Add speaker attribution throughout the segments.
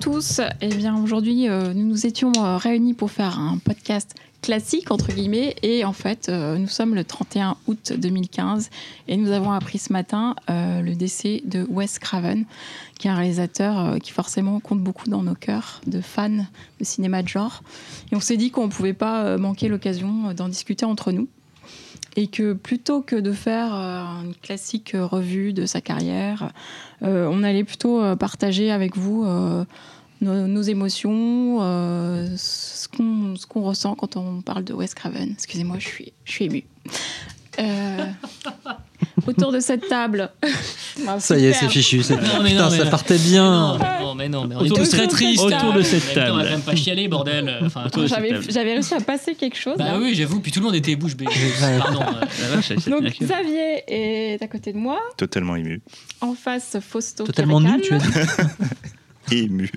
Speaker 1: tous. Eh bien, aujourd'hui, euh, nous nous étions euh, réunis pour faire un podcast classique, entre guillemets. Et en fait, euh, nous sommes le 31 août 2015 et nous avons appris ce matin euh, le décès de Wes Craven, qui est un réalisateur euh, qui forcément compte beaucoup dans nos cœurs de fans de cinéma de genre. Et on s'est dit qu'on ne pouvait pas euh, manquer l'occasion euh, d'en discuter entre nous. Et que plutôt que de faire euh, une classique euh, revue de sa carrière, euh, on allait plutôt euh, partager avec vous euh, nos, nos émotions, euh, ce qu'on ce qu'on ressent quand on parle de Wes Craven. Excusez-moi, je suis, je suis émue. Euh, autour de cette table. Ah,
Speaker 2: Ça y est, c'est fichu. c'est-
Speaker 3: Non, mais
Speaker 2: Putain,
Speaker 3: non, mais
Speaker 2: ça
Speaker 3: là-
Speaker 2: partait
Speaker 3: Non,
Speaker 2: bien.
Speaker 3: mais non, mais non, mais on
Speaker 4: Autour
Speaker 3: est
Speaker 4: de
Speaker 3: tous très
Speaker 4: cette
Speaker 3: tristes.
Speaker 1: table.
Speaker 4: Autour de cette
Speaker 3: En même temps, On va
Speaker 4: table.
Speaker 3: quand même pas chialer, bordel. Enfin, toi,
Speaker 4: Autour de cette
Speaker 1: J'avais
Speaker 4: table.
Speaker 1: j'avais réussi à passer quelque chose.
Speaker 3: bah
Speaker 1: là.
Speaker 3: oui, j'avoue, puis tout le monde était bouche bée. Pardon. euh,
Speaker 4: La vache, elle s'est
Speaker 1: Donc
Speaker 4: bien cuite.
Speaker 1: Xavier est à côté de moi.
Speaker 5: Totalement ému.
Speaker 1: En face, Fausto. qui
Speaker 2: Totalement nu,
Speaker 1: ricane.
Speaker 2: tu as dit.
Speaker 5: Ému.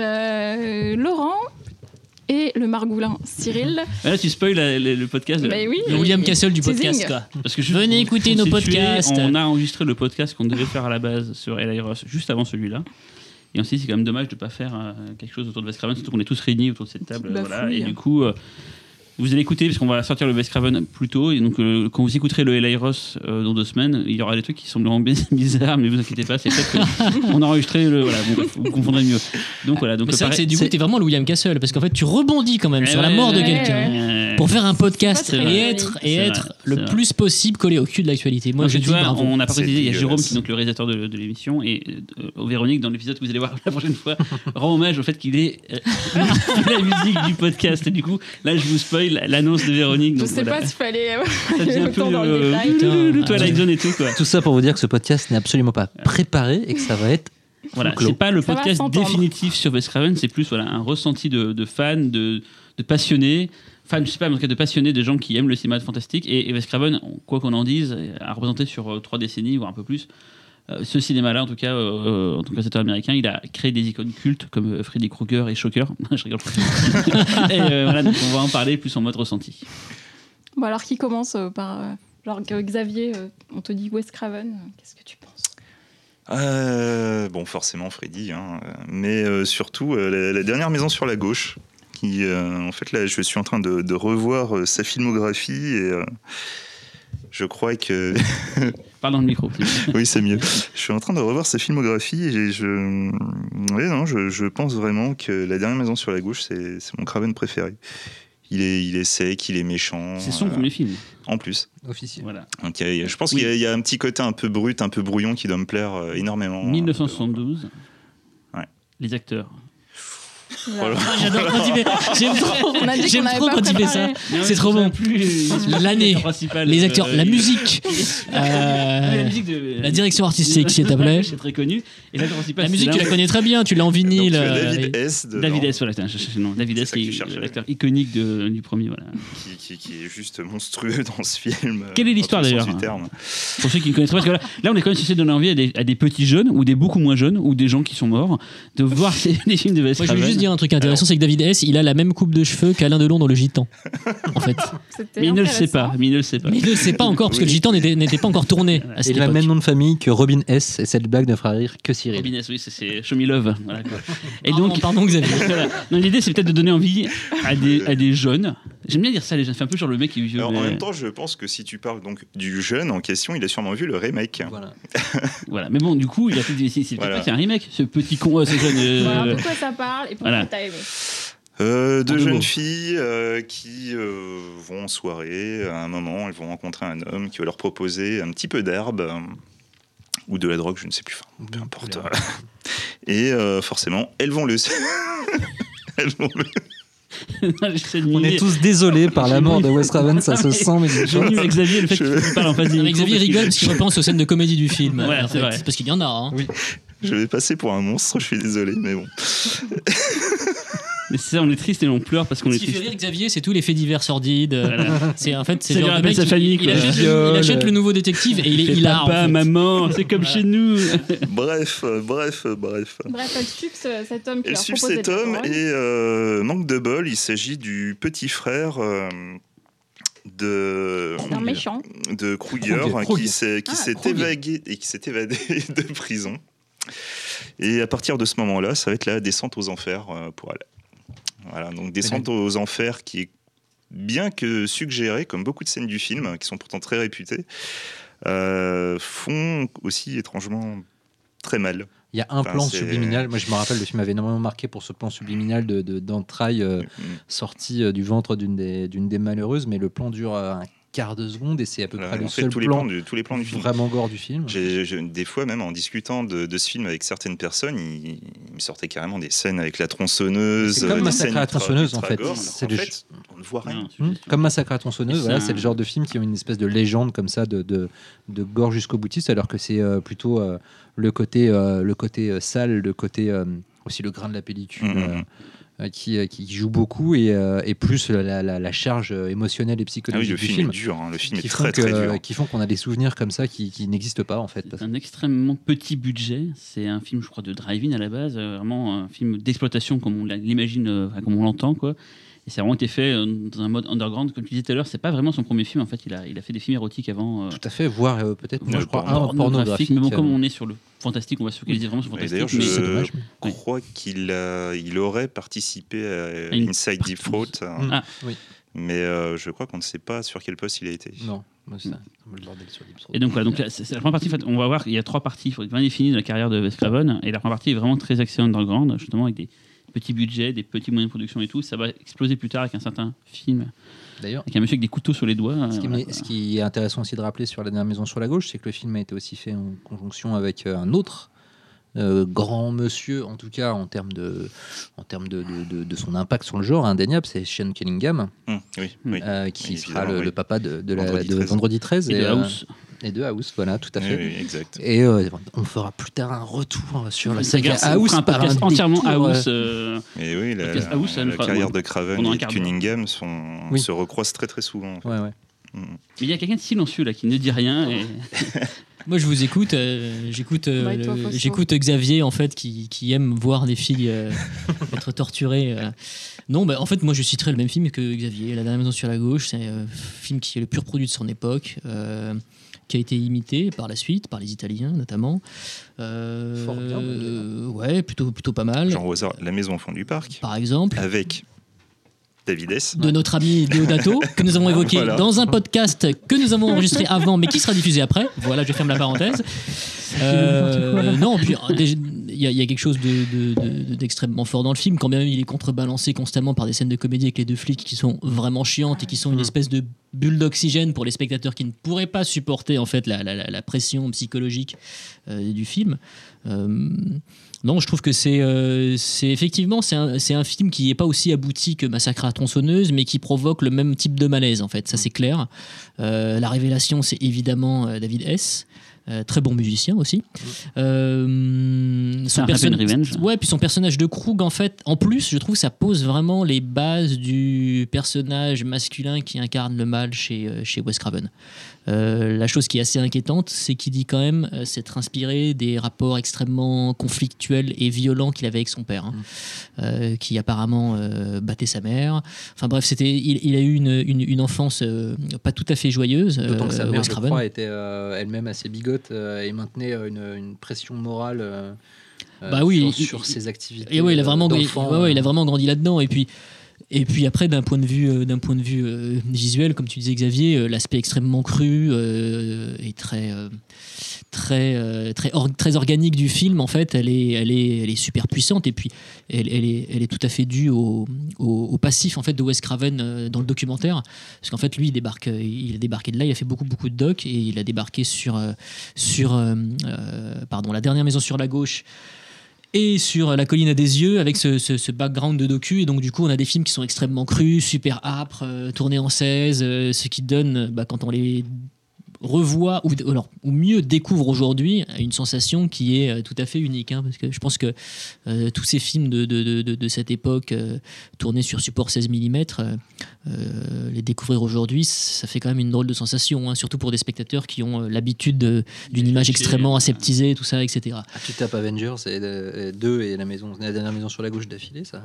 Speaker 1: Euh, Laurent et le margoulin Cyril.
Speaker 4: Mais Là, tu spoil la- la- le podcast. de-
Speaker 1: Mais oui.
Speaker 3: Le William Castle du
Speaker 1: Teasing.
Speaker 3: podcast, quoi.
Speaker 4: Parce que
Speaker 3: Venez
Speaker 4: pour-
Speaker 3: écouter
Speaker 4: pour
Speaker 3: nos
Speaker 4: situer,
Speaker 3: podcasts.
Speaker 4: On a enregistré le podcast qu'on devait faire à la base sur L.A. Ross juste avant celui-là. Et on s'est dit, c'est quand même dommage de ne pas faire euh, quelque chose autour de Wes Craven, surtout qu'on est tous réunis autour de cette table.
Speaker 1: Bah,
Speaker 4: voilà.
Speaker 1: fouille.
Speaker 4: Et du coup, euh, vous allez écouter, parce qu'on va sortir le Wes Craven plus tôt. Et donc, euh, quand vous écouterez le L.A. Ross euh, dans deux semaines, il y aura des trucs qui sembleront bi- bizarres, mais vous inquiétez pas, c'est peut-être qu'on a enregistré le. Voilà, bon, bref, vous comprendrez mieux. Donc voilà. Donc,
Speaker 3: Mais c'est vrai que c'est-
Speaker 4: pareil-
Speaker 3: du coup,
Speaker 2: c'est-
Speaker 3: t'es vraiment le William Castle, parce qu'en fait, tu rebondis quand même
Speaker 4: Eh
Speaker 3: sur la
Speaker 4: ouais,
Speaker 3: mort de
Speaker 4: ouais,
Speaker 3: quelqu'un.
Speaker 4: ouais.
Speaker 3: Pour faire un podcast
Speaker 1: C'est
Speaker 3: et
Speaker 1: vrai.
Speaker 3: être, et
Speaker 4: C'est
Speaker 3: être
Speaker 4: vrai, c'est
Speaker 3: le
Speaker 4: vrai.
Speaker 3: plus possible collé au cul de l'actualité. Moi,
Speaker 4: Parce
Speaker 3: je
Speaker 4: que
Speaker 3: dis
Speaker 4: tu vois,
Speaker 3: bravo.
Speaker 4: on n'a pas
Speaker 5: C'est
Speaker 4: précisé, il y a
Speaker 5: dégueulasse.
Speaker 4: Jérôme, qui est donc le réalisateur de, de l'émission, et euh, Véronique, dans l'épisode que vous allez voir la prochaine fois, rend hommage au fait qu'il est euh, la musique du podcast. Et du coup, là, je vous spoil l'annonce de Véronique.
Speaker 1: Je
Speaker 4: Donc,
Speaker 1: sais
Speaker 4: voilà.
Speaker 1: pas s'il fallait euh,
Speaker 4: ça devient un peu euh,
Speaker 1: autant dans le
Speaker 4: le,
Speaker 1: détail.
Speaker 4: le- le
Speaker 3: Putain.
Speaker 4: Twilight Zone et tout, quoi.
Speaker 2: Tout ça pour vous dire que ce podcast n'est absolument pas préparé et que ça va être.
Speaker 4: Voilà,
Speaker 2: Clos.
Speaker 4: c'est pas le
Speaker 1: Ça va
Speaker 4: podcast
Speaker 1: s'entendre.
Speaker 4: définitif sur Wes Craven, c'est plus voilà, un ressenti de, de fans, de, de passionnés, fans, je sais pas, mais en tout cas de passionnés, de gens qui aiment le cinéma de fantastique. Et, et Wes Craven, on- quoi qu'on en dise, a représenté sur euh, trois décennies, voire un peu plus, euh, ce cinéma-là, en tout cas, euh, en tout cas, cet homme américain, il a créé des icônes cultes comme euh, Freddy Krueger et Shocker. je rigole. et euh, voilà, donc on va en parler plus en mode ressenti.
Speaker 1: Bon, alors qui commence euh, par. euh, genre, euh, Xavier, euh, on te dit Wes Craven, euh, qu'est-ce que tu penses
Speaker 5: Euh, bon, forcément, Freddy. hein, euh, mais euh, surtout, euh, la, la dernière maison sur la gauche. Qui, euh, en fait, là, je suis en train de, de revoir euh, sa filmographie et euh, je crois que.
Speaker 4: Parle dans le micro. s'il te plaît.
Speaker 5: oui, c'est mieux. Je suis en train de revoir sa filmographie et je. ouais, non, je, je pense vraiment que la dernière maison sur la gauche, c'est c'est mon Craven préféré. Il est, il est sec, il est méchant.
Speaker 4: C'est son
Speaker 5: euh,
Speaker 4: premier film.
Speaker 5: En plus.
Speaker 2: Officiel.
Speaker 4: Voilà.
Speaker 5: Donc, il y a- je pense qu'il y a- il y, a un petit côté un peu brut, un peu brouillon qui doit me plaire euh,
Speaker 4: Oh,
Speaker 5: énormément.
Speaker 4: 1972.
Speaker 5: Ouais.
Speaker 4: Les acteurs. Oh
Speaker 1: Là.
Speaker 5: Voilà.
Speaker 3: Ah, J'adore quand il fait. J'aime trop,
Speaker 1: On a dit qu'on
Speaker 3: j'aime
Speaker 1: n'avait
Speaker 3: trop
Speaker 1: pas
Speaker 3: quand il fait ça.
Speaker 1: préparé.
Speaker 3: C'est trop bon. L'année, Les acteurs, la musique,
Speaker 4: Euh, la
Speaker 3: euh,
Speaker 4: musique de-
Speaker 3: la direction artistique, s'il te plaît.
Speaker 4: C'est très connu. Et l'acteur principal,
Speaker 3: La musique,
Speaker 4: c'est
Speaker 3: tu la connais très bien, tu l'as en
Speaker 5: Donc,
Speaker 3: vinyle.
Speaker 5: le
Speaker 3: euh,
Speaker 5: David
Speaker 3: et-
Speaker 5: S. de
Speaker 4: David
Speaker 5: Laurent,
Speaker 4: S. Voilà, putain, je cherchais le nom. David
Speaker 5: C'est
Speaker 4: S.
Speaker 5: ça que
Speaker 4: qui
Speaker 5: tu cherchais.
Speaker 4: est l'acteur iconique de- du premier. Voilà.
Speaker 5: qui, qui- qui est juste monstrueux dans ce film. euh,
Speaker 4: Quelle est
Speaker 5: dans
Speaker 4: l'histoire,
Speaker 5: tous les
Speaker 4: d'ailleurs,
Speaker 5: sens du
Speaker 4: hein
Speaker 5: terme.
Speaker 4: Pour ceux qui ne connaissent pas, parce que là, là, on est quand même censé donner envie à des, à des petits jeunes ou des beaucoup moins jeunes ou des gens qui sont morts de voir ces- les films de Wes
Speaker 3: Moi, je vais
Speaker 4: Craven.
Speaker 3: juste dire un truc intéressant, c'est que David S, il a la même coupe de cheveux qu'Alain Delon dans Le Gitan, en fait.
Speaker 1: C'était
Speaker 4: Mais il ne le sait
Speaker 1: intéressant.
Speaker 4: pas. Mais il ne le sait pas.
Speaker 3: Mais il ne le Ah, sait pas encore, parce que Le
Speaker 5: Oui.
Speaker 3: Gitan n'était n'était pas encore tourné à
Speaker 2: Et
Speaker 3: cette
Speaker 2: le
Speaker 3: époque.
Speaker 2: même nom de famille que Robin S. Et cette blague ne fera rire que Cyril.
Speaker 4: Robin S, oui, c'est- c'est Show Me Love. Voilà, quoi. Et
Speaker 3: Pardon,
Speaker 4: donc,
Speaker 3: pardon Xavier.
Speaker 4: Voilà. Non, L'idée, c'est peut-être de donner envie à des, à des jeunes. J'aime bien dire ça, les jeunes. C'est un peu genre le mec qui est vieux.
Speaker 5: Alors, en
Speaker 4: mais-
Speaker 5: même temps, je pense que si tu parles donc du jeune en question, il a sûrement vu le remake.
Speaker 2: Voilà.
Speaker 4: Voilà. Mais bon, du coup, il a fait des- c'est peut-être
Speaker 5: Voilà.
Speaker 4: pas qu'il y a un remake, ce petit con, euh, ce jeune. euh,
Speaker 1: Voilà, pourquoi ça parle et pourquoi
Speaker 4: Voilà.
Speaker 1: t'as aimé
Speaker 5: Euh,
Speaker 4: En
Speaker 5: deux
Speaker 4: deux
Speaker 5: jeunes
Speaker 4: mots.
Speaker 5: filles euh, qui euh, vont en soirée. À un moment, elles vont rencontrer un homme qui va leur proposer un petit peu d'herbe euh, ou de la drogue, je ne sais plus. Enfin, peu importe. Et euh, forcément, elles vont le. elles vont le-
Speaker 4: j'essaie de
Speaker 2: On
Speaker 4: mimer.
Speaker 2: est tous désolés par la mort de Wes Craven, ça se sent, mais c'est
Speaker 4: J'ai
Speaker 2: chaud.
Speaker 4: mis avec Xavier le fait
Speaker 5: Je-
Speaker 4: qu'il parle en face du
Speaker 3: Non, mais
Speaker 4: micro,
Speaker 3: Xavier
Speaker 4: parce que-
Speaker 3: rigole parce qu'il repense aux scènes de comédie du film.
Speaker 4: Ouais,
Speaker 3: en
Speaker 4: c'est
Speaker 3: fait.
Speaker 4: vrai.
Speaker 3: Parce qu'il y en a. hein.
Speaker 5: Je vais passer pour un monstre, je suis désolé, mais bon.
Speaker 4: Mais c'est ça, on est triste et on pleure parce qu'on
Speaker 3: Ce
Speaker 4: est
Speaker 3: qui fait
Speaker 4: triste.
Speaker 3: rire Xavier, c'est tous les faits divers sordides. euh,
Speaker 4: Voilà.
Speaker 3: C'est en fait, c'est
Speaker 4: Ça
Speaker 3: le
Speaker 4: lui
Speaker 3: genre de
Speaker 4: rappelle
Speaker 3: mec
Speaker 4: sa
Speaker 3: qui-
Speaker 4: famille,
Speaker 3: Il
Speaker 4: quoi.
Speaker 3: achète, le,
Speaker 2: Viol.
Speaker 3: il achète le nouveau détective et il
Speaker 4: Fait
Speaker 3: est hilar. en
Speaker 4: Papa,
Speaker 3: fait.
Speaker 4: maman, c'est comme chez nous.
Speaker 5: Bref, euh, bref, euh, bref.
Speaker 1: Bref, elle suce euh, cet homme qui
Speaker 5: Elle
Speaker 1: leur
Speaker 5: suit
Speaker 1: propose
Speaker 5: cet
Speaker 1: d'être
Speaker 5: homme
Speaker 1: heureux.
Speaker 5: et euh, manque de bol, il s'agit du petit frère euh, de
Speaker 1: C'est un méchant.
Speaker 5: de Kruger
Speaker 2: Kruger,
Speaker 5: hein,
Speaker 2: Kruger.
Speaker 5: qui s'est qui
Speaker 1: Ah,
Speaker 5: s'est
Speaker 1: Kruger.
Speaker 5: évagué et qui s'est évadé de prison Et à partir de ce moment-là, ça va être la descente aux enfers euh, pour elle. Voilà, donc descente aux enfers qui est bien que suggérée, comme beaucoup de scènes du film, qui sont pourtant très réputées, euh, font aussi étrangement très mal.
Speaker 2: Il y a un
Speaker 5: Enfin,
Speaker 2: plan
Speaker 5: c'est-
Speaker 2: subliminal. Moi, je me rappelle, le film avait énormément marqué pour ce plan subliminal de- de- d'entrailles de,
Speaker 5: Mm-hmm.
Speaker 2: sorties euh, du ventre d'une des, d'une des malheureuses, mais le plan dure euh, un quart de seconde et c'est à peu près
Speaker 5: Voilà,
Speaker 2: le
Speaker 5: Euh, en fait,
Speaker 2: seul
Speaker 5: tous les,
Speaker 2: plan
Speaker 5: plans du, tous les plans du film.
Speaker 2: vraiment gore du film.
Speaker 5: J'ai- j'ai- des fois, même en discutant de, de ce film avec certaines personnes, ils, ils me sortaient carrément des scènes avec la tronçonneuse. euh,
Speaker 2: C'est comme
Speaker 5: des
Speaker 2: Massacre
Speaker 5: scènes
Speaker 2: à la
Speaker 5: ultra-
Speaker 2: tronçonneuse, en
Speaker 5: ultra
Speaker 2: fait.
Speaker 5: gore, alors
Speaker 2: C'est
Speaker 5: qu'en
Speaker 2: des-
Speaker 5: fait, on ne voit rien.
Speaker 4: Non,
Speaker 2: Hmm,
Speaker 4: suggestion.
Speaker 2: Comme Massacre à la
Speaker 4: Et
Speaker 2: tronçonneuse,
Speaker 4: c'est
Speaker 2: voilà,
Speaker 4: un-
Speaker 2: c'est le genre de film qui ont une espèce de légende comme ça de, de, de gore jusqu'au boutiste, alors que c'est euh, plutôt euh, le côté, euh, le côté euh, sale, le côté euh, aussi le grain de la pellicule
Speaker 5: Mhm.
Speaker 2: euh, euh, qui, euh, qui joue beaucoup et, euh, et plus la, la- la charge euh, émotionnelle et
Speaker 5: Ah oui,
Speaker 2: psychologique
Speaker 5: le
Speaker 2: du
Speaker 5: film,
Speaker 2: film.
Speaker 5: est dur. hein, le film est
Speaker 2: qui,
Speaker 5: très
Speaker 2: font que-
Speaker 5: très dur.
Speaker 2: qui font qu'on a des souvenirs comme ça qui, qui n'existent pas en fait.
Speaker 4: C'est un extrêmement petit budget. C'est un film, je crois, de drive-in à la base. euh, Vraiment un film d'exploitation comme on l'a- l'imagine, euh, enfin, comme on l'entend, quoi. Et ça a vraiment été fait euh, dans un mode underground. Comme tu disais tout à l'heure, c'est pas vraiment son premier film. En fait, il a, il a fait des films érotiques avant. euh,
Speaker 2: Tout à fait, voire euh, peut-être, moi,
Speaker 5: Ouais,
Speaker 2: je crois,
Speaker 5: porno-
Speaker 2: un pornographique.
Speaker 4: Mais bon,
Speaker 2: euh,
Speaker 4: comme on est sur le fantastique, on va se focaliser vraiment sur le
Speaker 5: Et
Speaker 4: fantastique.
Speaker 5: d'ailleurs,
Speaker 4: mais-
Speaker 5: je-
Speaker 2: c'est dommage. mais-
Speaker 5: Je crois qu'il a- il aurait participé à
Speaker 4: Une
Speaker 5: Inside Deep Throat, hein,
Speaker 2: Mm.
Speaker 4: Ah.
Speaker 2: Oui.
Speaker 5: mais euh, je crois qu'on ne sait pas sur quel poste il a été.
Speaker 2: Non, moi, c'est un- le bordel sur Deep Throat.
Speaker 4: Et donc, voilà, donc là, c'est c'est la première partie, en fait, on va voir, il y a trois parties, il faut bien définir la carrière de Wes Craven. Et la première partie est vraiment très axée underground, justement, avec des petits budgets, des petits moyens de production et tout. Ça va exploser plus tard avec un certain film,
Speaker 2: D'ailleurs,
Speaker 4: avec un monsieur avec des couteaux sur les doigts. euh,
Speaker 2: Ce qui,
Speaker 4: voilà,
Speaker 2: mais
Speaker 4: quoi.
Speaker 2: ce qui est intéressant aussi de rappeler sur La dernière maison sur la gauche, c'est que le film a été aussi fait en conjonction avec euh, un autre euh, grand monsieur, en tout cas en termes de, en termes de, de- de- de son impact sur le genre, indéniable, c'est Sean Cunningham,
Speaker 5: Mm, oui, oui.
Speaker 2: euh, qui
Speaker 5: Oui,
Speaker 2: sera
Speaker 5: évidemment,
Speaker 2: le,
Speaker 5: oui.
Speaker 2: le papa de, de la-
Speaker 5: Vendredi
Speaker 2: de
Speaker 5: 13.
Speaker 2: Vendredi 13
Speaker 4: Et de
Speaker 2: euh,
Speaker 4: House.
Speaker 2: et de House, voilà, tout à
Speaker 5: Oui,
Speaker 2: fait.
Speaker 5: oui, exact.
Speaker 2: Et euh, on fera plus tard un retour sur la
Speaker 4: Ça
Speaker 2: saga
Speaker 4: gare- on
Speaker 2: House
Speaker 4: fera un
Speaker 2: par
Speaker 4: podcast
Speaker 2: un
Speaker 4: entièrement
Speaker 2: détour, euh,
Speaker 4: House. euh,
Speaker 5: Mais oui, la,
Speaker 4: Parce que- ah oui, ça
Speaker 5: la
Speaker 4: nous fera-
Speaker 5: carrière de Craven
Speaker 4: pendant un
Speaker 5: et de
Speaker 4: quart d'heure.
Speaker 5: Cunningham sont,
Speaker 2: Oui.
Speaker 5: se recroisent très très souvent. en fait.
Speaker 2: ouais, ouais.
Speaker 5: Mm.
Speaker 4: Mais il y a quelqu'un de silencieux là qui ne dit rien. Et...
Speaker 3: Moi, je vous écoute. euh, j'écoute, euh,
Speaker 1: Bah, et toi,
Speaker 3: le-
Speaker 1: Fausto
Speaker 3: j'écoute Xavier en fait, qui, qui aime voir des filles euh, être torturées. euh. Non, bah, en fait, moi, je citerai le même film que Xavier. La dernière maison sur la gauche, c'est un film qui est le pur produit de son époque, euh, qui a été imité par la suite par les Italiens notamment. Euh,
Speaker 2: Fort bien, d'ailleurs.
Speaker 3: ouais, plutôt plutôt pas mal.
Speaker 5: Jean Rosard, La maison au fond du parc,
Speaker 3: Par exemple.
Speaker 5: avec David S.
Speaker 3: de notre ami Deodato, que nous avons évoqué
Speaker 5: Voilà.
Speaker 3: dans un podcast que nous avons enregistré avant, mais qui sera diffusé après. Voilà, je ferme la parenthèse. Euh, non, puis euh, déjà, il y, a- il y a quelque chose de- de- de- d'extrêmement fort dans le film, quand bien même il est contrebalancé constamment par des scènes de comédie avec les deux flics qui sont vraiment chiantes et qui sont une
Speaker 2: Mm.
Speaker 3: espèce de bulle d'oxygène pour les spectateurs qui ne pourraient pas supporter en fait la, la- la- la pression psychologique euh, du film. Euh, non, je trouve que c'est euh, c'est- effectivement c'est un, c'est un film qui n'est pas aussi abouti que Massacre à la tronçonneuse, mais qui provoque le même type de malaise en fait. Ça c'est clair. Euh, la révélation, c'est évidemment euh, David S. euh, très bon musicien aussi. Euh,
Speaker 4: C'est un rap and revenge.
Speaker 3: Ouais, puis son personnage de Krug, en fait, en plus, je trouve ça pose vraiment les bases du personnage masculin qui incarne le mal chez, euh, chez Wes Craven. Euh, la chose qui est assez inquiétante, c'est qu'il dit quand même euh, s'être inspiré des rapports extrêmement conflictuels et violents qu'il avait avec son père, hein, euh, qui apparemment euh, battait sa mère. Enfin bref, c'était, il, il a eu une, une, une enfance euh, pas tout à fait joyeuse.
Speaker 2: D'autant que sa
Speaker 3: euh,
Speaker 2: mère,
Speaker 3: Wes
Speaker 2: je
Speaker 3: Craven.
Speaker 2: crois, était euh, elle-même assez bigote euh, et maintenait euh, une, une pression morale euh, euh,
Speaker 3: Bah oui,
Speaker 2: sur,
Speaker 3: il-
Speaker 2: sur
Speaker 3: il-
Speaker 2: ses activités.
Speaker 3: Et ouais, il a vraiment,
Speaker 2: euh,
Speaker 3: il,
Speaker 2: d'enfant,
Speaker 3: ouais, ouais, il a
Speaker 2: euh,
Speaker 3: vraiment grandi là-dedans. Et puis, et puis après, d'un point de vue, euh, d'un point de vue euh, visuel, comme tu disais Xavier, euh, l'aspect extrêmement cru euh, et très, euh, très, euh, très, or- très organique du film, en fait, elle est, elle est, elle est super puissante. Et puis, elle, elle est, elle est tout à fait due au, au- au passif en fait de Wes Craven euh, dans le documentaire, parce qu'en fait, lui, il débarque, euh, il a débarqué de là, il a fait beaucoup, beaucoup de docs et il a débarqué sur, euh, sur, euh, euh, pardon, la dernière maison sur la gauche et sur La colline à des yeux avec ce, ce- ce background de docu. Et donc, du coup, on a des films qui sont extrêmement crus, super âpres, euh, tournés en 16, euh, ce qui donne, euh, bah, quand on les revoit ou, alors, ou mieux découvre aujourd'hui une sensation qui est euh, tout à fait unique hein, parce que je pense que euh, tous ces films de, de- de- de- de cette époque euh, tournés sur support 16 mm euh, euh, les découvrir aujourd'hui ça fait quand même une drôle de sensation hein, surtout pour des spectateurs qui ont euh, l'habitude de- d'une image
Speaker 4: euh,
Speaker 3: extrêmement aseptisée tout ça etc
Speaker 2: ah, tu tapes Avengers et, euh, et deux et la, maison, la dernière maison sur la gauche d'affilée, ça.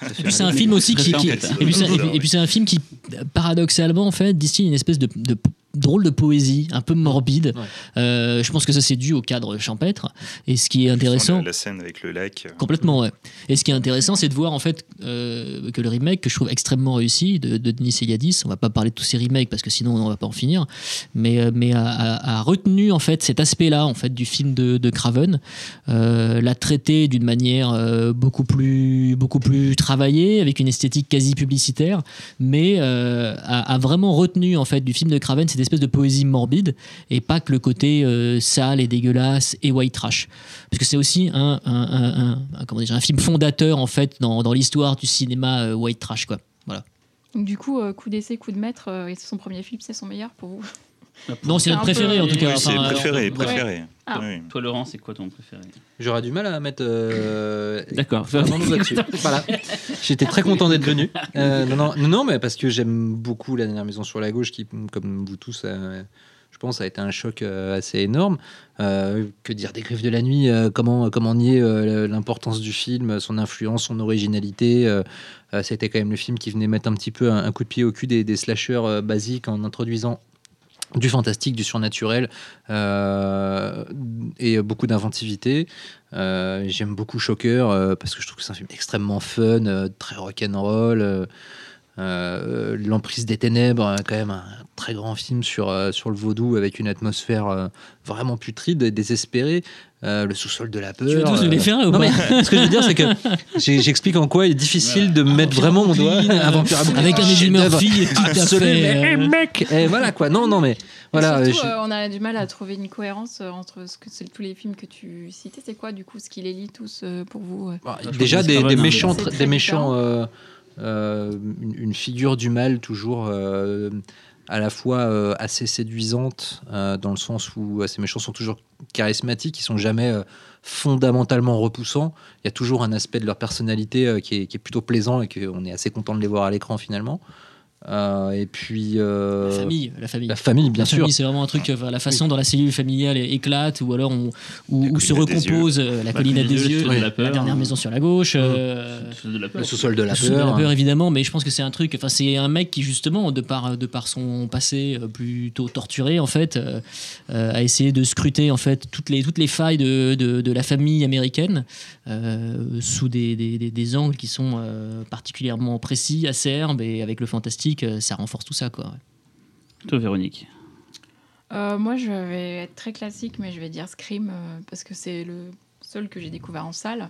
Speaker 2: ça fait
Speaker 3: puis c'est
Speaker 2: mal
Speaker 3: un
Speaker 2: au cul.
Speaker 3: film aussi qui,
Speaker 4: Référent,
Speaker 3: qui-
Speaker 4: en fait.
Speaker 3: et puis c'est- et puis- et puis c'est un film qui paradoxalement en fait distille une espèce de, de drôle de poésie, un peu morbide.
Speaker 2: Ouais.
Speaker 3: Euh, je pense que ça c'est dû au cadre champêtre. Et ce qui est intéressant, Ah,
Speaker 5: La, la scène avec le lac. euh,
Speaker 3: Complètement, ouais. Et ce qui est intéressant, c'est de voir en fait euh, que le remake, que je trouve extrêmement réussi, de, de Denis Seyadis, on va pas parler de tous ces remakes parce que sinon on va pas en finir, mais, euh, mais a, a- a retenu en fait cet aspect-là en fait du film de, de Craven, euh, l'a traité d'une manière euh, beaucoup plus beaucoup plus travaillée, avec une esthétique quasi publicitaire, mais euh, a, a vraiment retenu en fait du film de Craven cette espèce de poésie morbide et pas que le côté euh, sale et dégueulasse et white trash parce que c'est aussi un, un, un- un- un- comment dire, un film fondateur en fait dans, dans l'histoire du cinéma euh, white trash quoi.
Speaker 1: Donc, du coup, euh, coup d'essai, coup de maître, euh, et c'est son premier film, c'est son meilleur pour vous.
Speaker 4: Ah,
Speaker 3: Non, c'est
Speaker 1: C'est
Speaker 3: notre
Speaker 1: un peu-
Speaker 3: préféré en tout cas.
Speaker 5: oui, c'est
Speaker 3: Enfin,
Speaker 5: le préféré,
Speaker 3: euh, ouais.
Speaker 5: préféré.
Speaker 1: Ah.
Speaker 5: Oui.
Speaker 4: Toi, Laurent, c'est quoi ton préféré
Speaker 2: J'aurais du mal à mettre euh,
Speaker 4: D'accord.
Speaker 2: Avons-nous là-dessus. voilà. J'étais très content d'être venu. Euh, non, non, non, non, mais parce que j'aime beaucoup la dernière maison sur la gauche, qui, comme vous tous, euh, je pense, a été un choc euh, assez énorme. Euh, que dire des griffes de la nuit euh, Comment comment nier euh, l'importance du film, son influence, son originalité euh, euh, C'était quand même le film qui venait mettre un petit peu un, un coup de pied au cul des, des slashers euh, basiques en introduisant du fantastique, du surnaturel euh, et beaucoup d'inventivité. Euh, j'aime beaucoup Shocker euh, parce que je trouve que c'est un film extrêmement fun, euh, très rock'n'roll. euh, euh, L'emprise des ténèbres, euh, quand même un très grand film sur, euh, sur le vaudou avec une atmosphère euh, vraiment putride, et désespérée. Euh, le sous-sol de la peur.
Speaker 3: Tu veux tous nous
Speaker 2: euh,
Speaker 3: les faire ou
Speaker 2: non
Speaker 3: pas
Speaker 2: mais ce que je veux dire c'est que j'ai- j'explique en quoi il est difficile de mettre vraiment mon doigt
Speaker 3: Brooklyn,
Speaker 2: à Vampire Ah, à Brooklyn.
Speaker 3: avec un Eddie
Speaker 2: Chef-d'œuvre.
Speaker 3: Murphy et tout à
Speaker 2: Absolument.
Speaker 3: fait.
Speaker 2: Eh,
Speaker 3: euh,
Speaker 2: mec, eh, voilà quoi. Non non mais voilà.
Speaker 1: Et
Speaker 2: euh,
Speaker 1: surtout,
Speaker 2: je-
Speaker 1: euh, on a du mal à trouver une cohérence euh, entre ce que c'est tous les films que tu citais. C'est quoi, du coup, ce qui les lie tous euh, pour vous euh
Speaker 2: Bah,
Speaker 4: Je trouve
Speaker 2: déjà
Speaker 4: que c'est
Speaker 2: des,
Speaker 4: pas
Speaker 2: des
Speaker 4: mal, hein.
Speaker 2: méchants,
Speaker 1: C'est
Speaker 2: tr-
Speaker 1: très
Speaker 2: des méchants, euh, euh, une, une figure du mal toujours euh, à la fois euh, assez séduisante euh, dans le sens où euh, ces méchants sont toujours charismatiques, ils sont jamais euh, fondamentalement repoussants. Il y a toujours un aspect de leur personnalité euh, qui, est, qui est plutôt plaisant et qu'on est assez content de les voir à l'écran finalement. Euh, et puis euh,
Speaker 3: La famille, la famille.
Speaker 2: la famille, bien
Speaker 3: La
Speaker 2: sûr.
Speaker 3: famille, c'est vraiment un truc, euh, la façon dont la cellule familiale éclate, ou alors on, où,
Speaker 5: La
Speaker 3: où se
Speaker 5: colline a des
Speaker 3: recompose euh, la colline à
Speaker 4: colline
Speaker 3: des
Speaker 4: des yeux,
Speaker 3: yeux,
Speaker 4: la
Speaker 3: la,
Speaker 4: peur.
Speaker 3: dernière maison sur la gauche, euh,
Speaker 4: de la peur.
Speaker 2: Le sous-sol de la
Speaker 3: Sous de
Speaker 2: peur.
Speaker 3: la peur, évidemment, mais je pense que c'est un truc. Enfin, c'est un mec qui justement, de par de par son passé euh, plutôt torturé en fait, euh, euh, a essayé de scruter en fait toutes les toutes les failles de, de, de la famille américaine euh, sous des, des, des- des angles qui sont euh, particulièrement précis, acerbes et avec le fantastique, euh, ça renforce tout ça quoi.
Speaker 4: Toi, Véronique.
Speaker 1: Euh, Moi, je vais être très classique, mais je vais dire Scream, euh, parce que c'est le seul que j'ai découvert en salle.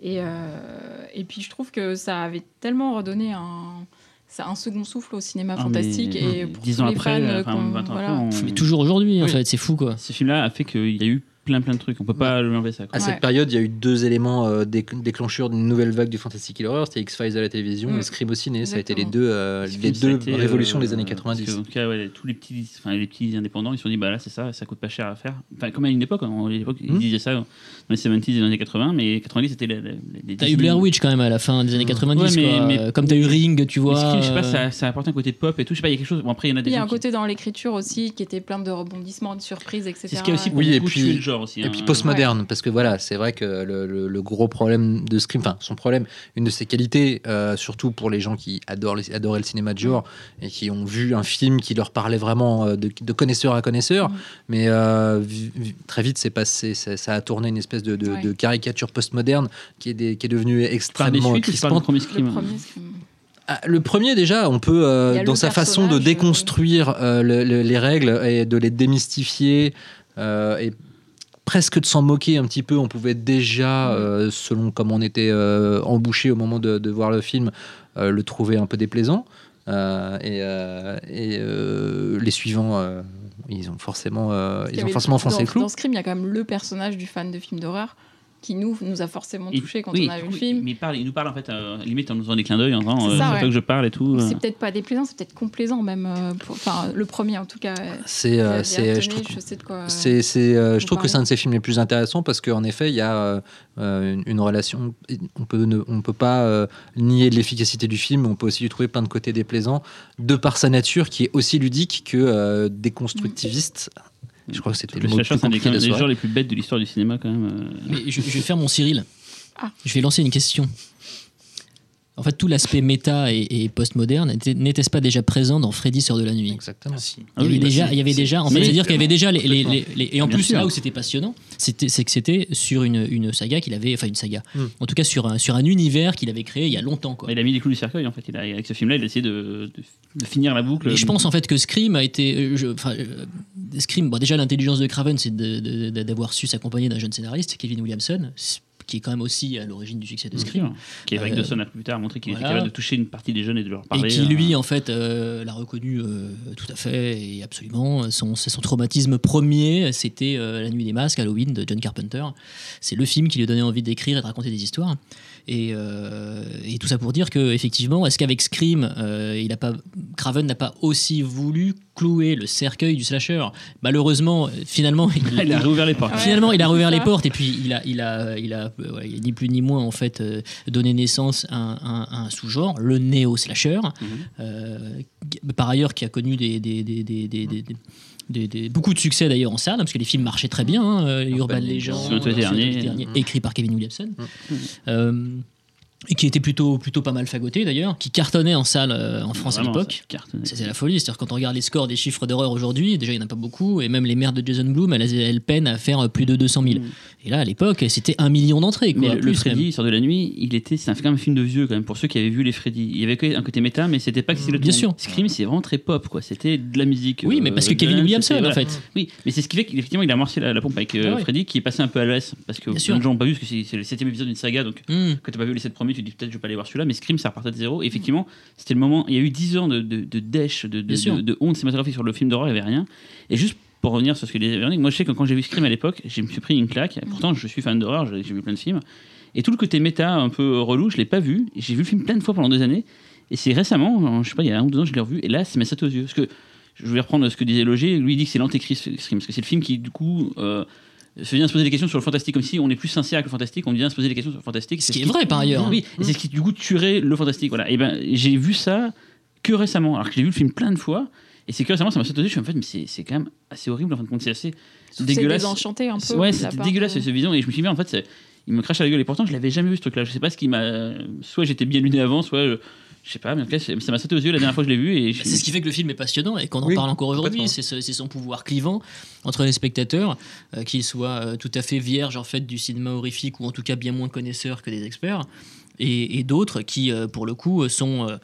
Speaker 1: Et, euh, et puis, je trouve que ça avait tellement redonné un, ça, un second souffle au cinéma
Speaker 4: Ah, mais-
Speaker 1: fantastique. et pour
Speaker 4: Dix
Speaker 1: tous
Speaker 4: ans
Speaker 1: les
Speaker 4: après,
Speaker 1: fans,
Speaker 4: euh,
Speaker 1: euh,
Speaker 4: enfin,
Speaker 1: qu'on-
Speaker 4: 20 ans après,
Speaker 1: voilà.
Speaker 4: on-
Speaker 3: Mais toujours aujourd'hui en
Speaker 2: Oui.
Speaker 3: fait, c'est fou quoi.
Speaker 4: Ce film-là a fait qu'il y a eu plein plein de trucs. On peut pas lui enlever ça. quoi.
Speaker 2: À
Speaker 1: Ouais.
Speaker 2: cette période, il y a eu deux éléments euh, déc- déclencheurs d'une nouvelle vague du fantastic et l'horreur. C'était X-Files à la télévision
Speaker 1: Mm.
Speaker 2: et Scream au ciné. Ça a été les
Speaker 1: Exactement.
Speaker 2: deux, euh, les
Speaker 4: Ce film, ça a
Speaker 2: deux
Speaker 4: été,
Speaker 2: révolutions
Speaker 4: euh,
Speaker 2: des années
Speaker 4: parce
Speaker 2: 90.
Speaker 4: que, en tout cas, ouais, tous les petits, enfin, les petits indépendants, ils se sont dit, bah là, c'est ça, ça coûte pas cher à faire. Enfin, comme à une époque, hein, à l'époque, ils
Speaker 2: Hmm.
Speaker 4: disaient ça dans les 70 et dans les années 80, mais 90, c'était les. les- les
Speaker 3: T'as
Speaker 4: Disney.
Speaker 3: eu Blair Witch quand même à la fin des années 90,
Speaker 4: Ouais, mais-
Speaker 3: quoi.
Speaker 4: mais-
Speaker 3: Euh, comme t'as eu Ring, tu
Speaker 4: Mais
Speaker 3: vois.
Speaker 4: Scream, je sais pas,
Speaker 3: euh,
Speaker 4: ça, ça apporte un côté pop et tout. Je sais pas, il y a quelque chose. Bon, après, il y en a des.
Speaker 1: Il y a
Speaker 4: gens
Speaker 1: un
Speaker 4: qui-
Speaker 1: côté dans l'écriture aussi qui était plein de rebondissements, de surprises, etc.
Speaker 4: C'est ce qui a aussi
Speaker 2: Oui, et
Speaker 4: beaucoup
Speaker 2: puis-
Speaker 4: tué le genre aussi.
Speaker 2: Et
Speaker 4: hein.
Speaker 2: puis postmoderne, parce que voilà, c'est vrai que le, le- le gros problème de Scream, enfin son problème, une de ses qualités, euh, surtout pour les gens qui adorent les- adoraient le cinéma de genre et qui ont vu un film qui leur parlait vraiment euh, de, de connaisseur à connaisseur,
Speaker 1: Mm.
Speaker 2: mais euh, vi- vi- très vite c'est passé, ça, ça a tourné une espèce de, de-
Speaker 1: Ouais.
Speaker 2: de caricature postmoderne qui est, des- qui est devenue
Speaker 4: Par des
Speaker 2: extrêmement
Speaker 4: suites, ou par le
Speaker 2: crispante.
Speaker 4: premier
Speaker 1: Le
Speaker 4: Scream
Speaker 1: premier Scream.
Speaker 2: Ah, Le premier, déjà, on peut, euh,
Speaker 1: Il y a
Speaker 2: dans
Speaker 1: le
Speaker 2: sa façon de
Speaker 1: personnage,
Speaker 2: déconstruire euh, le- le- les règles et de les démystifier euh, et presque de s'en moquer un petit peu, on pouvait déjà,
Speaker 1: Mm.
Speaker 2: euh, selon comment on était euh, embouché au moment de, de voir le film, euh, le trouver un peu déplaisant. Euh, et euh, et, euh, les suivants, euh, ils ont forcément, euh,
Speaker 1: Il y
Speaker 2: ils ont
Speaker 1: avait-
Speaker 2: forcément foncé
Speaker 1: dans,
Speaker 2: le clou.
Speaker 1: Dans Scream, il y a quand même le personnage du fan de films d'horreur qui nous, nous a forcément
Speaker 4: Il-
Speaker 1: touché quand
Speaker 4: oui,
Speaker 1: on a vu le
Speaker 4: oui,
Speaker 1: film.
Speaker 4: Mais il, parle, il nous parle en fait, euh, limite en nous faisant des clins d'œil, en disant
Speaker 1: C'est
Speaker 4: euh,
Speaker 1: ça,
Speaker 4: c'est
Speaker 1: ouais.
Speaker 4: toi que je parle et tout. euh.
Speaker 1: C'est peut-être pas déplaisant, c'est peut-être complaisant même. euh, pour- Enfin, le premier en tout cas. euh,
Speaker 2: C'est,
Speaker 1: j'avais
Speaker 2: euh, c'est- je
Speaker 1: retenu,
Speaker 2: trouve,
Speaker 1: je sais de quoi.
Speaker 2: C'est, c'est, euh, je trouve que
Speaker 1: parlez.
Speaker 2: c'est un de ses films les plus intéressants parce qu'en effet, il y a euh, euh, une, une relation. On peut ne on peut pas euh, nier de l'efficacité du film, mais on peut aussi lui trouver plein de côtés déplaisants, de par sa nature qui est aussi ludique que euh, déconstructiviste.
Speaker 4: euh,
Speaker 2: Je crois que c'était
Speaker 4: Le
Speaker 2: le mot le
Speaker 4: slasher,
Speaker 2: plus
Speaker 4: c'est un hein, des
Speaker 2: compliqué de la
Speaker 4: des genres
Speaker 2: soirée.
Speaker 4: les plus bêtes de l'histoire du cinéma quand même. euh.
Speaker 3: Mais je, je vais faire mon Cyril.
Speaker 1: Ah.
Speaker 3: Je vais lancer une question. En fait, tout l'aspect méta et, et postmoderne était- n'était-ce pas déjà présent dans Freddy sort de la nuit
Speaker 2: Exactement.
Speaker 5: Si.
Speaker 4: Ah
Speaker 3: il y
Speaker 4: oui,
Speaker 3: avait
Speaker 4: bah
Speaker 3: déjà,
Speaker 4: si.
Speaker 3: il y avait
Speaker 4: Si.
Speaker 3: déjà, en
Speaker 4: Si.
Speaker 3: fait, c'est-à-dire qu'il y avait déjà les, les- les- les- et en
Speaker 4: Bien
Speaker 3: plus
Speaker 4: sûr.
Speaker 3: là où c'était passionnant, c'était, c'est que c'était sur une, une saga qu'il avait, enfin une saga,
Speaker 2: Hmm.
Speaker 3: en tout cas sur un, sur un univers qu'il avait créé il y a longtemps quoi.
Speaker 4: Il a mis les clous du cercueil en fait. Il a- avec ce film-là, il a essayé de, de- de finir la boucle.
Speaker 3: Et je pense en fait que Scream a été. euh, je- Enfin, euh, Scream, bon, déjà l'intelligence de Craven, c'est de- de- de- d'avoir su s'accompagner d'un jeune scénariste, Kevin Williamson, qui est quand même aussi à l'origine du succès de
Speaker 4: Bien
Speaker 3: Scream.
Speaker 4: sûr. Qui avec
Speaker 3: Euh,
Speaker 4: Dawson a plus tard montré qu'il était
Speaker 3: voilà.
Speaker 4: capable de toucher une partie des jeunes et de leur parler.
Speaker 3: et qui, lui,
Speaker 4: euh,
Speaker 3: en fait, euh, l'a reconnu euh, tout à fait et absolument. Son, c'est son traumatisme premier, c'était euh, La Nuit des Masques, Halloween de John Carpenter. C'est le film qui lui donnait envie d'écrire et de raconter des histoires. Et, euh, et tout ça pour dire que, effectivement, est-ce qu'avec Scream, euh, il a pas, Craven n'a pas aussi voulu clouer le cercueil du slasher Malheureusement, euh, finalement, il,
Speaker 4: il a réouvert les portes.
Speaker 1: Ouais.
Speaker 3: Finalement, il a
Speaker 1: c'est
Speaker 3: rouvert
Speaker 1: ça.
Speaker 3: les portes et puis il a, il a, il a, euh, ouais, ni plus ni moins en fait euh, donné naissance à un, à un sous-genre, le néo slasher,
Speaker 4: Mhm.
Speaker 3: par ailleurs qui a connu des, des, des- des- des- des- des- des- beaucoup de succès d'ailleurs en salle, hein, parce que les films marchaient très bien, hein, euh, Urban Legend,
Speaker 4: Legend, Saint-Ouen dernier.
Speaker 2: Mhm.
Speaker 3: écrit par Kevin Williamson.
Speaker 2: Mhm.
Speaker 3: Euh, et qui était plutôt, plutôt pas mal fagoté d'ailleurs, qui cartonnait en salle euh, en France
Speaker 4: Vraiment,
Speaker 3: à l'époque.
Speaker 4: ça cartonnait.
Speaker 3: C'était la folie. C'est-à-dire, quand on regarde les scores des chiffres d'horreur aujourd'hui, déjà, il n'y en a pas beaucoup. Et même les mères de Jason Bloom, elles, elles peinent à faire euh, plus de 200 000.
Speaker 4: Mm.
Speaker 3: Et là, à l'époque, c'était un million d'entrées.
Speaker 4: Mais
Speaker 3: quoi,
Speaker 4: le, le
Speaker 3: plus
Speaker 4: Freddy,
Speaker 3: même.
Speaker 4: il sort de la nuit, il était, c'est un- quand même un film de vieux quand même pour ceux qui avaient vu les Freddy. Il y avait que- un côté méta, mais c'était pas que c'est le
Speaker 3: Mmh, Bien
Speaker 4: ton.
Speaker 3: sûr.
Speaker 4: Scream, c'est vraiment très pop quoi. C'était de la musique.
Speaker 3: Oui,
Speaker 4: euh,
Speaker 3: mais parce que
Speaker 4: de
Speaker 3: Kevin
Speaker 4: la-
Speaker 3: Williamson,
Speaker 4: c'était-
Speaker 3: en
Speaker 4: voilà.
Speaker 3: fait.
Speaker 4: Oui, mais c'est ce qui fait qu'effectivement il a amorcé la, la pompe avec euh,
Speaker 3: Ah ouais.
Speaker 4: Freddy qui est passé un peu à l'OS parce que
Speaker 3: Bien
Speaker 4: plein
Speaker 3: sûr.
Speaker 4: de gens n'ont pas vu parce que c'est c'est le septième épisode d'une saga donc.
Speaker 3: Mm.
Speaker 4: Quand t'as pas vu les 7 premiers, tu te dis peut-être je vais pas aller voir celui-là, mais Scream ça repartait de zéro. Et effectivement, c'était le moment. Il y a eu 10 ans de, de, de dèche, de, de,
Speaker 3: Bien sûr.
Speaker 4: de- de honte cinématographique sur le film d'horreur, il y avait rien. Et juste pour revenir sur ce que disait Véronique, moi je sais que quand j'ai vu Scream à l'époque, je me suis pris une claque. Pourtant, je suis fan d'horreur, j'ai j'ai vu plein de films. Et tout le côté méta un peu relou, je l'ai pas vu. Et J'ai vu le film plein de fois pendant deux années. Et c'est récemment, en- je sais pas, il y a un ou deux ans, je l'ai revu. Et là, ça m'a sauté aux yeux. Parce que je vais reprendre ce que disait Loger. Lui, il dit que c'est l'antéchrist Scream. Parce que c'est le film qui, du coup. euh, se vient se poser des questions sur le fantastique comme si on est plus sincère que le fantastique on vient se poser des questions sur le fantastique
Speaker 3: Ce
Speaker 4: C'est
Speaker 3: qui est vrai, par ailleurs. hein.
Speaker 4: oui, et c'est ce qui du coup tuerait le fantastique. Voilà. Et ben j'ai vu ça que récemment, alors que j'ai vu le film plein de fois. Et c'est que récemment, ça m'a sauté aux yeux. Je me suis dit, en fait, mais c'est- c'est quand même assez horrible. En fin de compte, c'est assez dégueulasse.
Speaker 1: C'est désenchanté un peu.
Speaker 4: Ouais,
Speaker 1: de la
Speaker 4: c'était
Speaker 1: part
Speaker 4: dégueulasse
Speaker 1: de-
Speaker 4: ce vision. Et je me suis dit, mais en fait, c'est- il me crache à la gueule. Et pourtant, je l'avais jamais vu ce truc-là. Je sais pas ce qui m'a. Soit j'étais bien luné avant, soit je, je sais pas. Mais en tout cas, c'est- ça m'a sauté aux yeux la dernière fois que je l'ai vu. Et je-
Speaker 3: Bah, C'est ce qui fait que le film est passionnant et qu'on en
Speaker 2: Oui,
Speaker 3: parle encore aujourd'hui.
Speaker 2: complètement.
Speaker 3: C'est ce- c'est son pouvoir clivant entre les spectateurs, euh, qu'ils soient euh, tout à fait vierges en fait du cinéma horrifique ou en tout cas bien moins connaisseurs que des experts, et, et d'autres qui, euh, pour le coup, euh, sont euh,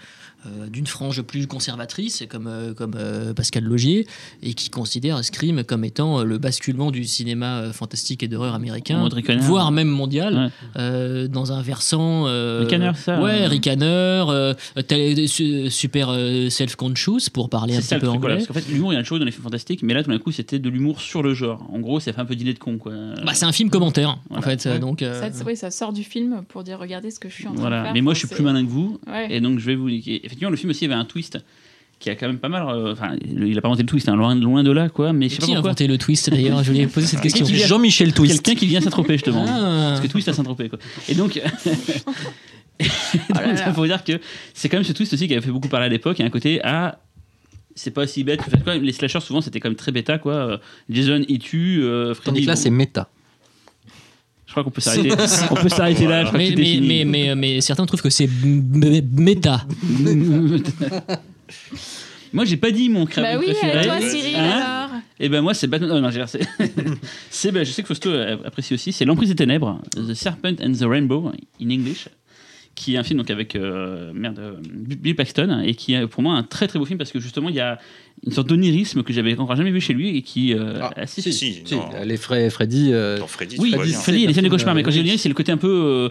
Speaker 3: euh, d'une frange plus conservatrice, comme, euh, comme euh, Pascal Logier, et qui considèrent Scream comme étant euh, le basculement du cinéma euh, fantastique et d'horreur américain,
Speaker 4: Audrey Conner.
Speaker 3: voire même mondial,
Speaker 4: Mmh. Ouais.
Speaker 3: euh, dans un versant. euh,
Speaker 4: Ricaneur, ça.
Speaker 3: Ouais,
Speaker 4: euh,
Speaker 3: ricaneur, euh, tel- su- super euh, self-conscious pour parler un
Speaker 4: C'est
Speaker 3: petit
Speaker 4: ça le
Speaker 3: peu
Speaker 4: truc, voilà,
Speaker 3: anglais.
Speaker 4: parce qu'en fait, l'humour, il y a une chose dans les films fantastiques, mais là, tout d'un coup, c'était de l'humour sur le genre. En gros, ça fait un peu dîner de con, quoi.
Speaker 3: Bah, c'est un film commentaire, en
Speaker 4: euh, Voilà.
Speaker 3: fait. euh, donc, euh,
Speaker 1: Ça, oui, ça sort du film pour dire regardez ce que je suis en train de
Speaker 4: Voilà.
Speaker 1: faire.
Speaker 4: Mais moi, je
Speaker 1: Enfin,
Speaker 4: suis
Speaker 1: c'est-
Speaker 4: plus malin que vous,
Speaker 1: Ouais.
Speaker 4: et donc je vais vous niquer. Effectivement, le film aussi avait un twist qui a quand même pas mal. euh, Enfin, il a pas inventé le twist, hein, loin, loin de là, quoi. Mais je sais
Speaker 3: qui
Speaker 4: pas
Speaker 3: a
Speaker 4: pourquoi.
Speaker 3: inventé le twist d'ailleurs Je voulais poser cette question.
Speaker 4: qui-
Speaker 2: Jean-Michel Twist.
Speaker 4: Quelqu'un qui vient s'attroper, justement.
Speaker 3: Ah.
Speaker 4: Parce que twist à Saint-Tropez, quoi. Et donc.
Speaker 1: là là.
Speaker 4: Il faut dire que c'est quand même ce twist aussi qui avait fait beaucoup parler à l'époque. Il y a un côté ah C'est pas aussi bête. En fait, quoi, les slashers, souvent, c'était quand même très bêta, quoi. Euh, Jason, il tue. euh, Freddy,
Speaker 2: Tandis que là,
Speaker 4: bon,
Speaker 2: c'est méta.
Speaker 4: Je crois qu'on peut s'arrêter. On peut s'arrêter là. Je crois
Speaker 3: Mais,
Speaker 4: que
Speaker 3: mais,
Speaker 4: c'est
Speaker 3: mais,
Speaker 4: défini.
Speaker 3: mais, euh, mais certains trouvent que c'est m- m- méta.
Speaker 4: Moi, j'ai pas dit mon crème
Speaker 1: Bah oui,
Speaker 4: préféré.
Speaker 1: toi,
Speaker 5: Ouais.
Speaker 1: Cyril,
Speaker 4: Hein
Speaker 1: alors.
Speaker 4: Et ben moi, c'est Batman. Oh, non, j'ai l'air- c'est- c'est ben, je sais que Fausto euh, apprécie aussi. C'est L'emprise des ténèbres, The Serpent and the Rainbow in English, qui est un film donc avec euh, merde euh, Bill Paxton et qui est pour moi un très très beau film parce que justement il y a une sorte d'onirisme que j'avais encore jamais vu chez lui et qui euh,
Speaker 5: Ah,
Speaker 4: assez-
Speaker 5: si, si.
Speaker 2: Si,
Speaker 5: non.
Speaker 2: Les frais Freddy. euh,
Speaker 5: Dans Freddy,
Speaker 4: Oui,
Speaker 5: tu vois
Speaker 4: Freddy,
Speaker 5: bien.
Speaker 4: Freddy, il y
Speaker 2: C'est
Speaker 4: a des scènes de
Speaker 2: un film,
Speaker 4: cauchemar, mais quand
Speaker 2: euh,
Speaker 4: j'ai c'est le côté un peu. euh,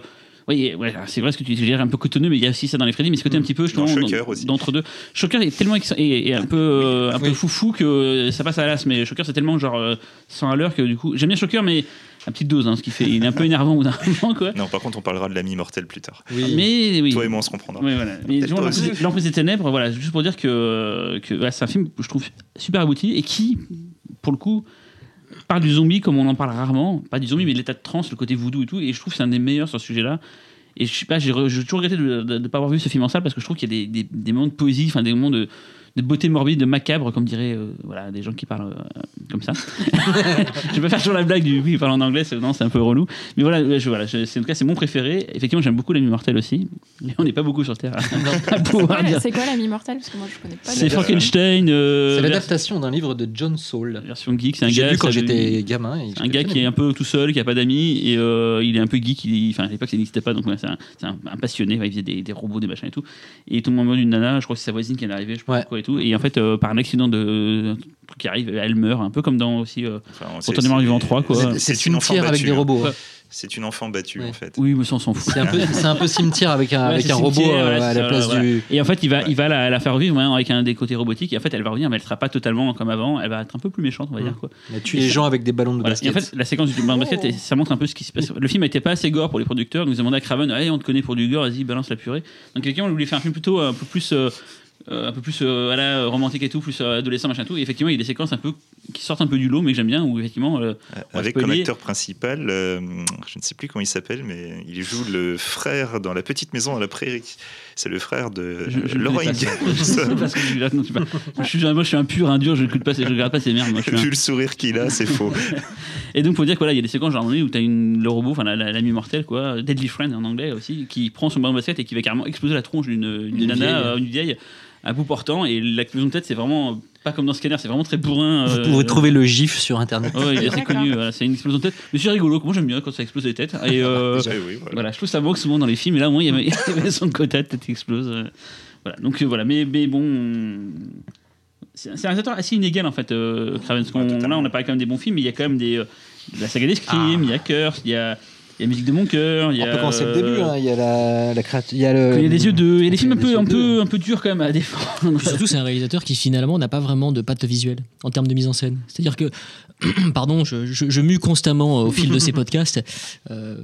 Speaker 4: oui, ouais, c'est vrai ce que tu dis, je dirais un peu cotonneux, mais il y a aussi ça dans les Freddy, mais ce côté un petit peu, je
Speaker 5: Mm. Dans
Speaker 4: trouve,
Speaker 5: Shocker aussi.
Speaker 4: d'entre deux. Shocker est tellement ex- et, et un peu euh, un peu
Speaker 2: Oui.
Speaker 4: foufou que ça passe à l'as, mais Shocker c'est tellement genre euh, 100 à l'heure que du coup, j'aime bien Shocker, mais à petite dose, hein, ce qui fait, il est un peu énervant au bout d'un moment, quoi.
Speaker 5: Non, par contre, on parlera de l'ami mortel plus tard.
Speaker 2: oui.
Speaker 4: Mais oui.
Speaker 5: Toi et moi, on se comprendra.
Speaker 4: Ouais, voilà. Mais
Speaker 5: Peut-être
Speaker 4: genre,
Speaker 5: pas
Speaker 4: l'emprise,
Speaker 5: aussi.
Speaker 4: L'Emprise des ténèbres, voilà, juste pour dire que, que voilà, c'est un film que je trouve super abouti et qui, pour le coup, parle du zombie comme on en parle rarement, pas du zombie mais de l'état de transe, le côté voodoo et tout, et je trouve que c'est un des meilleurs sur ce sujet-là. Et je sais pas, j'ai re- j'ai toujours regretté de ne pas avoir vu ce film en salle parce que je trouve qu'il y a des, des- des moments de poésie, enfin des moments de de beauté morbide, de macabre, comme diraient euh, voilà, des gens qui parlent euh, comme ça. je vais faire toujours la blague du oui, il parle en anglais, c'est, non, c'est un peu relou. Mais voilà, je, voilà je- c'est, en tout cas, c'est mon préféré. Effectivement, j'aime beaucoup l'ami mortel aussi. Mais on n'est pas beaucoup sur Terre à, à
Speaker 1: C'est
Speaker 4: pouvoir
Speaker 1: quoi,
Speaker 4: dire.
Speaker 1: la- c'est quoi l'ami mortel Parce que moi, je connais pas.
Speaker 4: C'est
Speaker 1: du tout.
Speaker 4: Frankenstein. euh,
Speaker 2: C'est
Speaker 4: vers-
Speaker 2: l'adaptation d'un livre de John Saul.
Speaker 4: version geek, c'est un
Speaker 2: J'ai
Speaker 4: gars.
Speaker 2: lu quand
Speaker 4: ça-
Speaker 2: j'étais gamin. et je
Speaker 4: un
Speaker 2: le
Speaker 4: gars
Speaker 2: connais.
Speaker 4: qui est un peu tout seul, qui a pas d'amis, et euh, il est un peu geek. il- enfin, à l'époque, ça n'existait pas, donc ouais, c'est un, c'est un- un passionné. ouais, il faisait des, des robots, des machins et tout. Et il tombe amoureux d'une nana, je crois que c'est sa voisine qui est arrivée, je sais pas
Speaker 2: Ouais.
Speaker 4: pourquoi et tout. Et en fait, euh, par un accident de un truc qui arrive, elle meurt, un peu comme dans aussi. euh,
Speaker 5: Enfin, c'est-
Speaker 4: Spontanément
Speaker 5: c'est-
Speaker 4: vivant trois, quoi.
Speaker 5: c'est-
Speaker 2: C'est
Speaker 5: C'est une enfant
Speaker 2: cimetière avec des
Speaker 5: battue. hein.
Speaker 2: robots. hein.
Speaker 5: C'est une enfant battue,
Speaker 2: Ouais.
Speaker 5: en fait.
Speaker 4: Oui, mais ça, on s'en fout.
Speaker 2: C'est un peu, c'est un peu cimetière avec un,
Speaker 4: Ouais,
Speaker 2: avec
Speaker 4: c'est
Speaker 2: un robot
Speaker 4: cimetière,
Speaker 2: euh,
Speaker 4: ouais,
Speaker 2: à
Speaker 4: c'est
Speaker 2: la
Speaker 4: ça,
Speaker 2: place
Speaker 4: voilà.
Speaker 2: du.
Speaker 4: Et en fait, il va, il va la, la faire vivre maintenant avec un des côtés robotiques. Et en fait, elle va revenir, mais elle sera pas totalement comme avant. Elle va être un peu plus méchante, on va
Speaker 2: Mm.
Speaker 4: dire quoi.
Speaker 2: Il a tué les gens avec des ballons de
Speaker 4: Voilà. Et
Speaker 2: basket.
Speaker 4: en fait, la séquence du bain de basket, et ça montre un peu ce qui se passe. Le film n'était pas assez gore pour les producteurs. Ils nous demandaient à Craven, Hey, on te connaît pour du gore, vas-y, balance la purée. Donc quelqu'un on voulait faire un film plutôt un peu plus, euh, euh, un peu plus euh, voilà, romantique et tout, plus euh, adolescent, machin tout. Et effectivement, il y a des séquences un peu qui sortent un peu du lot, mais que j'aime bien, où effectivement, euh, va
Speaker 5: Avec
Speaker 4: spoiler.
Speaker 5: comme acteur principal, euh, je ne sais plus comment il s'appelle, mais il joue le frère dans La Petite Maison à la Prairie. C'est le frère de
Speaker 4: je, je
Speaker 5: Laurent
Speaker 4: connais pas ça.
Speaker 5: Ingalls.
Speaker 4: Parce que je suis là, non, tu parles. Moi, je suis, moi, je suis un pur, un dur, je ne pas, ces- je regarde pas ces merdes. Moi, je suis un-
Speaker 5: Vu le sourire qu'il a, c'est faux.
Speaker 4: Et donc, pour dire que voilà, il y a des séquences, genre, à un moment donné où t'as une, le robot, enfin, la- la- l'ami mortel, quoi, Deadly Friend en anglais aussi, qui prend son ballon de basket et qui va carrément exploser la tronche d'une d'une
Speaker 2: Une
Speaker 4: nana,
Speaker 2: vieille.
Speaker 4: euh, une vieille, à bout portant. Et l'explosion de tête, c'est vraiment euh, pas comme dans Scanner, c'est vraiment très bourrin.
Speaker 2: Vous
Speaker 4: euh,
Speaker 2: pouvez trouver le gif sur internet.
Speaker 4: Ouais, il est assez
Speaker 1: D'accord.
Speaker 4: connu, voilà, c'est une explosion de tête. Mais c'est rigolo, moi j'aime bien quand ça explose les têtes. Et euh,
Speaker 5: Ouais, oui, voilà.
Speaker 4: voilà, je trouve ça manque souvent dans les films, et là au moins il y avait, il y avait son quota de tête qui explose. euh, Voilà, donc euh, voilà, mais, mais bon. on- C'est un c'est un réalisateur assez inégal en fait, euh, Craven. parce qu'on-
Speaker 5: Ah, totalement.
Speaker 4: là on a parlé quand même des bons films, mais il y a quand même des. euh, de la saga des Scream,
Speaker 2: Ah.
Speaker 4: il y a Curse, il y a, il y a Musique de mon cœur, il y
Speaker 2: On
Speaker 4: a.
Speaker 2: peut commencer le début.
Speaker 4: euh,
Speaker 2: hein, Il y a la, la créatu- Il y a le.
Speaker 4: Il y a les yeux de. Il y a
Speaker 2: Il
Speaker 4: des
Speaker 2: y
Speaker 4: films
Speaker 2: a
Speaker 4: un
Speaker 2: les
Speaker 4: peu,
Speaker 2: yeux
Speaker 4: un, peu,
Speaker 2: d'eux.
Speaker 4: un peu durs quand même à défendre.
Speaker 3: Puis Surtout, c'est un réalisateur qui finalement n'a pas vraiment de patte visuelle en termes de mise en scène. C'est-à-dire que, pardon, je, je- je mue constamment euh, au fil de ces podcasts. Euh,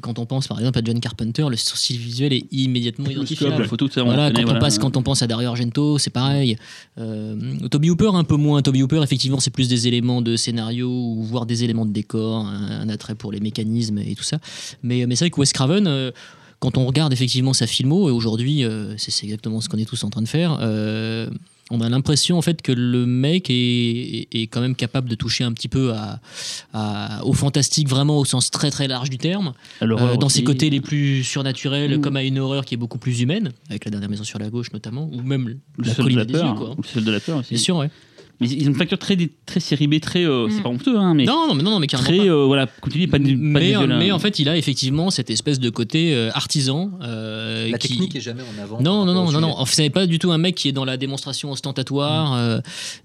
Speaker 3: quand on pense par exemple à John Carpenter, le sourcil visuel est immédiatement
Speaker 4: Le
Speaker 3: identifiable.
Speaker 4: scope, la photo, tout ça, on
Speaker 3: Voilà,
Speaker 4: reconnaît,
Speaker 3: quand,
Speaker 4: voilà.
Speaker 3: on passe, quand on pense à Dario Argento, c'est pareil. Euh, Toby Hooper, un peu moins. Toby Hooper, effectivement, c'est plus des éléments de scénario ou voire des éléments de décor, un, un attrait pour les mécanismes et tout ça. Mais, mais c'est vrai que Wes Craven, euh, quand on regarde effectivement sa filmo, et aujourd'hui, euh, c'est c'est exactement ce qu'on est tous en train de faire, euh, on a l'impression en fait que le mec est, est- est quand même capable de toucher un petit peu à, à- au fantastique vraiment au sens très très large du terme.
Speaker 4: L'horreur
Speaker 3: Euh, dans
Speaker 4: aussi.
Speaker 3: ses côtés les plus surnaturels,
Speaker 4: Mm.
Speaker 3: comme à une horreur qui est beaucoup plus humaine, avec la dernière maison sur la gauche notamment, ou même
Speaker 4: Le
Speaker 3: la
Speaker 4: seul de
Speaker 3: colline
Speaker 4: la
Speaker 3: des yeux,
Speaker 4: peur.
Speaker 3: quoi.
Speaker 4: hein. Le seul de la peur aussi.
Speaker 3: Bien sûr, ouais.
Speaker 4: Mais ils ont une facture très, très série B, très. euh, C'est
Speaker 1: Mm.
Speaker 4: pas honteux, hein, mais.
Speaker 3: Non, non, mais non, non, mais carrément
Speaker 4: très.
Speaker 3: pas.
Speaker 4: euh, voilà, comme tu dis, pas de. pas de
Speaker 3: mais, euh,
Speaker 4: violin.
Speaker 3: mais en fait, il a effectivement cette espèce de côté euh, artisan. euh,
Speaker 2: La
Speaker 3: qui-
Speaker 2: technique est jamais en avant.
Speaker 3: Non,
Speaker 2: par
Speaker 3: non,
Speaker 2: rapport
Speaker 3: non,
Speaker 2: au
Speaker 3: non,
Speaker 2: sujet.
Speaker 3: non. Enfin, c'est pas du tout un mec qui est dans la démonstration ostentatoire. euh,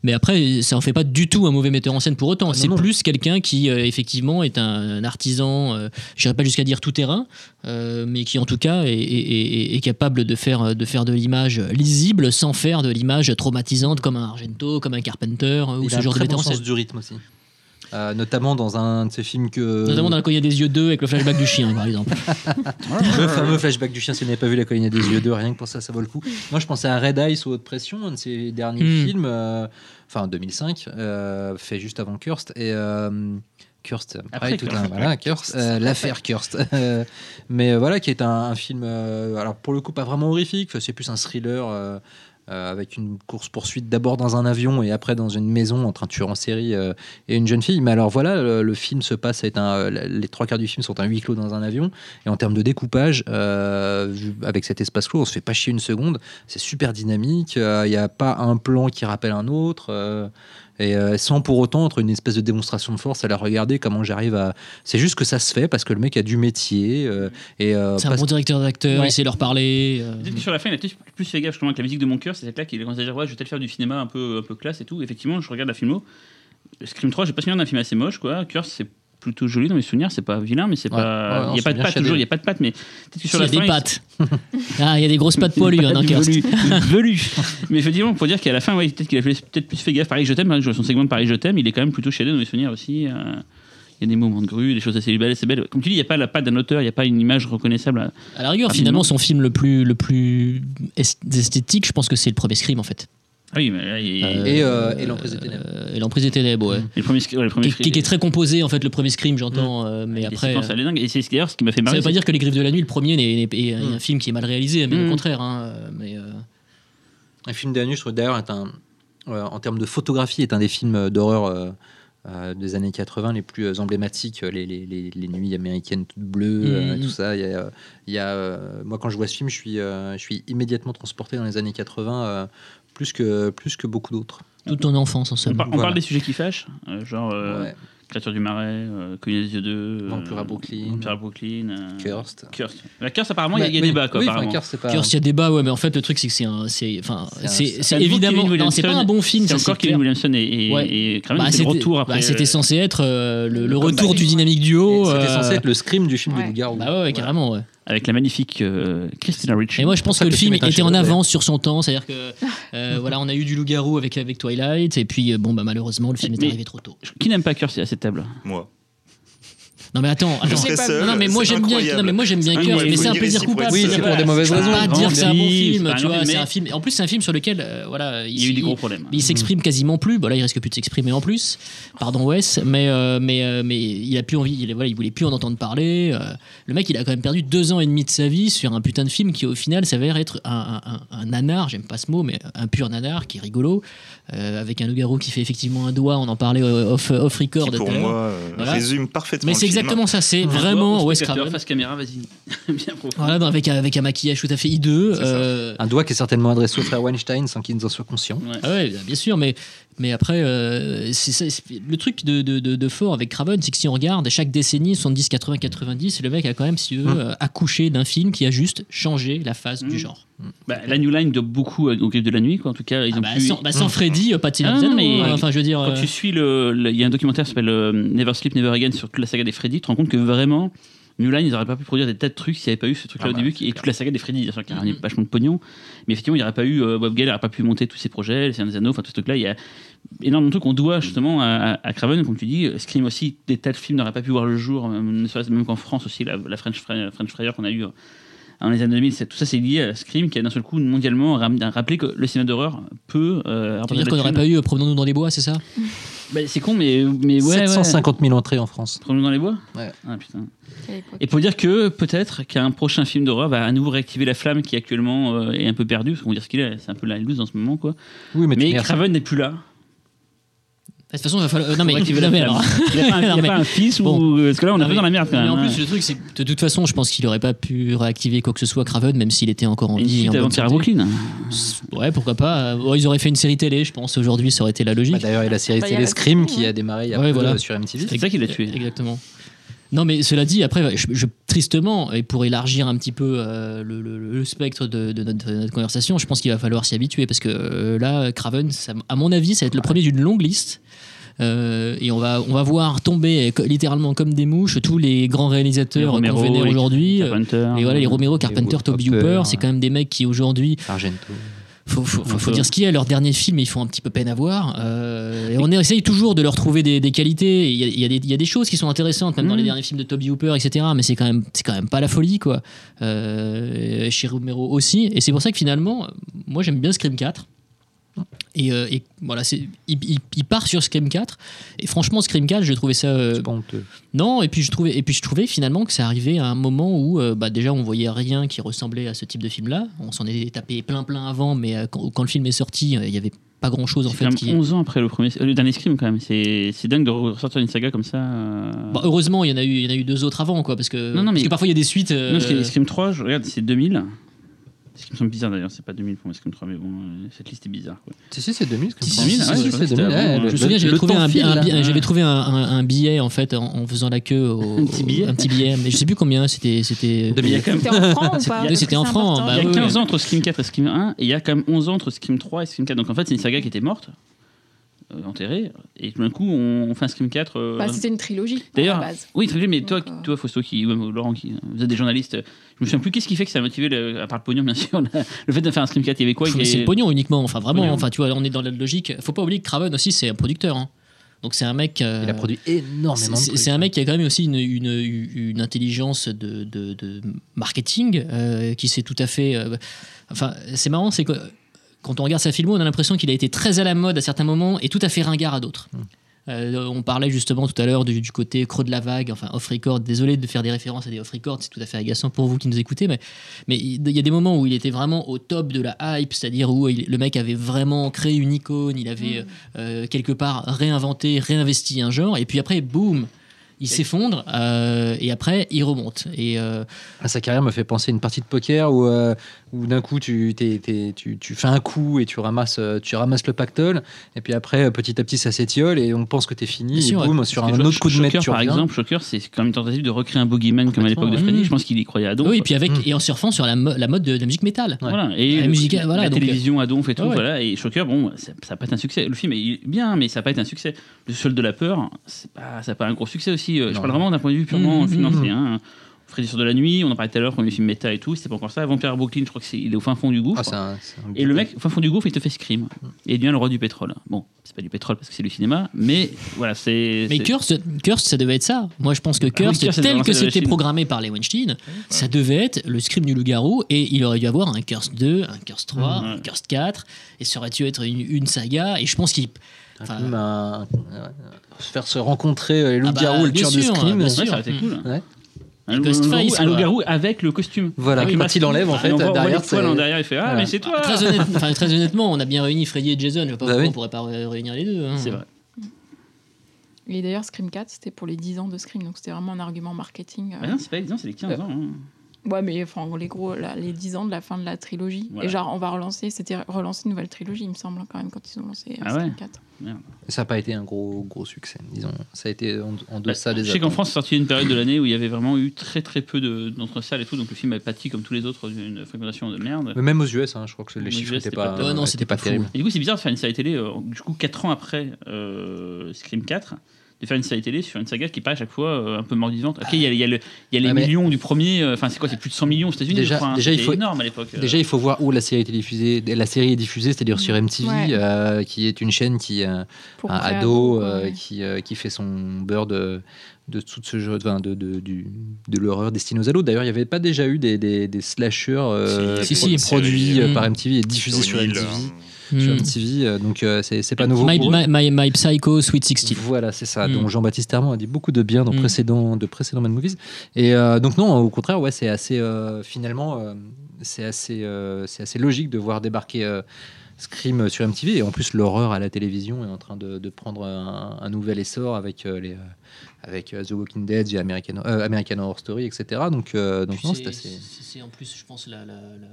Speaker 3: mais après, ça en fait pas du tout un mauvais metteur en scène pour autant.
Speaker 2: Ah, non,
Speaker 3: c'est
Speaker 2: non.
Speaker 3: plus quelqu'un qui, euh, effectivement, est un, un artisan, euh, j'irais pas jusqu'à dire tout terrain, euh, mais qui, en tout cas, est, est- est- est capable de faire de, faire de l'image lisible sans faire de l'image traumatisante comme un Argento, comme un Carpenter euh, ou
Speaker 2: Il a
Speaker 3: ce
Speaker 2: un
Speaker 3: genre de
Speaker 2: très bon
Speaker 3: metteur en
Speaker 2: sens
Speaker 3: scène.
Speaker 2: du rythme aussi. Euh, notamment dans un de Ah, ces films que.
Speaker 3: Notamment dans la Cognée des yeux 2 avec le flashback du chien, par exemple.
Speaker 2: Le fameux flashback du chien, si vous n'avez pas vu La colline des yeux 2, rien que pour ça, ça vaut le coup. Moi, je pensais à Red Eye sous haute pression, un de ses derniers
Speaker 3: Hmm.
Speaker 2: films, euh, enfin 2005, euh, fait juste avant Kurst. Et. euh, Kurst,
Speaker 4: Après
Speaker 2: après tout
Speaker 4: Kurst.
Speaker 2: un, voilà, Kurst, euh, l'affaire Kurst. Euh, mais euh, voilà, qui est un, un film, euh, alors pour le coup, pas vraiment horrifique, enfin, c'est plus un thriller euh, euh, avec une course-poursuite d'abord dans un avion et après dans une maison entre un tueur en série euh, et une jeune fille. Mais alors voilà, le, le film se passe, c'est un, euh, les trois quarts du film sont un huis clos dans un avion. Et en termes de découpage, euh, vu- avec cet espace clos, on se fait pas chier une seconde. C'est super dynamique. Il n'y a pas un plan qui rappelle un autre. euh, et euh, sans pour autant être une espèce de démonstration de force à la regarder, comment j'arrive à. C'est juste que ça se fait parce que le mec a du métier. euh, et euh,
Speaker 3: C'est un
Speaker 2: parce-
Speaker 3: bon directeur d'acteur,
Speaker 2: Ouais.
Speaker 3: il sait leur parler. euh,
Speaker 4: Peut-être que sur la fin, il a peut-être plus fait gaffe, je avec la musique de mon cœur, c'est cette là qu'il a commencé à dire Ouais, je vais peut-être faire du cinéma un peu, un peu classe et tout. Effectivement, je regarde la filmo. Scream 3, j'ai pas souvenir d'un film assez moche, quoi. Curse, c'est plutôt joli dans mes souvenirs, c'est pas vilain, mais c'est
Speaker 2: Ouais, ouais, non,
Speaker 4: pas. Il y a
Speaker 2: c'est
Speaker 4: pas de
Speaker 2: bien
Speaker 4: patte,
Speaker 2: shadé.
Speaker 4: toujours, il y a pas de patte, mais peut-être que sur
Speaker 3: il y
Speaker 4: la
Speaker 3: a
Speaker 4: fin.
Speaker 3: des
Speaker 4: il-
Speaker 3: pattes. ah, il y a des grosses pattes poilues hein, dans
Speaker 4: Du
Speaker 3: Curse.
Speaker 4: velu, du velu. Mais effectivement, pour dire qu'à la fin, ouais, peut-être qu'il a fait- peut-être plus fait gaffe. Pareil, je t'aime, hein, son segment de Pareil, je t'aime, il est quand même plutôt shadé dans mes souvenirs aussi. euh, Il y a des moments de grue, des choses assez belles, assez belles. Comme tu dis, il n'y a pas la patte d'un auteur, il n'y a pas une image reconnaissable. à-
Speaker 3: À la rigueur,
Speaker 4: Rapidement.
Speaker 3: finalement, son film le plus, le plus esth- esthétique, je pense que c'est le premier Scream en fait.
Speaker 4: Ah oui, mais là, il-
Speaker 3: Euh,
Speaker 2: et, euh, et l'emprise des ténèbres.
Speaker 3: Euh, et l'emprise des ténèbres, ouais.
Speaker 4: le premier, sc- ouais, le premier
Speaker 3: Qui, qui- qui est très composé en fait, le premier Scream, j'entends, euh, mais
Speaker 4: Les
Speaker 3: après. euh,
Speaker 4: séquences, elle est dingue. Et c'est d'ailleurs ce qui m'a fait
Speaker 3: Ça
Speaker 4: marrer.
Speaker 3: veut pas
Speaker 4: c'est-
Speaker 3: dire que Les Griffes de la Nuit, le premier, n'est- n'est- est, un-
Speaker 2: Mm.
Speaker 3: un film qui est mal réalisé, mais
Speaker 4: Mm.
Speaker 3: au contraire. hein, euh, mais, euh,
Speaker 2: Un film d'année, je trouve d'ailleurs, est un, euh, en termes de photographie, est un des films d'horreur euh, euh, des années 80 les plus euh, emblématiques, les, les, les- les nuits américaines toutes bleues, euh,
Speaker 3: Mhm.
Speaker 2: tout ça. Il y a, euh, il y a, euh, moi, quand je vois ce film, je suis, euh, je suis immédiatement transporté dans les années 80, euh, plus, que, plus que beaucoup d'autres.
Speaker 3: Toute ton enfance en
Speaker 4: On,
Speaker 3: somme.
Speaker 4: par- on
Speaker 2: Voilà.
Speaker 4: parle des sujets qui fâchent, euh, genre euh,
Speaker 2: Ouais.
Speaker 4: Créature du Marais, euh, Cogner des yeux 2,
Speaker 2: Vampire à Brooklyn.
Speaker 4: Vampire à Brooklyn, euh,
Speaker 2: Cursed.
Speaker 4: Curse. La Curse, apparemment, il y a- il y a
Speaker 2: Bah, oui,
Speaker 4: débat, quoi.
Speaker 2: oui, enfin,
Speaker 4: apparemment.
Speaker 2: Curse, c'est pas-
Speaker 3: Curse, il y a débat, ouais, mais en fait, le truc, c'est que c'est un. C'est, enfin,
Speaker 2: C'est un- c'est
Speaker 3: c'est,
Speaker 2: un
Speaker 3: c'est
Speaker 4: nouveau
Speaker 3: évidemment.
Speaker 4: Kevin
Speaker 3: Non, c'est pas
Speaker 4: Williamson.
Speaker 3: un bon film,
Speaker 4: c'est
Speaker 3: ça,
Speaker 4: encore
Speaker 3: c'est clair.
Speaker 4: Kevin Williamson et, et,
Speaker 3: Ouais.
Speaker 4: et Kramer,
Speaker 3: Bah,
Speaker 4: c'est le
Speaker 3: c'était-
Speaker 4: retour après.
Speaker 3: bah, c'était
Speaker 4: euh,
Speaker 3: censé être euh, le, le
Speaker 2: Comme
Speaker 3: retour
Speaker 2: Baby.
Speaker 3: du dynamique duo.
Speaker 2: C'était
Speaker 3: euh,
Speaker 2: censé être le scream du film
Speaker 1: ouais.
Speaker 2: de Loup-Garou.
Speaker 3: Bah ouais, ouais, carrément, ouais.
Speaker 4: Avec la magnifique euh, Christina Ricci.
Speaker 3: Et moi, je pense
Speaker 2: ça que
Speaker 3: que le
Speaker 2: le
Speaker 3: film
Speaker 2: film est un
Speaker 3: était en
Speaker 2: chef-d'œuvre,
Speaker 3: avance sur son temps, c'est-à-dire que euh, voilà, on a eu du loup-garou avec, avec Twilight, et puis euh, bon, bah malheureusement, le film est
Speaker 4: Mais-
Speaker 3: arrivé trop tôt.
Speaker 4: Qui n'aime pas Curse à cette table
Speaker 5: Moi.
Speaker 3: Non mais attends,
Speaker 5: Je
Speaker 3: attends.
Speaker 5: serais
Speaker 1: pas
Speaker 5: seul.
Speaker 1: vu.
Speaker 3: Non, non, mais moi
Speaker 5: c'est
Speaker 3: j'aime bien,
Speaker 5: incroyable.
Speaker 3: non, mais moi j'aime bien
Speaker 5: C'est
Speaker 3: Curse, mais
Speaker 5: incroyable.
Speaker 3: c'est un
Speaker 5: Il faut
Speaker 3: plaisir
Speaker 5: dire
Speaker 3: coupable.
Speaker 2: si,
Speaker 3: c'est
Speaker 2: pour
Speaker 3: pas-
Speaker 2: des mauvaises
Speaker 3: je peux
Speaker 2: raisons.
Speaker 3: Pas
Speaker 2: Ah,
Speaker 3: dire que c'est un bon
Speaker 4: oui,
Speaker 3: film,
Speaker 4: c'est
Speaker 3: tu
Speaker 4: un
Speaker 3: vois,
Speaker 4: film,
Speaker 3: c'est
Speaker 4: mais-
Speaker 3: un film. En plus, c'est un film sur lequel, euh, voilà,
Speaker 4: Il y a eu des gros problèmes.
Speaker 3: il s'exprime quasiment plus. Bon, là, il risque plus de s'exprimer en plus. Pardon, Wes, mais euh, mais euh, mais il a plus envie. Il voilà, il voulait plus en entendre parler. euh, le mec, il a quand même perdu deux ans et demi de sa vie sur un putain de film qui, au final, s'avère être un, un, un- un nanar. J'aime pas ce mot, mais un pur nanar qui est rigolo, euh, avec un loup-garou qui fait effectivement un doigt. On en parlait euh, off off record.
Speaker 5: Qui,
Speaker 3: tout
Speaker 5: pour
Speaker 3: à l'heure.
Speaker 5: moi, euh,
Speaker 3: Voilà.
Speaker 5: résume parfaitement
Speaker 3: mais
Speaker 5: le
Speaker 3: c'est
Speaker 5: film.
Speaker 3: exactement ça. C'est
Speaker 4: Toi,
Speaker 3: vraiment
Speaker 4: au
Speaker 3: Wes
Speaker 4: spectateur,
Speaker 3: Craven.
Speaker 4: Face caméra, vas-y. Bien profond.
Speaker 3: Voilà, donc avec, un- avec un maquillage tout à fait hideux.
Speaker 5: C'est ça.
Speaker 3: euh,
Speaker 2: Un doigt qui est certainement adressé au frère Weinstein sans qu'il nous en soit conscient.
Speaker 4: Ouais.
Speaker 3: ah ouais, bien sûr, mais, mais après, euh, c'est ça, c'est- le truc de, de- de- de fort avec Craven, c'est que si on regarde chaque décennie, 70, 80, 90, le mec a quand même, si tu veux,
Speaker 2: Mm.
Speaker 3: euh, accouché d'un film qui a juste changé la phase
Speaker 4: Mm.
Speaker 3: du genre.
Speaker 4: Bah, la New Line doit beaucoup euh, au grip de la nuit, quoi. En tout cas, ils
Speaker 3: Ah
Speaker 4: ont
Speaker 3: bah,
Speaker 4: pu-
Speaker 3: sans, bah, sans
Speaker 2: Mm.
Speaker 3: Freddy, euh, pas de
Speaker 4: Ah,
Speaker 3: Sylvester,
Speaker 4: non,
Speaker 3: mais
Speaker 4: mais-
Speaker 3: enfin, je veux dire.
Speaker 4: Quand
Speaker 3: euh,
Speaker 4: tu suis le, le- il y a un documentaire qui s'appelle euh, Never Sleep Never Again sur toute la saga des Freddy, tu te rends compte que vraiment New Line, ils n'auraient pas pu produire des tas de trucs s'il n'y avait pas eu ce truc-là
Speaker 2: Ah
Speaker 4: au
Speaker 2: bah,
Speaker 4: début,
Speaker 2: c'est
Speaker 4: qui- et
Speaker 2: clair. Mm-hmm.
Speaker 4: toute la saga des Freddy, bien sûr, qui a
Speaker 3: Mhm.
Speaker 4: ramené vachement de pognon. Mais effectivement, il n'y aurait pas eu euh, Bob Gale, il n'aurait pas pu monter tous ses projets, Les Seigneurs des Anneaux, enfin tout ce truc-là. Il y a énormément de trucs qu'on
Speaker 2: Mm-hmm.
Speaker 4: doit justement à, à- à Craven, comme tu dis. Scream aussi, des tas de films n'auraient pas pu voir le jour, euh, ne serait-ce même qu'en France aussi, la, la French, Fry- French Fryer qu'on a eu dans les années 2000, c'est- tout ça c'est lié à Scream qui a d'un seul coup mondialement ram- rappelé que le cinéma d'horreur peut. euh,
Speaker 3: tu veux dire qu'on
Speaker 4: apporter de la
Speaker 3: n'aurait
Speaker 4: thune.
Speaker 3: pas eu euh, Promenons-nous dans les bois, c'est ça
Speaker 4: Bah, c'est con, mais, mais ouais.
Speaker 2: 750 000 entrées en France.
Speaker 4: nous dans les bois
Speaker 2: Ouais.
Speaker 4: Ah, putain.
Speaker 1: à l'époque.
Speaker 4: Et pour dire que peut-être qu'un prochain film d'horreur va à nouveau réactiver la flamme qui actuellement euh, est un peu perdue, parce qu'on va dire ce qu'il est, c'est un peu la loose en ce moment quoi.
Speaker 2: Oui, mais,
Speaker 4: Mais,
Speaker 2: tu mets-
Speaker 4: Craven n'est plus là.
Speaker 3: De toute façon, il va falloir. euh, non, mais, non,
Speaker 4: Pour réactiver la
Speaker 3: mais
Speaker 4: flamme.
Speaker 3: alors.
Speaker 4: Il n'y a, pas un- il y a
Speaker 3: Non, mais-
Speaker 4: pas un fils
Speaker 3: bon. Ah
Speaker 4: ou. euh, Parce que là on est un peu dans la merde quand
Speaker 3: Mais
Speaker 4: même.
Speaker 3: en
Speaker 4: hein.
Speaker 3: plus, le truc, c'est que de toute façon, je pense qu'il n'aurait pas pu réactiver quoi que ce soit Craven, même s'il était encore en
Speaker 4: une
Speaker 3: vie. et en
Speaker 4: suite
Speaker 3: bonne
Speaker 4: avant de faire à
Speaker 3: santé.
Speaker 4: Brooklyn.
Speaker 3: Ouais, pourquoi pas. Euh, ouais, ils auraient fait une série télé, je pense. Aujourd'hui, ça aurait été la logique.
Speaker 2: Bah, D'ailleurs, il y a la série
Speaker 1: Bah, il y a
Speaker 2: télé
Speaker 1: la
Speaker 2: Scream
Speaker 1: série,
Speaker 2: qui
Speaker 1: ouais.
Speaker 2: a démarré
Speaker 3: Ouais,
Speaker 2: après
Speaker 3: voilà.
Speaker 2: sur MTV.
Speaker 4: C'est ça qui l'a tué.
Speaker 3: Exactement. Non, mais cela dit, après, je, je- tristement, et pour élargir un petit peu euh, le, le- le spectre de, de notre, de notre conversation, je pense qu'il va falloir s'y habituer parce que euh, là, Craven, ça- à mon avis, ça va être le premier d'une longue liste. Euh, et on va, on va voir tomber euh, co- littéralement comme des mouches tous les grands réalisateurs
Speaker 4: Les
Speaker 3: qu'on
Speaker 4: Romero,
Speaker 3: vénère
Speaker 4: les
Speaker 3: aujourd'hui. Euh,
Speaker 4: Carpenter.
Speaker 3: Et voilà, les Romero, Carpenter,
Speaker 2: Wood
Speaker 3: Toby
Speaker 2: Hopper,
Speaker 3: Hooper, c'est quand même des mecs qui aujourd'hui
Speaker 2: Argento.
Speaker 3: faut, faut, faut-
Speaker 4: Un
Speaker 3: faut
Speaker 4: peu.
Speaker 3: dire ce qu'il y a. Leurs derniers films, ils font un petit peu peine à voir. Euh, et on essaye toujours de leur trouver des, des qualités. Il y, a, il y a des, il y a des choses qui sont intéressantes, même dans
Speaker 4: Mm.
Speaker 3: les derniers films de Toby Hooper, etc. Mais c'est quand même, c'est quand même pas la folie, quoi. Euh, et chez Romero aussi. Et c'est pour ça que finalement, moi, j'aime bien Scream 4. Et, euh, et voilà, c'est, il, il- il part sur Scream 4. Et franchement, Scream 4, je trouvais ça euh,
Speaker 2: C'est pas honteux.
Speaker 3: non, et puis je trouvais, et puis je trouvais finalement que ça arrivait à un moment où, euh, bah déjà, on voyait rien qui ressemblait à ce type de film-là. On s'en est tapé plein plein avant, mais euh, quand, quand le film est sorti, euh, il y n'y avait pas grand-chose en
Speaker 4: C'est
Speaker 3: fait.
Speaker 4: quand même
Speaker 3: Qui...
Speaker 4: 11 ans après le, premier, euh, le dernier Scream quand même. C'est c'est dingue de ressortir une saga comme ça. euh,
Speaker 3: Bah, heureusement, il y en a eu, il y en a eu deux autres avant, quoi, parce que,
Speaker 4: Non, non,
Speaker 3: parce
Speaker 4: mais-
Speaker 3: que parfois il y a des suites. euh,
Speaker 4: Non, Scream, Scream 3, je regarde, c'est 2000. Ce qui me semble bizarre d'ailleurs, c'est pas 2000 pour moi, Scream 3, mais bon, euh, cette liste est bizarre. Quoi.
Speaker 2: Si, si, c'est 2000.
Speaker 3: Si,
Speaker 4: si, si, si,
Speaker 2: c'est
Speaker 4: c'était
Speaker 2: 2000.
Speaker 4: avant,
Speaker 2: ouais,
Speaker 4: hein.
Speaker 2: le-
Speaker 3: je me souviens, j'avais
Speaker 2: le
Speaker 3: trouvé,
Speaker 2: temps
Speaker 3: un,
Speaker 2: file,
Speaker 3: un bi-
Speaker 2: là.
Speaker 3: un- j'avais trouvé un, un- un billet en fait en, en faisant la queue. Au,
Speaker 4: Un petit billet.
Speaker 3: au- un petit billet, mais je sais plus combien. C'était, c'était.
Speaker 4: Mais il y a quand même
Speaker 1: C'était en franc ou pas
Speaker 3: Oui, c'était en
Speaker 1: C'est
Speaker 3: franc,
Speaker 1: important.
Speaker 3: bah
Speaker 4: il y a
Speaker 3: oui,
Speaker 4: 15 ans entre Scream 4 et Scream 1, et il y a quand même 11 ans entre Scream 3 et Scream 4. Donc en fait, c'est une saga qui était morte, euh, enterrée, et tout d'un coup, on, on fait un Scream 4. euh,
Speaker 1: Bah, C'était une trilogie. à
Speaker 4: D'ailleurs,
Speaker 1: la base.
Speaker 4: oui, très bien, mais
Speaker 1: Donc,
Speaker 4: toi,
Speaker 1: euh,
Speaker 4: toi Fausto, qui, ou même Laurent, qui, vous êtes des journalistes, euh, je me souviens plus, qu'est-ce qui fait que ça a motivé, le- à part le pognon, bien sûr, la- le fait de faire un Scream 4 il y avait quoi
Speaker 3: Pff,
Speaker 4: il
Speaker 3: mais
Speaker 4: y avait-
Speaker 3: C'est le pognon uniquement. Enfin, vraiment.
Speaker 4: Pognon.
Speaker 3: Enfin, tu vois, on est dans la logique. Faut pas oublier que Craven aussi, c'est un producteur. hein. Donc c'est un mec. euh,
Speaker 2: Il a produit énormément de
Speaker 3: C'est-
Speaker 2: trucs.
Speaker 3: C'est un mec qui a quand même aussi une, une, une intelligence de, de- de marketing euh, qui s'est tout à fait. euh, enfin, c'est marrant, c'est que quand on regarde sa filmo, on a l'impression qu'il a été très à la mode à certains moments et tout à fait ringard à d'autres. Euh, on parlait justement tout à l'heure du, du côté creux de la vague, enfin off-record. Désolé de faire des références à des off-record, c'est tout à fait agaçant pour vous qui nous écoutez, mais mais il il y a des moments où il était vraiment au top de la hype, c'est-à-dire où il- le mec avait vraiment créé une icône, il avait euh, quelque part réinventé, réinvesti un genre, et puis après, boum, il s'effondre, euh, et après, il remonte. Et euh,
Speaker 2: Ah, sa carrière me fait penser à une partie de poker où, euh, où d'un coup tu, t'es- t'es- tu, tu fais un coup et tu ramasses, euh, tu ramasses le pactole, et puis après euh, petit à petit ça s'étiole et on pense que t'es fini,
Speaker 3: Bien
Speaker 2: et
Speaker 3: sûr,
Speaker 2: boum,
Speaker 3: ouais.
Speaker 2: sur
Speaker 4: Parce
Speaker 2: un
Speaker 4: que
Speaker 2: autre coup de
Speaker 4: Shocker,
Speaker 2: maître tu
Speaker 4: par
Speaker 2: reviens.
Speaker 4: exemple, Shocker, c'est quand même une tentative de recréer un boogeyman comme à l'époque de
Speaker 2: Complètement,
Speaker 4: Freddy.
Speaker 3: ouais.
Speaker 4: Je pense qu'il y croyait à don.
Speaker 3: oui, et puis avec, et en surfant sur la, mo- la mode de, de la musique métal.
Speaker 2: Ouais.
Speaker 4: Voilà, et
Speaker 3: La
Speaker 4: le-
Speaker 3: musique, voilà, donc,
Speaker 4: télévision à donf et tout,
Speaker 3: ouais, ouais.
Speaker 4: voilà. Et Shocker, bon, ça n'a pas été un succès. Le film est bien, mais ça n'a pas été un succès. Le seul de la peur, c'est pas, ça n'a pas un gros succès aussi. Euh, Je
Speaker 2: Non.
Speaker 4: parle vraiment d'un point de vue purement
Speaker 3: Mhm,
Speaker 4: financier.
Speaker 2: mhm.
Speaker 4: hein. Freddy sur de la nuit, on en parlait tout à l'heure, premier film méta et tout, c'était pas encore ça. Vampire à Brooklyn, je crois que c'est il est au fin fond du gouffre.
Speaker 2: Ah, c'est un- Mm. c'est un-
Speaker 4: et le mec, au fin fond du gouffre, il te fait Scream. Et il devient le roi du pétrole. Bon, c'est pas du pétrole parce que c'est du cinéma, mais voilà, c'est.
Speaker 3: Mais
Speaker 4: c'est-
Speaker 3: Curse, Curse, ça devait être ça. Moi, je pense
Speaker 2: Ah
Speaker 3: que Curse,
Speaker 4: Curse, ça devait
Speaker 3: tel que
Speaker 4: lancer la
Speaker 3: c'était
Speaker 4: machine.
Speaker 3: programmé par les Weinstein, ça devait être le script du loup-garou et il aurait dû avoir un Curse 2, un Curse 3,
Speaker 2: Mm,
Speaker 4: Mhm.
Speaker 3: un Curse 4 et ça aurait dû être une, une saga. Et je pense qu'il.
Speaker 2: un
Speaker 3: enfin,
Speaker 2: film, un- euh, faire se rencontrer euh, les
Speaker 3: Ah bah,
Speaker 2: loups-garous et le
Speaker 3: bien
Speaker 2: tueur de
Speaker 3: sûr,
Speaker 2: Scream.
Speaker 3: bien
Speaker 4: Ouais, ça aurait été
Speaker 3: sûr.
Speaker 4: cool.
Speaker 2: Mm. Ouais.
Speaker 4: Un loup-
Speaker 3: Ghostface,
Speaker 4: un loup-
Speaker 3: quoi.
Speaker 4: un loup-garou avec le costume.
Speaker 2: Voilà,
Speaker 4: Oui,
Speaker 2: quand
Speaker 4: parce-
Speaker 2: il l'enlève en
Speaker 4: Ah,
Speaker 2: fait,
Speaker 4: on voit- on voit
Speaker 2: derrière
Speaker 4: les poils en
Speaker 2: c'est-
Speaker 4: derrière, il fait Ah,
Speaker 2: Voilà.
Speaker 4: mais c'est toi
Speaker 3: Très, honnête- enfin, très honnêtement, on a bien réuni Freddy et Jason. Je vois pas
Speaker 2: Bah
Speaker 3: pourquoi
Speaker 2: oui.
Speaker 3: on pourrait pas euh, réunir les deux. hein.
Speaker 2: Hmm.
Speaker 4: C'est vrai.
Speaker 1: Et d'ailleurs, Scream 4, c'était pour les 10 ans de Scream, donc c'était vraiment un argument marketing. euh.
Speaker 4: Bah non, c'est pas les 10 ans, c'est les 15
Speaker 2: Euh,
Speaker 4: ans. hein.
Speaker 1: Ouais, mais enfin, les gros, la- les 10 ans de la fin de la trilogie.
Speaker 4: Voilà.
Speaker 1: Et genre, on va relancer, c'était relancer une nouvelle trilogie, il me semble, hein, quand même, quand ils ont lancé euh,
Speaker 4: Ah
Speaker 1: Scream
Speaker 4: ouais.
Speaker 1: 4.
Speaker 2: Ça n'a pas été un gros, gros succès, disons. Ça a été en, en
Speaker 4: Bah,
Speaker 2: deçà des
Speaker 4: je sais qu'en
Speaker 2: attentes.
Speaker 4: France, c'est sorti une période de l'année où il y avait vraiment eu très très peu de- d'entre salles et tout, donc le film avait pâti comme tous les autres d'une fréquentation de merde.
Speaker 2: Mais même aux US, hein, je crois que
Speaker 4: Aux
Speaker 2: les chiffres
Speaker 4: US,
Speaker 2: n'étaient
Speaker 4: c'était pas
Speaker 2: pas,
Speaker 4: terrible.
Speaker 3: Ouais, non,
Speaker 2: étaient
Speaker 3: c'était
Speaker 2: pas
Speaker 3: pas fou.
Speaker 2: terribles.
Speaker 4: Et du coup, c'est bizarre de faire une série télé, euh, du coup, 4 ans après euh, Scream 4, de faire une série télé sur une saga qui paraît à chaque fois euh, un peu mort-vivante. Ok, il y a, il y a le- il y a les
Speaker 2: Ah, mais-
Speaker 4: millions du premier, euh, enfin, c'est quoi, c'est plus de 100 millions aux États-Unis,
Speaker 2: Déjà-
Speaker 4: je crois, hein,
Speaker 2: déjà, il
Speaker 4: c'était
Speaker 2: faut-
Speaker 4: énorme à l'époque. euh.
Speaker 2: Déjà, il faut voir où la série était diffusée. La série est diffusée, c'est-à-dire sur MTV,
Speaker 1: Ouais.
Speaker 2: euh, qui est une chaîne qui euh,
Speaker 1: Pour
Speaker 2: un
Speaker 1: créer
Speaker 2: ado
Speaker 1: un-
Speaker 2: euh,
Speaker 1: ouais.
Speaker 2: qui, euh, qui fait son beurre de, de tout ce jeu, enfin, de, de, du- de l'horreur destinée aux ados. D'ailleurs, il n'y avait pas déjà eu des, des, des slashers euh,
Speaker 5: Si,
Speaker 3: si, si.
Speaker 2: produits
Speaker 3: Série,
Speaker 2: euh,
Speaker 3: euh,
Speaker 2: par MTV et diffusés
Speaker 5: Sur
Speaker 2: sur
Speaker 5: une île,
Speaker 2: MTV.
Speaker 5: euh,
Speaker 3: Hmm.
Speaker 2: Sur MTV, euh, donc euh, c'est c'est pas nouveau.
Speaker 3: My,
Speaker 2: pour eux.
Speaker 3: my- my- my Psycho Sweet 16.
Speaker 2: Voilà, c'est ça.
Speaker 3: Mm.
Speaker 2: Donc Jean-Baptiste Herman a dit beaucoup de bien dans
Speaker 3: Mm.
Speaker 2: précédents, de précédents Mad Movies. Et euh, donc non, au contraire, ouais, c'est assez euh, finalement, euh, c'est assez, euh, c'est assez logique de voir débarquer euh, Scream sur MTV. Et en plus, l'horreur à la télévision est en train de, de prendre un, un nouvel essor avec euh, les, euh, avec euh, The Walking Dead, The American, euh, American Horror Story, etc. Donc euh, donc
Speaker 3: Puis
Speaker 2: non,
Speaker 3: c'est-
Speaker 2: c'est assez.
Speaker 3: c'est- c'est en plus, je pense, la. la- la-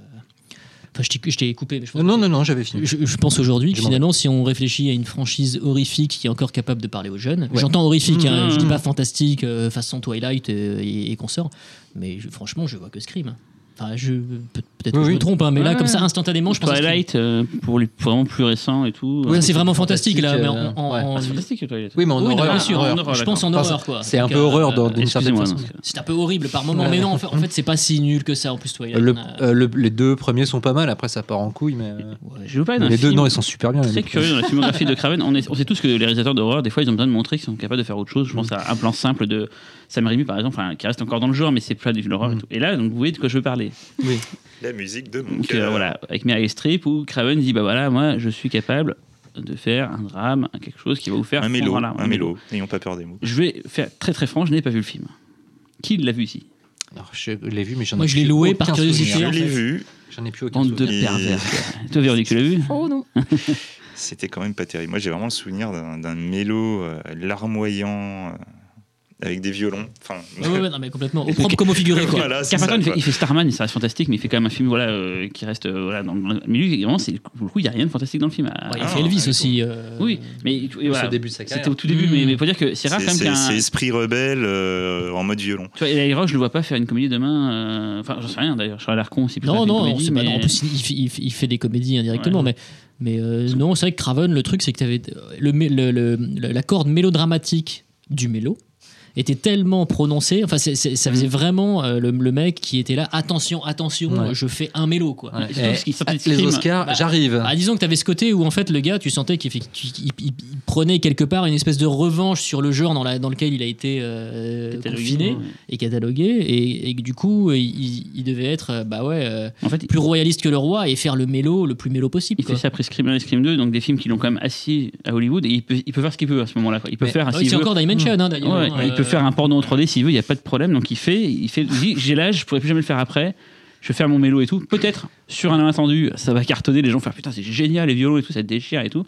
Speaker 3: Enfin, je t'ai- je t'ai coupé, mais je pense
Speaker 2: Non non
Speaker 3: que-
Speaker 2: non, non, j'avais fini.
Speaker 3: Je, je pense aujourd'hui que
Speaker 2: Je m'en vais.
Speaker 3: finalement, si on réfléchit à une franchise horrifique qui est encore capable de parler aux jeunes,
Speaker 2: Ouais. Mmh.
Speaker 3: j'entends horrifique, hein,
Speaker 4: Mhm.
Speaker 3: je dis pas fantastique euh, façon Twilight euh, et, et consort, mais je- franchement, je vois que Scream. Enfin, je peut- peut-être que
Speaker 2: Oui,
Speaker 3: je
Speaker 2: oui.
Speaker 3: me trompe, hein, mais là,
Speaker 4: Ouais,
Speaker 3: comme ça,
Speaker 4: ouais.
Speaker 3: instantanément, je pense. à Scream.
Speaker 4: Twilight, euh, pour les vraiment plus récents et tout.
Speaker 3: Ça,
Speaker 4: Euh,
Speaker 3: c'est vraiment fantastique, là. Mais
Speaker 2: Fantastique,
Speaker 3: en, en-
Speaker 2: euh,
Speaker 3: en-
Speaker 4: ah, c'est fantastique, Twilight.
Speaker 2: Oui, mais en
Speaker 3: Oui, non,
Speaker 2: horreur.
Speaker 3: bien sûr,
Speaker 2: en
Speaker 4: en
Speaker 2: horreur.
Speaker 4: horreur,
Speaker 3: je pense en
Speaker 2: d'accord.
Speaker 3: horreur, quoi.
Speaker 2: C'est
Speaker 3: En
Speaker 2: un
Speaker 3: tout
Speaker 2: peu
Speaker 3: cas,
Speaker 2: horreur
Speaker 3: euh,
Speaker 2: dans- d'une certaine
Speaker 4: Excusez-moi.
Speaker 2: façon.
Speaker 4: non, parce que-
Speaker 3: C'est un peu horrible par moment, mais non, en fait, en fait, c'est pas si nul que ça en plus, Twilight.
Speaker 2: Le-
Speaker 3: on a-
Speaker 2: euh, le- les deux premiers sont pas mal. Après, ça part en couille, mais. euh,
Speaker 3: Ouais,
Speaker 4: Je veux pas
Speaker 2: Les deux, non, ils sont super bien. les
Speaker 4: Très
Speaker 2: deux.
Speaker 4: curieux dans la filmographie de Craven. On, est- on sait tous que les réalisateurs d'horreur, des fois, ils ont besoin de montrer qu'ils sont capables de faire autre chose. Je pense à un plan simple de Sam Raimi, par exemple, enfin, qui reste encore dans le genre, mais c'est pas de l'horreur et tout. Et là, donc, vous voyez de quoi je veux parler.
Speaker 5: La musique de mon
Speaker 4: Donc, euh,
Speaker 5: cœur.
Speaker 4: voilà, avec Meryl Streep, où Craven dit Bah voilà, moi, je suis capable de faire un drame, quelque chose qui va vous faire.
Speaker 5: Un
Speaker 4: fondre
Speaker 5: mélo,
Speaker 4: en larmes.
Speaker 5: un mélo. N'ayons pas peur des mots.
Speaker 4: Je vais faire très très franc, je n'ai pas vu le film. Qui l'a vu ici
Speaker 2: Alors, je l'ai vu, mais j'en ai
Speaker 3: Moi, je l'ai
Speaker 2: plus
Speaker 3: loué
Speaker 2: aucun
Speaker 3: par curiosité,
Speaker 5: Je
Speaker 3: Et
Speaker 2: souvenir.
Speaker 3: en
Speaker 5: l'ai
Speaker 3: fait-
Speaker 5: vu.
Speaker 2: J'en ai plus aucun
Speaker 4: Bande de
Speaker 2: souvenir.
Speaker 5: Et-
Speaker 4: pervers. Toi, Véronique, tu l'as vu
Speaker 1: Oh non
Speaker 5: C'était quand même pas terrible. Moi, j'ai vraiment le souvenir d'un d'un mélo euh, larmoyant euh, avec des violons. Enfin,
Speaker 3: Ouais, ouais, ouais, non, mais complètement. Au propre comme au figuré, quoi.
Speaker 5: voilà, c'est
Speaker 4: Carpenter,
Speaker 5: ça,
Speaker 4: il, fait,
Speaker 5: quoi.
Speaker 4: il fait Starman, ça reste fantastique, mais il fait quand même un film voilà, euh, qui reste euh, voilà, dans le milieu. Et vraiment, c'est- pour le coup, il n'y a rien de fantastique dans le film. Ah,
Speaker 3: Ouais, il
Speaker 5: Ah,
Speaker 3: fait Elvis
Speaker 5: ouais,
Speaker 3: aussi. euh,
Speaker 4: Oui, mais et voilà,
Speaker 2: au début de sa
Speaker 4: c'était
Speaker 2: carrière.
Speaker 4: au tout début,
Speaker 3: Mm.
Speaker 4: mais il faut dire que c'est
Speaker 5: C'est
Speaker 4: rare quand même
Speaker 5: c'est-
Speaker 4: qu'un.
Speaker 5: c'est esprit rebelle euh, en mode violon.
Speaker 4: Tu vois, Eli Roth, je le vois pas faire une comédie demain. euh, Enfin, j'en sais rien d'ailleurs, je serais à l'air con si plus
Speaker 3: Non,
Speaker 4: faire une
Speaker 3: non,
Speaker 4: comédie,
Speaker 3: c'est pas-
Speaker 4: mais- euh,
Speaker 3: en plus, il, fait- il fait- il fait des comédies indirectement, mais, mais euh, non, c'est vrai que euh, Craven, le truc, c'est que tu avais le, mé- le- le- le- la corde mélodramatique du mélo était tellement prononcé. Enfin, c'est- c'est- ça faisait
Speaker 4: Mm.
Speaker 3: vraiment euh, le, le mec qui était là. Attention, attention,
Speaker 2: Ouais.
Speaker 3: euh, je fais un mélo, quoi.
Speaker 2: Ouais.
Speaker 4: Et surtout, ce qui sortait de
Speaker 2: Les
Speaker 4: Scream,
Speaker 2: Oscars,
Speaker 3: bah,
Speaker 2: j'arrive.
Speaker 3: Ah, disons que t'avais ce côté où en fait le gars, tu sentais qu'il fait- qu'il- il- il prenait quelque part une espèce de revanche sur le genre dans, la- dans lequel il a été euh,
Speaker 4: catalogué,
Speaker 3: confiné
Speaker 4: ouais.
Speaker 3: et catalogué, et, et que du coup il, il- il devait être euh, bah ouais euh,
Speaker 4: En fait,
Speaker 3: plus royaliste que le roi et faire le mélo le plus mélo possible.
Speaker 4: il
Speaker 3: quoi.
Speaker 4: fait ça après Scream 1 et Scream 2, donc des films qui l'ont quand même assis à Hollywood, et il peut, il peut faire ce qu'il veut à ce moment-là. quoi. Il peut
Speaker 2: Mais-
Speaker 4: faire un
Speaker 3: Ouais, Ah c'est encore Dimension hein,
Speaker 4: Mmh. Ouais,
Speaker 3: d'ailleurs.
Speaker 4: ouais,
Speaker 3: hein,
Speaker 4: il peut
Speaker 3: euh,
Speaker 4: faire un porno en 3D s'il veut, il n'y a pas de problème. Donc il fait, il fait, il dit, j'ai l'âge, je pourrais plus jamais le faire après. Je vais faire mon mélo et tout. Peut-être sur un inattendu, ça va cartonner. Les gens vont faire putain, c'est génial, les violons et tout, ça te déchire et tout.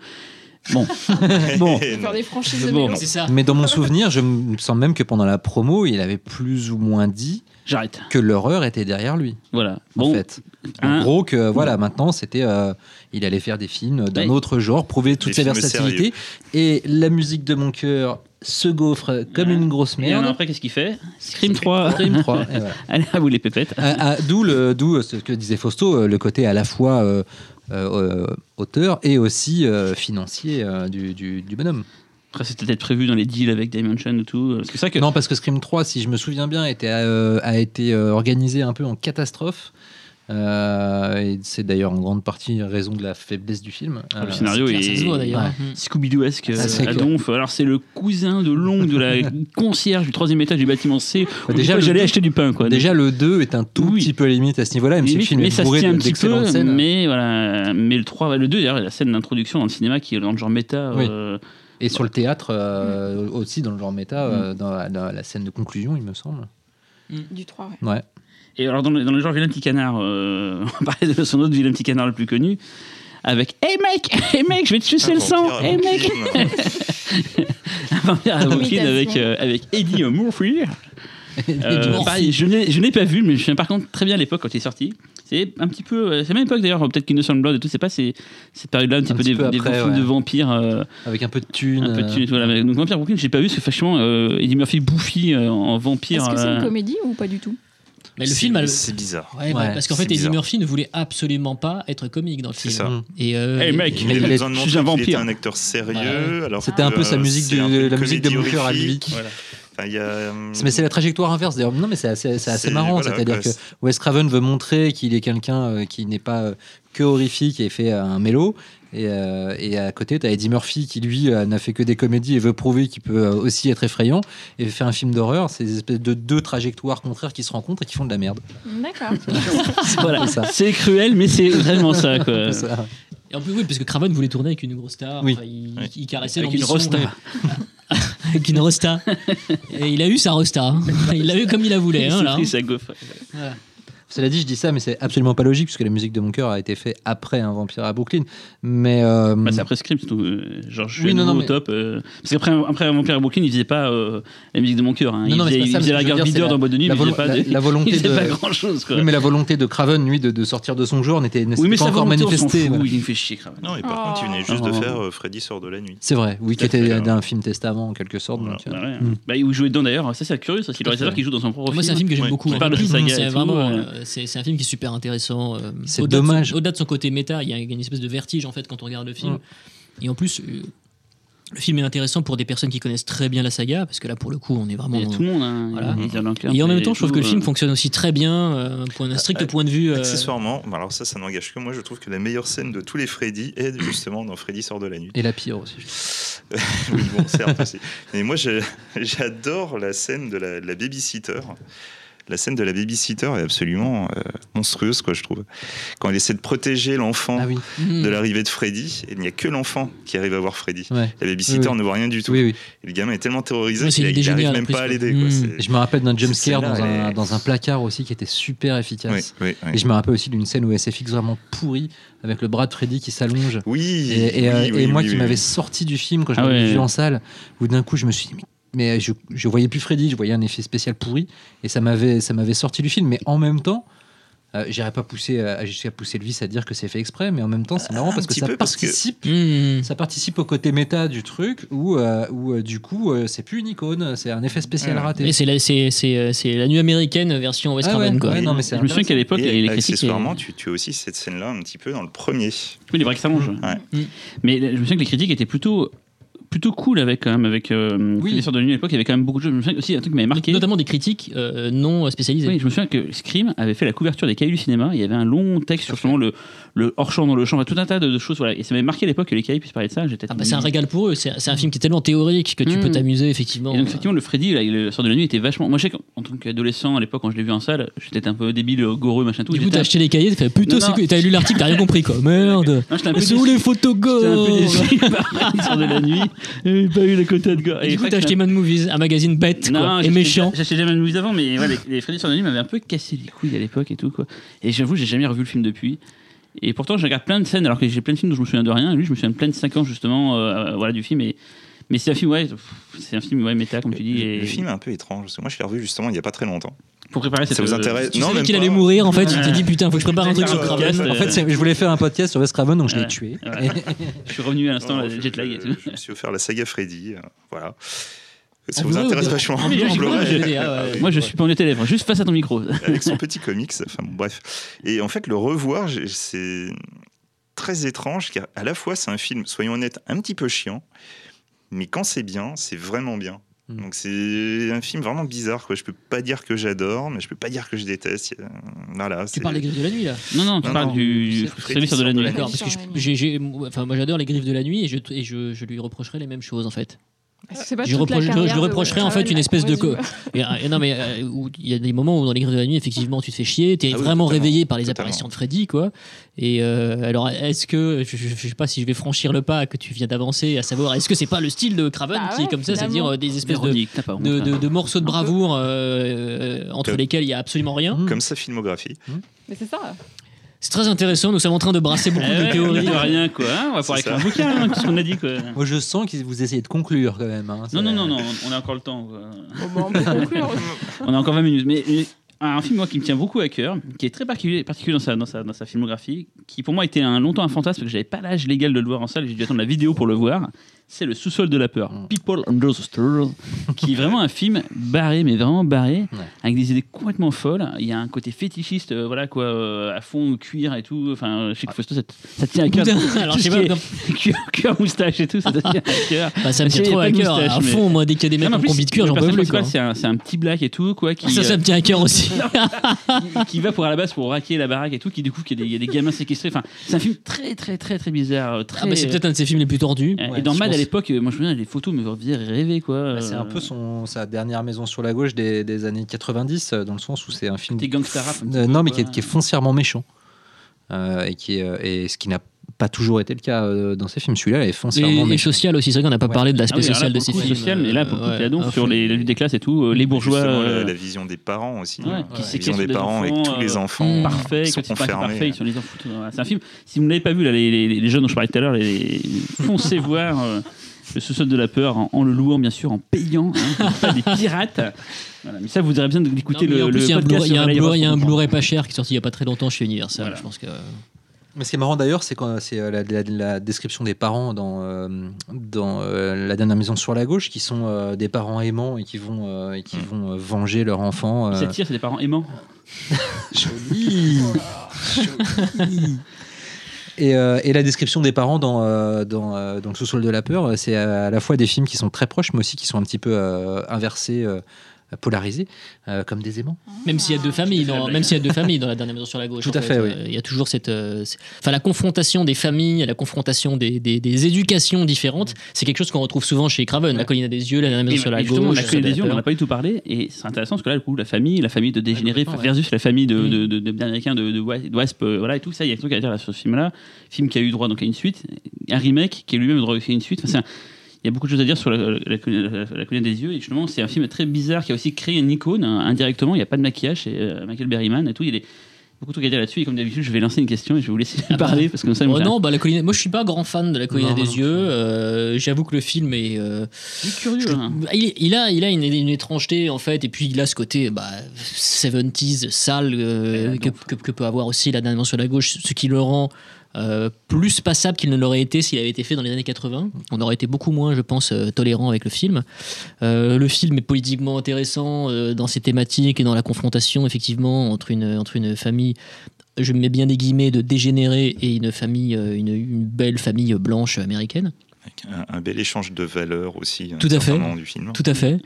Speaker 4: Bon, bon,
Speaker 1: Faire des franchises de
Speaker 4: Bon.
Speaker 1: mélo.
Speaker 3: C'est ça.
Speaker 2: ah, Mais dans mon souvenir, je me sens même que pendant la promo, il avait plus ou moins dit
Speaker 4: j'arrête.
Speaker 2: que l'horreur était derrière lui.
Speaker 4: Voilà. Bon, Hein.
Speaker 2: en fait.
Speaker 4: un-
Speaker 2: En gros, que voilà, maintenant, c'était. euh, il allait faire des films d'un
Speaker 4: Ouais.
Speaker 2: autre genre, prouver toute
Speaker 5: Des
Speaker 2: sa
Speaker 5: films
Speaker 2: versatilité. Et la musique de mon cœur se gaufre comme
Speaker 4: Ouais.
Speaker 2: une grosse
Speaker 4: et alors
Speaker 2: merde.
Speaker 4: après, qu'est-ce qu'il fait Scream 3.
Speaker 2: Scream 3, et voilà.
Speaker 4: Allez, à vous les pépettes.
Speaker 2: Ah, ah, D'où le- d'où ce que disait Fausto, euh, le côté à la fois euh, euh, euh, auteur et aussi euh, financier euh, du, du- du bonhomme.
Speaker 4: Après, c'était peut-être prévu dans les deals avec Dimension et tout. Parce que c'est vrai que.
Speaker 2: Non, parce que Scream 3, si je me souviens bien, était, euh, a été euh, organisé un peu en catastrophe. Euh, et c'est d'ailleurs en grande partie raison de la faiblesse du film.
Speaker 4: Le
Speaker 2: Euh,
Speaker 4: scénario
Speaker 3: Claire, ça
Speaker 4: est
Speaker 3: se voit d'ailleurs.
Speaker 2: ouais.
Speaker 3: Mm.
Speaker 4: Scooby-Dooesque euh,
Speaker 2: Ah, c'est
Speaker 4: à
Speaker 2: clair.
Speaker 4: Donf. Alors c'est le cousin de Long de la concierge du troisième étage du bâtiment C.
Speaker 2: Bah, déjà,
Speaker 4: déjà,
Speaker 2: le-
Speaker 4: j'allais acheter du pain quoi.
Speaker 2: Déjà, le 2 est un tout
Speaker 4: Oui.
Speaker 2: petit peu limite à ce niveau-là, même si le
Speaker 4: Limite,
Speaker 2: film
Speaker 4: mais
Speaker 2: est
Speaker 4: ça se
Speaker 2: bourré
Speaker 4: tient un
Speaker 2: de-
Speaker 4: petit
Speaker 2: d'excellentes
Speaker 4: peu,
Speaker 2: scènes.
Speaker 4: mais voilà, mais le 3, le 2 d'ailleurs, la scène d'introduction dans le cinéma qui est dans le genre méta.
Speaker 2: Oui.
Speaker 4: euh,
Speaker 2: Et sur le théâtre, euh, aussi dans le genre méta,
Speaker 4: Mm.
Speaker 2: euh, dans, la- dans la scène de conclusion, il me semble.
Speaker 1: Du 3, ouais.
Speaker 2: Ouais.
Speaker 4: et alors dans le, dans le genre vilain petit canard, euh, on parlait de son autre vilain petit canard le plus connu, avec Hey mec, hey mec, je vais te sucer le sang, hey Eh, mec, un vampire avec, euh, avec Eddie Murphy. Euh,
Speaker 3: Murphy.
Speaker 4: pareil, je n'ai- je n'ai pas vu, mais je me souviens par contre très bien à l'époque quand il est sorti. C'est un petit peu, euh, c'est la même époque d'ailleurs, peut-être qu'Innocent Blood et tout, c'est pas ces, cette période-là, un petit
Speaker 2: Un
Speaker 4: peu
Speaker 2: petit
Speaker 4: des,
Speaker 2: peu
Speaker 4: des
Speaker 2: après,
Speaker 4: films
Speaker 2: ouais.
Speaker 4: de vampires. euh,
Speaker 2: Avec un peu de thunes.
Speaker 4: Un peu de
Speaker 2: euh,
Speaker 4: thunes et tout, voilà. Mais Donc Vampire Brooklyn, j'ai pas vu, parce que franchement, euh, Eddie Murphy bouffi euh, en vampire.
Speaker 1: Est-ce que c'est
Speaker 4: euh,
Speaker 1: une comédie ou pas du tout
Speaker 3: Mais le film, a le-
Speaker 5: C'est bizarre.
Speaker 3: Ouais, bah,
Speaker 2: Ouais,
Speaker 3: parce qu'en
Speaker 5: c'est
Speaker 3: fait, Eddie
Speaker 5: bizarre.
Speaker 3: Murphy ne voulait absolument pas être comique dans le
Speaker 5: C'est
Speaker 3: film.
Speaker 5: ça.
Speaker 3: Et euh,
Speaker 4: Hey, mec,
Speaker 5: Il avait
Speaker 2: il est-
Speaker 5: besoin de
Speaker 4: je
Speaker 5: montrer
Speaker 4: suis un
Speaker 5: qu'il était
Speaker 4: vampire.
Speaker 5: un acteur sérieux. alors
Speaker 2: C'était
Speaker 5: que,
Speaker 2: un peu sa
Speaker 5: euh,
Speaker 2: musique
Speaker 5: c'est
Speaker 2: du-
Speaker 5: un peu
Speaker 2: la
Speaker 5: une
Speaker 2: musique de
Speaker 5: comédie
Speaker 2: Booker à
Speaker 5: horrifique.
Speaker 2: lui.
Speaker 5: Voilà. Enfin, il y a, euh,
Speaker 2: Mais c'est la trajectoire inverse d'ailleurs. Non, mais c'est assez, c'est assez
Speaker 5: C'est-
Speaker 2: marrant.
Speaker 5: voilà,
Speaker 2: C'est-à-dire
Speaker 5: quoi,
Speaker 2: que
Speaker 5: c'est-
Speaker 2: Wes Craven veut montrer qu'il est quelqu'un euh, qui n'est pas euh, que horrifique et fait euh, un mélo. Et, euh, et à côté, tu as Eddie Murphy qui, lui, euh, n'a fait que des comédies et veut prouver qu'il peut euh, aussi être effrayant et fait un film d'horreur. C'est des espèces de deux trajectoires contraires qui se rencontrent et qui font de la merde.
Speaker 1: D'accord.
Speaker 4: voilà.
Speaker 2: C'est ça.
Speaker 4: C'est cruel, mais c'est vraiment ça, quoi.
Speaker 2: C'est ça.
Speaker 3: et en plus, oui, parce que Craven voulait tourner avec une grosse star.
Speaker 2: Oui.
Speaker 3: Enfin, il,
Speaker 5: Oui.
Speaker 3: il caressait
Speaker 4: Avec une
Speaker 3: l'ambition,
Speaker 4: rosta.
Speaker 3: ouais. avec une rosta. Et il a eu sa rosta. hein. Il l'a eu comme il la voulait.
Speaker 4: Il
Speaker 3: hein,
Speaker 4: s'est
Speaker 3: là.
Speaker 4: pris sa gaufre.
Speaker 2: Cela dit, je dis ça, mais c'est absolument pas logique puisque la musique de mon cœur a été faite après Un vampire à Brooklyn. Mais. euh,
Speaker 4: Bah, c'est après Scream, c'est tout. euh, Genre, je suis
Speaker 2: Oui,
Speaker 4: à
Speaker 2: non,
Speaker 4: nouveau
Speaker 2: non,
Speaker 4: au
Speaker 2: mais-
Speaker 4: top. euh, Parce qu'après après Vampire Brooklyn, il faisait pas euh, la musique de mon cœur.
Speaker 2: Non,
Speaker 4: Hein. Il
Speaker 2: non, mais c'est
Speaker 4: faisait,
Speaker 2: pas
Speaker 4: il
Speaker 2: ça, mais ce
Speaker 4: faisait
Speaker 2: que
Speaker 4: la
Speaker 2: je veux
Speaker 4: garde
Speaker 2: dire,
Speaker 4: leader
Speaker 2: c'est
Speaker 4: dans Boîte de nuit,
Speaker 2: la
Speaker 4: mais il faisait
Speaker 2: volo-
Speaker 4: pas,
Speaker 2: la-
Speaker 4: de...
Speaker 2: la volonté
Speaker 4: il faisait
Speaker 2: de-
Speaker 4: pas grand chose, quoi.
Speaker 2: oui, mais la volonté de Craven, lui, de, de sortir de son genre, n'était n'était pas
Speaker 4: ça
Speaker 2: encore manifestée. voilà.
Speaker 4: il me fait chier, Craven.
Speaker 5: Non, et par
Speaker 1: Oh.
Speaker 5: contre, il venait juste de
Speaker 2: Oh.
Speaker 5: faire euh, Freddy sort de la nuit.
Speaker 2: C'est vrai, oui, qui
Speaker 5: Tout à fait,
Speaker 2: était
Speaker 5: ouais.
Speaker 2: d'un film testament en quelque sorte.
Speaker 5: Voilà.
Speaker 2: donc, euh,
Speaker 4: Bah, ouais.
Speaker 2: Mm.
Speaker 4: Bah, il jouait dedans d'ailleurs, ça c'est curieux, ça, c'est
Speaker 2: Tout
Speaker 4: le
Speaker 2: à
Speaker 4: réalisateur
Speaker 2: fait.
Speaker 4: qui joue dans son propre
Speaker 3: Moi, c'est un
Speaker 4: film.
Speaker 3: film que j'aime
Speaker 5: Ouais,
Speaker 3: beaucoup.
Speaker 4: qui parle de sa saga
Speaker 3: C'est
Speaker 4: et tout,
Speaker 3: vraiment,
Speaker 4: ouais.
Speaker 3: euh, c'est c'est un film qui est super intéressant. euh,
Speaker 2: C'est
Speaker 3: au-delà de son-
Speaker 2: dommage.
Speaker 3: Au-delà de son côté méta, il y, a une espèce de vertige en fait quand on regarde le film.
Speaker 2: Mm.
Speaker 3: Et en plus, euh, le film est intéressant pour des personnes qui connaissent très bien la saga, parce que là, pour le coup, on est vraiment.
Speaker 4: Il y a tout le monde, hein.
Speaker 3: Voilà.
Speaker 4: il y a Lanker,
Speaker 3: Et en même temps,
Speaker 4: et
Speaker 3: je trouve
Speaker 4: tout,
Speaker 3: que le film
Speaker 4: euh,
Speaker 3: fonctionne aussi très bien euh, pour un strict
Speaker 5: euh,
Speaker 3: point de vue. euh,
Speaker 5: Accessoirement, bah, alors ça, ça n'engage que moi. Je trouve que la meilleure scène de tous les Freddy est justement dans Freddy sort de la nuit.
Speaker 2: Et la pire aussi. je trouve.
Speaker 5: oui, bon, certes aussi. Mais moi, je- j'adore la scène de la, de la babysitter. La scène de la babysitter est absolument euh, monstrueuse, quoi, je trouve. Quand elle essaie de protéger l'enfant
Speaker 2: Ah oui,
Speaker 3: mm.
Speaker 5: de l'arrivée de Freddy, il n'y a que l'enfant qui arrive à voir Freddy.
Speaker 2: Ah ouais.
Speaker 5: La babysitter
Speaker 2: Oui, oui.
Speaker 5: ne voit rien du tout.
Speaker 2: oui, oui.
Speaker 5: Et le gamin est tellement terrorisé
Speaker 3: Oui, c'est
Speaker 5: qu'il
Speaker 3: l'idée
Speaker 5: il n'arrive
Speaker 3: géniale, en
Speaker 5: même
Speaker 3: plus,
Speaker 5: pas à
Speaker 3: quoi.
Speaker 5: l'aider. quoi.
Speaker 3: Mm.
Speaker 5: C'est-
Speaker 2: Et Hmm, je me rappelle d'un jumpscare
Speaker 5: Celle-là,
Speaker 2: dans,
Speaker 5: elle
Speaker 2: un,
Speaker 5: est-
Speaker 2: dans un placard aussi qui était super efficace.
Speaker 5: Oui, oui, oui.
Speaker 2: Et je me rappelle aussi d'une scène où SFX vraiment pourrie, avec le bras de Freddy qui s'allonge.
Speaker 5: Oui,
Speaker 2: Et, et, euh,
Speaker 5: oui, oui,
Speaker 2: et moi
Speaker 5: oui,
Speaker 2: qui
Speaker 5: oui,
Speaker 2: m'avais
Speaker 5: oui.
Speaker 2: sorti du film quand je
Speaker 4: Ah
Speaker 2: l'avais
Speaker 4: ouais.
Speaker 2: vu en salle, où d'un coup je me suis dit, mais, mais euh, je, je voyais plus Freddy, je voyais un effet spécial pourri, et ça m'avait ça m'avait sorti du film. Mais en même temps, euh, j'irais pas pousser à, jusqu'à pousser le vice à dire que c'est fait exprès, mais en même temps c'est marrant
Speaker 5: Euh, un
Speaker 2: parce que
Speaker 5: petit
Speaker 2: ça
Speaker 5: peu, parce que-
Speaker 2: participe.
Speaker 3: Mm.
Speaker 2: Ça participe au côté méta du truc où, euh, où euh, du coup euh, c'est plus une icône, c'est un effet spécial
Speaker 5: Ouais.
Speaker 2: raté.
Speaker 3: Mais c'est la, c'est- c'est, euh, c'est la nuit américaine version Wes
Speaker 2: Ah ouais,
Speaker 3: Craven, quoi.
Speaker 2: ouais, non, mais c'est
Speaker 4: Je me souviens qu'à l'époque,
Speaker 5: Et euh,
Speaker 4: les critiques.
Speaker 5: accessoirement, tu, tu as aussi cette scène-là un petit peu dans le premier.
Speaker 4: Oui, les breaks s'allongent.
Speaker 5: Ouais.
Speaker 4: Mais je me souviens que les critiques étaient plutôt plutôt cool avec quand même avec euh,
Speaker 2: Oui.
Speaker 4: les sœurs de la nuit à l'époque. Il y avait quand même beaucoup de jeux. Je me souviens aussi un truc qui m'avait marqué.
Speaker 3: Notamment des critiques euh, non spécialisées.
Speaker 4: Oui, je me souviens que Scream avait fait la couverture des Cahiers du cinéma. Il y avait un long texte sur justement le, le hors-champ dans le champ, enfin, tout un tas de, de choses. Voilà. Et ça m'avait marqué à l'époque que les Cahiers puissent parler de ça. J'étais
Speaker 3: Ah bah, c'est un régal pour eux. C'est c'est un film qui est tellement théorique que tu
Speaker 4: Mm.
Speaker 3: peux t'amuser, effectivement.
Speaker 4: Et donc, effectivement, le Freddy, là, le sort de la nuit, était vachement. Moi, je sais qu'en tant qu'adolescent, à l'époque, quand je l'ai vu en salle, j'étais un peu débile, euh, goreux, machin tout.
Speaker 3: du coup,
Speaker 4: J'étais
Speaker 3: t'as
Speaker 4: un-
Speaker 3: acheté les cahiers, t'as fait plutôt,
Speaker 4: Non,
Speaker 3: c'est
Speaker 4: non.
Speaker 3: que- t'as lu l'article, t'as rien compris quoi. Merde
Speaker 4: Non, j'étais un peu
Speaker 3: C'est où
Speaker 4: déçu.
Speaker 3: les photos
Speaker 4: J'étais un peu
Speaker 3: gore
Speaker 4: déçu par le sort de la nuit. J'avais pas eu la quota de gore.
Speaker 3: Et Du coup,
Speaker 4: c'est vrai
Speaker 3: t'as
Speaker 4: que
Speaker 3: acheté Mad Movies, un magazine bête
Speaker 4: Non,
Speaker 3: quoi, et
Speaker 4: j'achetais-
Speaker 3: méchant.
Speaker 4: J'achetais jamais de movies avant, mais ouais, les, les Freddy sur la nuit m'avaient un peu cassé les couilles à l'époque et tout quoi. Et j'avoue, j'ai jamais revu le film depuis. Et pourtant, je regarde plein de scènes, alors que j'ai plein de films dont je me souviens de rien. Et lui, je me souviens de plein de séquences justement, euh, voilà, du film. Et mais c'est un film, ouais, pff, c'est un film ouais méta comme tu dis.
Speaker 5: Le,
Speaker 4: et
Speaker 5: le film est un peu étrange. parce que Moi, je l'ai revu justement il n'y a pas très longtemps.
Speaker 4: pour préparer cette
Speaker 5: Ça vous
Speaker 4: euh,
Speaker 5: intéresse
Speaker 3: Tu
Speaker 5: Non,
Speaker 3: savais
Speaker 5: même
Speaker 3: qu'il
Speaker 5: pas.
Speaker 3: allait mourir en fait, tu t'es
Speaker 4: Ouais.
Speaker 3: dit putain, faut que je prépare un truc sur
Speaker 5: Ouais.
Speaker 3: Kraven.
Speaker 2: En fait, c'est- je voulais faire un podcast sur Wes Craven, donc je l'ai
Speaker 4: euh, Ouais.
Speaker 2: tué.
Speaker 4: Ouais. Je suis revenu à l'instant,
Speaker 5: Non,
Speaker 4: là,
Speaker 5: je-
Speaker 4: jet lag et
Speaker 5: je-
Speaker 4: tout.
Speaker 5: Je me suis offert la saga Freddy. euh, voilà. Ça
Speaker 3: En
Speaker 5: vous
Speaker 3: Blu-ray
Speaker 5: intéresse
Speaker 3: ou pas
Speaker 5: vachement
Speaker 3: En Blu-ray,
Speaker 5: En
Speaker 4: j'ai
Speaker 5: Blu-ray.
Speaker 4: pas le
Speaker 3: DVD, ah ouais.
Speaker 5: oui,
Speaker 4: Moi, je
Speaker 5: ouais.
Speaker 4: suis pas en tes lèvres, juste face à ton micro.
Speaker 5: avec son petit comics. Enfin bon, bref. Et en fait, le revoir, j'ai- c'est très étrange car à la fois c'est un film, soyons honnêtes, un petit peu chiant, mais quand c'est bien, c'est vraiment bien.
Speaker 2: Mm.
Speaker 5: Donc c'est un film vraiment bizarre quoi. Je peux pas dire que j'adore, mais je peux pas dire que je déteste. Il y a- Voilà.
Speaker 3: Tu parles des griffes de la nuit là
Speaker 4: Non, non, tu
Speaker 5: Non,
Speaker 4: parles
Speaker 5: non,
Speaker 4: du
Speaker 5: c'est
Speaker 4: service de la
Speaker 5: Freddy
Speaker 4: nuit.
Speaker 5: Sandler.
Speaker 3: D'accord, parce que je- j'ai- j'ai- enfin, moi j'adore les griffes de la nuit et, je, et je, je lui reprocherais les mêmes choses en fait. Je reproche- je- je reprocherais, en fait, une espèce de co- Et, euh, et non, mais euh, où il y a des moments où dans les griffes de la nuit, effectivement, tu te fais chier, t'es
Speaker 5: Ah oui,
Speaker 3: vraiment
Speaker 5: totalement,
Speaker 3: réveillé par les
Speaker 5: totalement.
Speaker 3: apparitions de Freddy quoi. Et euh, alors, est-ce que je, je- je sais pas si je vais franchir le pas que tu viens d'avancer, à savoir est-ce que c'est pas le style de Craven
Speaker 1: Bah
Speaker 3: qui est
Speaker 1: ouais,
Speaker 3: comme ça, c'est-à-dire
Speaker 1: finalement.
Speaker 3: euh, des espèces de,
Speaker 4: Véronique, t'as pas honte. hein.
Speaker 3: de, de- de morceaux de
Speaker 1: Un peu.
Speaker 3: bravoure euh, euh, entre
Speaker 5: Comme-
Speaker 3: lesquels il y a absolument rien.
Speaker 2: Mm.
Speaker 5: Comme sa filmographie.
Speaker 1: Mais c'est ça.
Speaker 3: C'est très intéressant, nous sommes en train de brasser beaucoup
Speaker 4: Eh ouais,
Speaker 3: de
Speaker 4: on
Speaker 3: théories.
Speaker 4: dit rien quoi, hein, on va pouvoir
Speaker 5: C'est
Speaker 4: écrire un
Speaker 5: ça.
Speaker 4: bouquin, hein, tout ce qu'on a dit quoi.
Speaker 2: Moi, je sens que vous essayez de conclure quand même. hein.
Speaker 4: Non,
Speaker 2: Ça-
Speaker 4: non, non, non, on a encore le temps. quoi.
Speaker 1: Bon, bah, on peut conclure.
Speaker 4: On a encore 20 minutes. Mais, mais un film moi, qui me tient beaucoup à cœur, qui est très particulier, particulier dans, sa, dans, sa, dans sa filmographie, qui pour moi était un, longtemps un fantasme, parce que j'avais pas l'âge légal de le voir en salle, j'ai dû attendre la vidéo pour le voir. C'est Le sous-sol de la peur,
Speaker 2: Mm.
Speaker 4: People Under the Stairs, qui est vraiment un film barré, mais vraiment barré,
Speaker 2: Ouais.
Speaker 4: avec des idées complètement folles. Il y a un côté fétichiste, euh, voilà quoi, euh, à fond, cuir et tout. Enfin, je sais que Fausto, ça, te- ça te tient à cœur.
Speaker 3: Putain, alors
Speaker 4: Tout
Speaker 3: je sais
Speaker 4: ce
Speaker 3: pas,
Speaker 4: qui est-
Speaker 3: comme-
Speaker 4: cuir, cuir, moustache et tout, ça te tient à cœur.
Speaker 3: bah, ça me
Speaker 4: Si,
Speaker 3: tient
Speaker 4: il y a
Speaker 3: trop
Speaker 4: pas
Speaker 3: à
Speaker 4: de
Speaker 3: cœur.
Speaker 4: moustache,
Speaker 3: À
Speaker 4: mais-
Speaker 3: fond, moi, dès qu'il y a des mecs
Speaker 4: Non, mais
Speaker 3: en
Speaker 4: plus,
Speaker 3: combi de cuir,
Speaker 4: le
Speaker 3: j'en peux
Speaker 4: personnage
Speaker 3: plus. Quoi. Ah,
Speaker 4: principal, C'est un, c'est un petit black et tout, quoi, qui,
Speaker 3: Ça, ça me tient à cœur aussi.
Speaker 4: euh, qui va pour à la base pour raquer la baraque et tout, qui découvre qu'il y, a des- il y a des gamins séquestrés. Enfin, c'est un film très, très, très, très bizarre. euh, Très,
Speaker 3: Ah bah, c'est peut-être un de ses films les plus tordus.
Speaker 4: Euh,
Speaker 3: Ouais,
Speaker 4: et dans
Speaker 3: je
Speaker 4: Mad à
Speaker 3: pense.
Speaker 4: l'époque, euh, moi je me souviens, les photos me faisaient rêver, quoi.
Speaker 2: Bah, C'est un
Speaker 4: Euh,
Speaker 2: peu son, sa dernière maison sur la gauche des, des années 90, euh, dans le sens où c'est un film
Speaker 4: Des gangsta rap. un petit
Speaker 2: Euh,
Speaker 4: peu,
Speaker 2: non, mais
Speaker 4: quoi.
Speaker 2: qui est, qui est foncièrement méchant. Euh, et, qui est, euh, et ce qui n'a pas toujours été le cas euh, dans ces films. Celui-là est foncièrement
Speaker 3: Et, et
Speaker 2: méchant.
Speaker 3: social aussi, c'est vrai qu'on n'a pas
Speaker 2: Ouais.
Speaker 3: parlé de l'aspect
Speaker 4: Ah oui, alors là,
Speaker 3: social de
Speaker 4: pour
Speaker 3: ces
Speaker 4: le coup,
Speaker 3: films.
Speaker 4: social, mais là, pour le coup,
Speaker 3: Euh,
Speaker 4: t'es
Speaker 3: ouais,
Speaker 4: donc
Speaker 3: un
Speaker 4: sur
Speaker 3: film.
Speaker 4: les, la lutte des classes et tout, euh, les bourgeois.
Speaker 5: Justement, la,
Speaker 4: euh,
Speaker 5: la vision des parents aussi.
Speaker 4: Ouais,
Speaker 5: La
Speaker 4: qui
Speaker 2: c'est
Speaker 5: vision
Speaker 4: séquestre
Speaker 5: des
Speaker 4: des
Speaker 5: parents avec
Speaker 4: enfants,
Speaker 5: tous les
Speaker 4: euh,
Speaker 5: enfants.
Speaker 4: parfait,
Speaker 5: Mmh. sont
Speaker 4: quand ils sont
Speaker 5: enfermés. hein.
Speaker 4: parfait, ils sont les enfants. Voilà, Ah, C'est un film. Si vous ne l'avez pas vu, là, les, les- les jeunes dont je parlais tout à l'heure, les, les- foncez voir euh, le sous-sol de la peur en, en le louant, bien sûr, en payant. hein, vous n'êtes pas des pirates. Voilà, mais ça, vous aurez besoin d'écouter
Speaker 3: Non, mais
Speaker 4: le,
Speaker 3: en plus,
Speaker 4: le
Speaker 3: il y a un
Speaker 4: podcast.
Speaker 3: Blu-ray- il y a un
Speaker 4: sur Ray
Speaker 3: Blu-ray- il y a un
Speaker 4: Roth.
Speaker 3: Blu-ray pas cher qui est sorti il n'y a pas très longtemps chez Universal.
Speaker 4: Voilà.
Speaker 3: Je pense que.
Speaker 2: Mais ce qui est marrant d'ailleurs, c'est quand c'est euh, la, la- la description des parents dans, euh, dans euh, la dernière maison sur la gauche, qui sont euh, des parents aimants et qui vont, euh, et qui vont euh, venger leur enfant.
Speaker 4: Ils
Speaker 2: euh.
Speaker 4: s'attirent, Hmm. c'est des parents aimants.
Speaker 2: Joli. Joli. Et, euh, et la description des parents dans, euh, dans, euh, dans le sous-sol de la peur, euh, c'est à la fois des films qui sont très proches, mais aussi qui sont un petit peu euh, inversés, euh, polarisés, euh, comme des aimants.
Speaker 3: Même s'il y a deux familles,
Speaker 4: la
Speaker 3: dans,
Speaker 4: blague.
Speaker 3: même s'il y a deux familles dans la dernière maison sur la gauche.
Speaker 2: Tout
Speaker 3: en
Speaker 2: à fait, oui.
Speaker 3: Euh, Il y a toujours cette, euh, c'est- enfin la confrontation des familles, la confrontation des, des, des éducations
Speaker 2: Mm.
Speaker 3: différentes. C'est quelque chose qu'on retrouve souvent chez Craven. La colline a des yeux, la dernière
Speaker 4: Et,
Speaker 3: maison sur la
Speaker 4: et justement,
Speaker 3: gauche. Euh,
Speaker 4: la
Speaker 3: sur la
Speaker 4: collision, on
Speaker 3: peur.
Speaker 4: n'en a pas du tout parlé. Et c'est intéressant parce que là, du coup, la famille, la famille de dégénérés
Speaker 3: complètement, ouais.
Speaker 4: versus la famille de,
Speaker 3: Mm.
Speaker 4: de, de, de- d'Américains, de, de Wa- de Wasp, euh, voilà, et tout ça, il y a des trucs à dire là, sur ce film-là. Film qui a eu droit donc, à une suite, un remake qui est lui-même droit à une suite. Enfin, c'est un- il y a beaucoup de choses à dire sur la, la, la- la colline des yeux. Et justement, c'est un film très bizarre qui a aussi créé une icône hein, indirectement. Il n'y a pas de maquillage, c'est euh, Michael Berryman et tout. Il y a des- beaucoup de trucs à dire là-dessus. Et comme d'habitude, je vais lancer une question et je vais vous laisser
Speaker 3: bah.
Speaker 4: parler parce que comme ça,
Speaker 3: Oh
Speaker 4: moi, j'ai
Speaker 3: non, bah, la colline... moi je suis pas grand fan de la colline
Speaker 2: Non,
Speaker 3: des
Speaker 2: non,
Speaker 3: yeux. Euh, J'avoue que le film est. euh,
Speaker 4: un- je suis curieux. hein.
Speaker 3: Il, il a, il a une, une étrangeté en fait, et puis il a ce côté bah, 70s sale euh,
Speaker 4: Ouais,
Speaker 3: que,
Speaker 4: donc.
Speaker 3: que- que peut avoir aussi la dernière sur la gauche, ce qui le rend euh, plus passable qu'il ne l'aurait été s'il avait été fait dans les années 80. On aurait été beaucoup moins, je pense, euh, tolérant avec le film. Euh, le film est politiquement intéressant euh, dans ses thématiques et dans la confrontation effectivement entre une, entre une famille je mets bien des guillemets de dégénérés et une famille, euh, une, une belle famille blanche américaine.
Speaker 5: Avec un, un bel échange de valeurs aussi.
Speaker 3: Tout à fait.
Speaker 5: moment Du film.
Speaker 3: Tout à fait.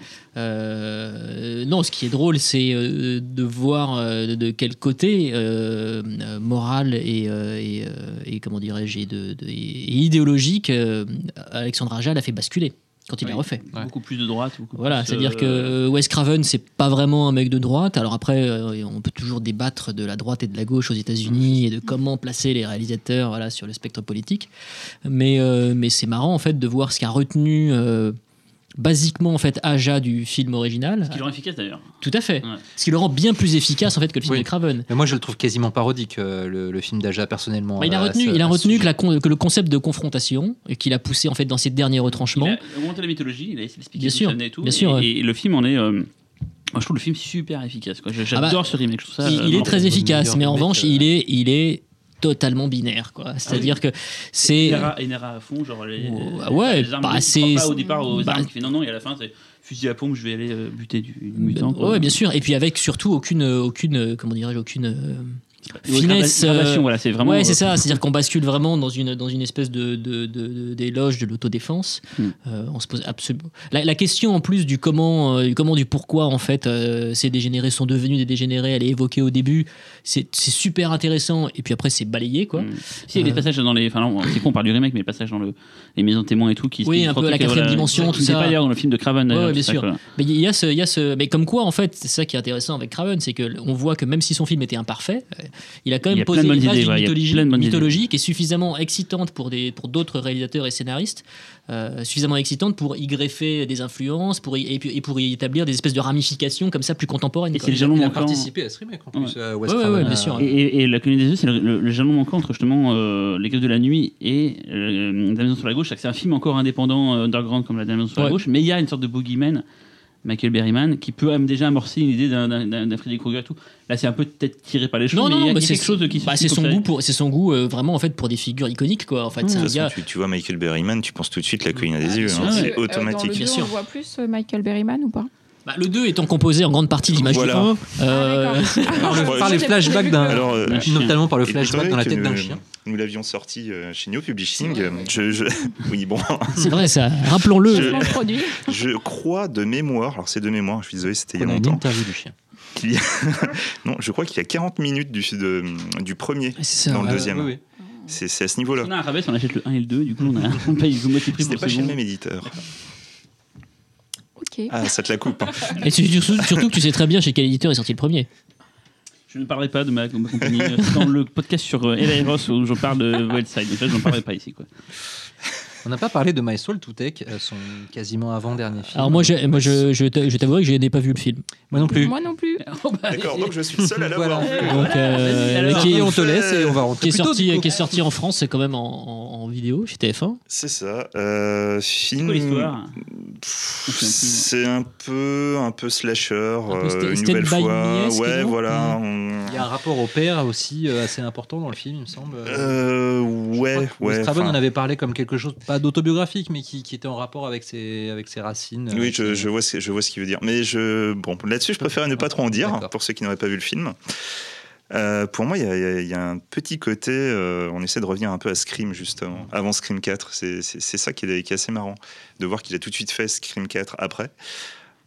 Speaker 3: Euh, non, ce qui est drôle, c'est euh, de voir euh, de- de quel côté euh, euh, moral et, euh, et, euh, et comment dirais-je et, de- de- et idéologique euh, Alexandre Aja l'a fait basculer quand il l'a
Speaker 4: Oui.
Speaker 3: refait.
Speaker 4: Beaucoup plus de droite. beaucoup
Speaker 3: Voilà,
Speaker 4: plus,
Speaker 3: c'est-à-dire
Speaker 4: euh,
Speaker 3: que Wes Craven, c'est pas vraiment un mec de droite. Alors après, euh, on peut toujours débattre de la droite et de la gauche aux États-Unis et de comment placer les réalisateurs voilà, sur le spectre politique. Mais, euh, mais c'est marrant, en fait, de voir ce qu'a retenu euh, basiquement, en fait, Aja du film original.
Speaker 4: Ce qui le rend efficace d'ailleurs.
Speaker 3: Tout à fait.
Speaker 4: Ouais.
Speaker 3: Ce qui le rend bien plus efficace, en fait, que le film
Speaker 2: Oui.
Speaker 3: de Craven.
Speaker 2: Mais moi, je le trouve quasiment parodique, euh, le, le film d'Aja, personnellement.
Speaker 3: Bah, il a
Speaker 2: à
Speaker 3: retenu,
Speaker 2: ce-
Speaker 3: il a
Speaker 2: à ce
Speaker 3: retenu
Speaker 2: sujet.
Speaker 3: que, la con- que le concept de confrontation, et qu'il a poussé, en fait, dans ses derniers retranchements.
Speaker 4: Il a augmenté la mythologie, il a essayé d'expliquer
Speaker 3: Bien
Speaker 4: d'où
Speaker 3: sûr,
Speaker 4: ça venait et tout.
Speaker 3: bien sûr,
Speaker 4: et,
Speaker 3: ouais.
Speaker 4: et le film en est. euh, moi, je trouve le film super efficace. quoi. Je- J'adore ce remake. Je trouve ça,
Speaker 3: Ah bah, il,
Speaker 4: euh,
Speaker 3: il est
Speaker 4: non,
Speaker 3: très
Speaker 2: le
Speaker 3: efficace,
Speaker 2: meilleur
Speaker 3: mais en
Speaker 2: remake,
Speaker 3: revanche,
Speaker 2: euh,
Speaker 3: il est, il est totalement binaire, quoi. C'est-à-dire que c'est
Speaker 4: Inara, Inara à fond, genre les,
Speaker 3: Ouais, ouais,
Speaker 4: les armes,
Speaker 3: bah,
Speaker 4: il croit
Speaker 3: c'est-
Speaker 4: pas au départ aux
Speaker 3: bah-
Speaker 4: armes, qui fait non non et à la fin c'est fusil à pompe, je vais aller euh, buter du, du mutant. quoi.
Speaker 3: Ben, ouais, bien sûr. Et puis avec surtout aucune, euh, aucune, euh, comment dirais-je, aucune. euh,
Speaker 4: Et aux
Speaker 3: finesse,
Speaker 4: gradations,
Speaker 3: euh,
Speaker 4: voilà, c'est vraiment.
Speaker 3: ouais, c'est
Speaker 4: euh,
Speaker 3: ça. C'est-à-dire qu'on bascule vraiment dans une, dans une espèce de, de, de- de- d'éloge de l'autodéfense.
Speaker 4: Hmm.
Speaker 3: Euh, on se pose absolument. La, la question en plus du comment, euh, du comment, du pourquoi en fait euh, ces dégénérés sont devenus des dégénérés, elle est évoquée au début. C'est, c'est super intéressant. Et puis après, c'est balayé, quoi.
Speaker 4: Mm. Si, il y a
Speaker 3: Euh,
Speaker 4: des passages dans les. Enfin, non, c'est con, on parle du remake, mais les passages dans le, les maisons témoins et tout qui
Speaker 3: Oui,
Speaker 4: qui
Speaker 3: un peu
Speaker 4: sortent,
Speaker 3: la
Speaker 4: qui,
Speaker 3: quatrième dimension,
Speaker 4: qui
Speaker 3: tout
Speaker 4: n'était
Speaker 3: ça.
Speaker 4: pas d'ailleurs dans le film de Craven,
Speaker 3: Ouais,
Speaker 4: d'ailleurs.
Speaker 3: ouais, bien
Speaker 4: c'est ça,
Speaker 3: sûr.
Speaker 4: quoi.
Speaker 3: Mais il y a ce, il y a ce, mais comme quoi en fait, c'est ça qui est intéressant avec Craven, c'est que l- on voit que même si son film était imparfait, euh, il a quand
Speaker 4: Il y
Speaker 3: même
Speaker 4: a
Speaker 3: posé
Speaker 4: plein
Speaker 3: une
Speaker 4: de bonnes
Speaker 3: base
Speaker 4: idées,
Speaker 3: d'une
Speaker 4: ouais, il y a
Speaker 3: mythologie,
Speaker 4: plein de bonnes idées.
Speaker 3: mythologie qui est suffisamment excitante pour des, pour d'autres réalisateurs et scénaristes, euh, suffisamment excitante pour y greffer des influences, pour y- et, puis- et pour y établir des espèces de ramifications comme ça plus contemporaines.
Speaker 4: Et
Speaker 3: quoi.
Speaker 4: c'est le jalon
Speaker 2: Il a
Speaker 4: manquant.
Speaker 2: participé à ce remake en
Speaker 4: Ouais.
Speaker 2: plus. à Wes
Speaker 3: Ouais, ouais,
Speaker 2: Craven,
Speaker 3: ouais, bien
Speaker 2: euh,
Speaker 3: sûr.
Speaker 4: Et, et- et la colonie des yeux, c'est le, le, le jalon manquant entre justement euh, Les Gueules de la Nuit et euh, La Maison sur la Gauche. C'est-à-dire que C'est un film encore indépendant, euh, underground comme La Maison sur la
Speaker 3: Ouais.
Speaker 4: Gauche, mais il y a une sorte de boogeyman, Michael Berryman, qui peut même déjà amorcer une idée d'un- d'un d'un- d'un Freddy Krueger et tout. Là, c'est un peu peut-être tiré par les cheveux,
Speaker 3: Non,
Speaker 4: mais
Speaker 3: non,
Speaker 4: il y a,
Speaker 3: non,
Speaker 4: il y a
Speaker 3: mais c'est
Speaker 4: quelque chose de qui se
Speaker 3: bah,
Speaker 4: dit
Speaker 3: c'est
Speaker 4: qu'on
Speaker 3: son
Speaker 4: fait-
Speaker 3: goût pour, c'est son goût euh, vraiment en fait pour des figures iconiques quoi. En fait, c'est
Speaker 4: Mmh,
Speaker 5: De
Speaker 3: un
Speaker 5: toute façon,
Speaker 3: gars.
Speaker 5: tu, tu vois Michael Berryman, tu penses tout de suite la colline
Speaker 3: Ah,
Speaker 5: des yeux.
Speaker 3: bien
Speaker 5: hein,
Speaker 4: sûr.
Speaker 5: c'est
Speaker 4: Ouais,
Speaker 1: euh, dans le
Speaker 5: automatique.
Speaker 1: deux,
Speaker 3: Bien sûr.
Speaker 1: on voit plus euh, Michael Berryman ou pas
Speaker 3: Bah, le 2 étant composé en grande partie de l'image
Speaker 5: Voilà.
Speaker 3: du 1. euh,
Speaker 1: Ah,
Speaker 2: Par, le-
Speaker 5: Ouais,
Speaker 2: par
Speaker 5: je-
Speaker 2: les flashbacks d'un.
Speaker 5: Alors, euh,
Speaker 4: Ouais. chien.
Speaker 2: Notamment par le
Speaker 5: Et
Speaker 2: flashback
Speaker 5: étant
Speaker 2: dans la
Speaker 5: que
Speaker 2: tête d'un
Speaker 5: nous-
Speaker 2: chien.
Speaker 5: Nous l'avions sorti euh, chez New Publishing. euh, Je, je- Oui, bon,
Speaker 3: c'est vrai ça. Rappelons-le.
Speaker 5: Je-
Speaker 1: produit.
Speaker 5: je crois de mémoire, alors c'est de mémoire, je suis désolé, c'était il y a
Speaker 2: On a une
Speaker 5: longtemps.
Speaker 2: interview du chien.
Speaker 5: qu'il y a- non, je crois qu'il y a 40 minutes du, de- du premier.
Speaker 3: C'est ça.
Speaker 5: Dans le
Speaker 2: Ah,
Speaker 5: deuxième.
Speaker 2: oui, oui.
Speaker 5: C'est c'est à ce niveau-là.
Speaker 4: On a un rabais, si on achète le 1 et le 2, du coup, on, a, on paye le moitié prix pour
Speaker 5: C'était
Speaker 4: le
Speaker 5: pas chez
Speaker 4: second.
Speaker 5: le même éditeur.
Speaker 1: Ok.
Speaker 5: Ah, ça te la coupe. hein.
Speaker 3: Et tu- surtout, surtout que tu sais très bien chez quel éditeur est sorti le premier.
Speaker 4: Je ne parlerai pas de ma, ma compagnie euh, dans le podcast sur euh, L.A. Ross où je parle de Wildside. Donc là, je n'en parlerai pas ici. Quoi.
Speaker 2: On n'a pas parlé de My Soul to Take, euh, son quasiment avant-dernier film.
Speaker 3: Alors moi, je, moi, je, je t'a- je t'avouerai que je n'ai pas vu le film.
Speaker 2: Moi non plus.
Speaker 1: Moi non plus.
Speaker 5: D'accord, donc je suis le seul à
Speaker 2: Voilà.
Speaker 5: l'avoir.
Speaker 3: Donc, euh,
Speaker 4: vas-y, alors.
Speaker 3: qui,
Speaker 2: Et
Speaker 3: est,
Speaker 2: on te laisse et on va rentrer.
Speaker 3: qui est
Speaker 2: plus tôt, du
Speaker 3: sorti, euh,
Speaker 2: coup.
Speaker 3: qui est sorti en France, c'est quand même en, en- en vidéo chez TF1.
Speaker 5: C'est ça. Euh,
Speaker 4: C'est
Speaker 5: film.
Speaker 4: quoi l'histoire
Speaker 5: Pff, C'est un peu, un peu slasher.
Speaker 3: peu
Speaker 5: euh,
Speaker 3: sta-
Speaker 5: une
Speaker 3: Stand
Speaker 5: nouvelle
Speaker 3: by
Speaker 5: fois.
Speaker 3: Me-esque,
Speaker 5: ouais,
Speaker 3: non
Speaker 5: voilà. on-
Speaker 2: Mmh. Il y a un rapport au père aussi euh, assez important dans le film, il me semble.
Speaker 5: Euh,
Speaker 2: Je crois
Speaker 5: ouais,
Speaker 2: que Wes
Speaker 5: ouais.
Speaker 2: Craven
Speaker 5: enfin,
Speaker 2: en avait parlé comme quelque chose, pas d'autobiographique, mais qui, qui était en rapport avec ses, avec ses racines.
Speaker 5: Oui,
Speaker 2: avec
Speaker 5: je,
Speaker 2: ses-
Speaker 5: je vois ce que- je vois ce qu'il veut dire. Mais je, bon, là-dessus, je préfère ne pas trop en dire
Speaker 2: D'accord.
Speaker 5: pour ceux qui n'auraient pas vu le film. Euh, pour moi, il y, a- il y a- il y a un petit côté. euh, on essaie de revenir un peu à Scream justement avant Scream 4. C'est c'est- c'est ça qui est, qui est assez marrant de voir qu'il a tout de suite fait Scream 4 après.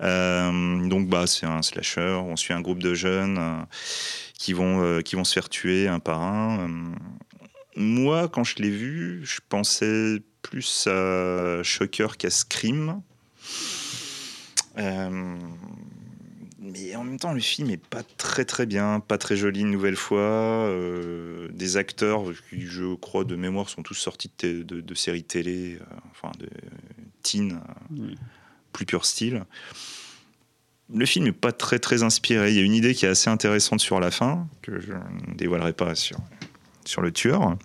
Speaker 5: Euh, donc bah c'est un slasher. On suit un groupe de jeunes euh, qui vont euh, qui vont se faire tuer un par un. Euh, moi, quand je l'ai vu, je pensais plus à Shocker qu'à Scream. Euh, mais en même temps, le film est pas très très bien, pas très joli une nouvelle fois. Euh, des acteurs qui, je crois, de mémoire, sont tous sortis de, té- de- de séries télé, euh, enfin de teen, euh,
Speaker 4: Oui.
Speaker 5: plus pur style. Le film est pas très très inspiré. Il y a une idée qui est assez intéressante sur la fin que je ne dévoilerai pas sur sur le tueur.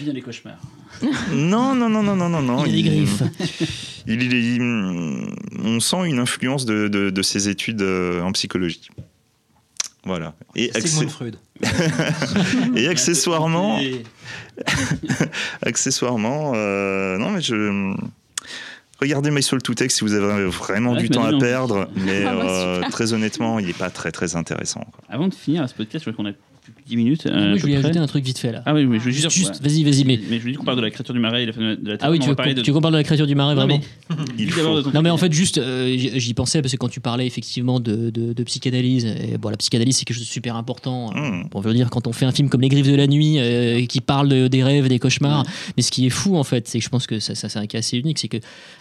Speaker 4: Bien les cauchemars.
Speaker 5: Non, non, non, non, non, non,
Speaker 4: Oh,
Speaker 5: non.
Speaker 3: Il a des griffes.
Speaker 5: il- il- il- on sent une influence de, de- de ses études euh, en psychologie. Voilà. Et,
Speaker 2: Sigmund
Speaker 5: accé-
Speaker 2: Freud.
Speaker 5: et accessoirement, accessoirement, euh, non, mais je. Regardez My Soul to Take si vous avez vraiment
Speaker 4: Ouais,
Speaker 5: du
Speaker 4: je
Speaker 5: temps
Speaker 4: m'as dit
Speaker 5: à
Speaker 4: non.
Speaker 5: perdre, mais
Speaker 1: Ah bah,
Speaker 5: euh, très honnêtement, il n'est pas très très intéressant. quoi.
Speaker 4: Avant de finir ce podcast, je crois qu'on a 10 minutes. euh,
Speaker 3: Moi,
Speaker 4: à
Speaker 3: je
Speaker 4: peu
Speaker 3: lui ai
Speaker 4: près.
Speaker 3: ajouté un truc vite fait là.
Speaker 4: Ah oui, mais je veux
Speaker 3: juste,
Speaker 4: dire.
Speaker 3: juste,
Speaker 4: ouais.
Speaker 3: vas-y, vas-y,
Speaker 4: mais...
Speaker 3: mais.
Speaker 4: je lui dis qu'on parle de la créature du marais et la fin de la Terre,
Speaker 3: Ah oui,
Speaker 4: mais
Speaker 3: tu
Speaker 4: on
Speaker 3: veux,
Speaker 4: va parler
Speaker 3: qu'on-
Speaker 4: de.
Speaker 3: tu veux qu'on parle de la créature du marais
Speaker 4: Non,
Speaker 3: vraiment
Speaker 4: mais-
Speaker 5: Il
Speaker 4: Dis d'abord
Speaker 5: faut.
Speaker 4: de ton
Speaker 3: Non mais en
Speaker 4: côté.
Speaker 3: fait juste euh, j'y j'y pensais parce que quand tu parlais effectivement de, de- de psychanalyse et bon la psychanalyse c'est quelque chose de super important euh,
Speaker 5: Mmh.
Speaker 3: bon, je veux dire quand on fait un film comme Les Griffes de la nuit euh, qui parle de- des rêves des cauchemars
Speaker 4: Ouais.
Speaker 3: mais ce qui est fou en fait c'est que je pense que ça, ça, c'est un cas assez unique c'est que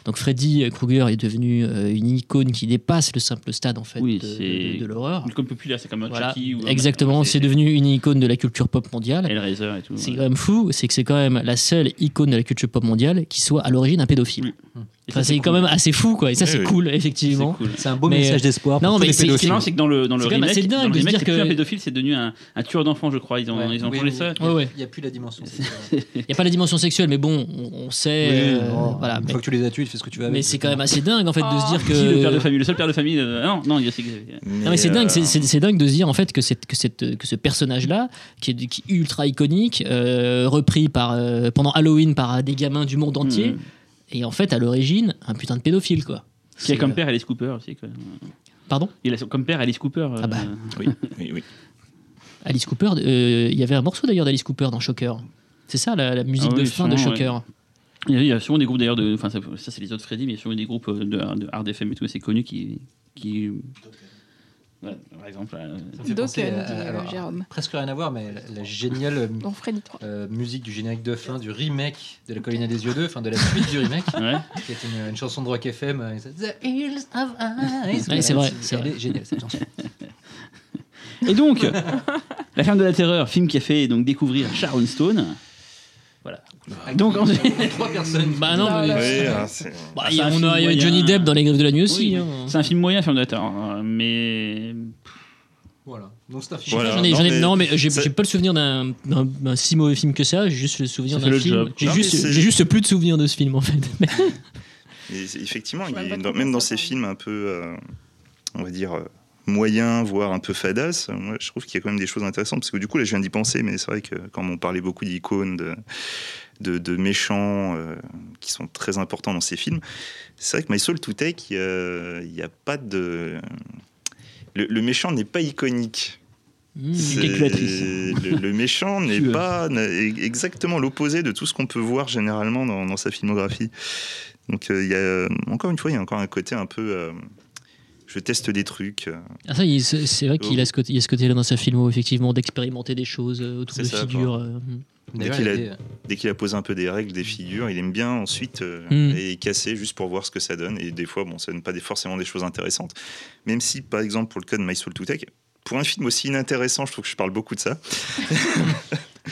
Speaker 3: donc Freddy Krueger est devenu euh, une icône qui dépasse le simple stade en fait
Speaker 4: Oui,
Speaker 3: de,
Speaker 4: c'est-
Speaker 3: de- de l'horreur
Speaker 4: Comme populaire, c'est comme un
Speaker 3: Voilà.
Speaker 4: Chucky ou un-
Speaker 3: exactement c'est devenu une icône de la culture pop mondiale
Speaker 4: Hellraiser et tout.
Speaker 3: c'est
Speaker 4: ouais.
Speaker 3: quand même fou, c'est que c'est quand même la seule icône de la culture pop mondiale qui soit à l'origine un pédophile.
Speaker 4: Oui. Et ça,
Speaker 3: Enfin, c'est
Speaker 4: cool.
Speaker 3: quand même assez fou, quoi. Et ça,
Speaker 5: Oui,
Speaker 3: c'est
Speaker 5: oui.
Speaker 3: cool,
Speaker 4: C'est
Speaker 3: effectivement.
Speaker 4: cool.
Speaker 2: C'est un beau
Speaker 3: Mais,
Speaker 2: message d'espoir pour
Speaker 3: non,
Speaker 2: tous
Speaker 3: mais
Speaker 2: les
Speaker 3: c'est-
Speaker 4: Ce qui est
Speaker 2: pédophiles.
Speaker 4: marrant, c'est que dans le, dans le
Speaker 3: C'est quand même
Speaker 4: remake,
Speaker 3: assez dingue
Speaker 4: dans le
Speaker 3: de se
Speaker 4: remake,
Speaker 3: dire
Speaker 4: c'est plus
Speaker 3: que-
Speaker 4: un pédophile, c'est devenu un, un tueur d'enfants, je crois. Ils ont, ils ont changé ça.
Speaker 3: Ouais, ouais.
Speaker 2: Il n'y a plus la dimension.
Speaker 3: Il n'y a pas la dimension sexuelle, mais bon, on, on sait. euh, voilà.
Speaker 2: Une
Speaker 3: Mais,
Speaker 2: fois que tu les as tués, tu fais ce que tu veux avec.
Speaker 3: mais c'est quand même assez dingue, en fait, de
Speaker 1: Oh.
Speaker 3: se dire
Speaker 4: Si, le père Ah, de
Speaker 3: que.
Speaker 4: famille, le seul père de famille. euh, non, non, il y a. c'est-
Speaker 3: Non, mais c'est
Speaker 5: euh,
Speaker 3: dingue, c'est- c'est c'est dingue de se dire en fait que, cette, que, cette, que ce personnage-là, qui est, qui est ultra iconique, euh, repris par, euh, pendant Halloween par euh, des gamins du monde entier,
Speaker 4: Hmm.
Speaker 3: et en fait à l'origine un putain de pédophile quoi.
Speaker 4: Qui a
Speaker 3: C'est- euh,
Speaker 4: comme père Alice Cooper aussi. Quoi.
Speaker 3: Pardon
Speaker 4: Il a comme père Alice Cooper. euh,
Speaker 3: Ah bah.
Speaker 5: Oui, oui, oui.
Speaker 3: Alice Cooper, euh, il y avait un morceau d'ailleurs d'Alice Cooper dans Shocker. C'est ça la, la musique
Speaker 4: Ah oui,
Speaker 3: de fin de
Speaker 4: sûrement,
Speaker 3: Shocker.
Speaker 4: Il y a- il y a souvent des groupes d'ailleurs de. Enfin, ça, ça, c'est les autres Freddy, mais il y a souvent des groupes euh, de, de hard FM et tout, c'est connu qui. qui Ouais, par exemple. euh,
Speaker 1: Dokken, dit euh, Jérôme.
Speaker 2: Presque rien à voir, mais la, la géniale euh,
Speaker 1: Bon, Freddy 3.
Speaker 2: euh, musique du générique de fin, du remake de La Colline à des yeux 2, enfin de la suite du remake,
Speaker 4: ouais.
Speaker 2: qui est une, une chanson de rock FM. euh, The Hills of Ice.
Speaker 3: Ouais, c'est vrai, c'est
Speaker 2: C'est elle
Speaker 3: vrai.
Speaker 2: est géniale cette chanson.
Speaker 4: Et donc, La Ferme de la Terreur, film qui a fait donc, découvrir Sharon Stone. Voilà. Donc, en-
Speaker 2: Trois personnes.
Speaker 3: Bah non, mais-
Speaker 1: Ah,
Speaker 5: Oui,
Speaker 1: ouais.
Speaker 5: ah, c'est-
Speaker 3: Bah,
Speaker 4: Ah,
Speaker 3: il y a-
Speaker 4: c'est un
Speaker 3: on a,
Speaker 4: film
Speaker 3: il y a
Speaker 4: moyen.
Speaker 3: Johnny Depp dans Les Griffes de la Nuit aussi.
Speaker 4: Oui,
Speaker 3: hein.
Speaker 4: c'est un film moyen, La Ferme de la Terreur. euh, Mais.
Speaker 2: Voilà. Donc c'est un film.
Speaker 5: Voilà.
Speaker 3: J'en ai-
Speaker 5: non,
Speaker 3: j'en ai-
Speaker 5: mais
Speaker 3: non, mais euh, j'ai
Speaker 5: ça-
Speaker 3: j'ai pas le souvenir d'un d'un- d'un si mauvais film que ça, j'ai juste le souvenir
Speaker 4: Ça fait
Speaker 3: d'un
Speaker 4: le
Speaker 3: film.
Speaker 4: job.
Speaker 3: J'ai
Speaker 5: Non,
Speaker 3: juste,
Speaker 5: mais c'est-
Speaker 3: j'ai juste plus de souvenir de ce film en fait. Mais-
Speaker 5: Et c'est- effectivement,
Speaker 1: Je vois
Speaker 5: il-
Speaker 1: pas
Speaker 5: dans-
Speaker 1: comment
Speaker 5: même
Speaker 1: ça
Speaker 5: dans ces
Speaker 1: parle.
Speaker 5: films un peu, euh, on va dire, euh, moyens, voire un peu fadas, euh, moi, je trouve qu'il y a quand même des choses intéressantes. Parce que du coup, là, je viens d'y penser, mais c'est vrai que quand on parlait beaucoup d'icônes, de, de, de méchants euh, qui sont très importants dans ces films, c'est vrai que My Soul To Take, il n'y a pas de. Le, le méchant n'est pas iconique.
Speaker 3: Hmm.
Speaker 5: C'est-
Speaker 4: calculatrice.
Speaker 5: Le, le méchant n'est
Speaker 4: Tueur.
Speaker 5: pas n'est exactement l'opposé de tout ce qu'on peut voir généralement dans, dans sa filmographie. Donc, euh, il y a, euh, encore une fois, il y a encore un côté un peu. euh, je teste des trucs. euh,
Speaker 3: Ah, ça, il- c'est c'est vrai qu'il a ce côté- il y a ce côté-là dans sa film, effectivement, d'expérimenter des choses euh, autour
Speaker 5: C'est
Speaker 3: de
Speaker 5: ça,
Speaker 3: figures. euh,
Speaker 2: D'ailleurs,
Speaker 5: qu'il
Speaker 2: il
Speaker 5: a-
Speaker 2: était- euh,
Speaker 5: Dès qu'il a posé un peu des règles, des figures, il aime bien ensuite euh,
Speaker 3: Mm.
Speaker 5: les casser juste pour voir ce que ça donne. Et des fois, bon, ça donne pas des- forcément des choses intéressantes. Même si, par exemple, pour le cas de My Soul to Tech, pour un film aussi inintéressant, je trouve que je parle beaucoup de ça.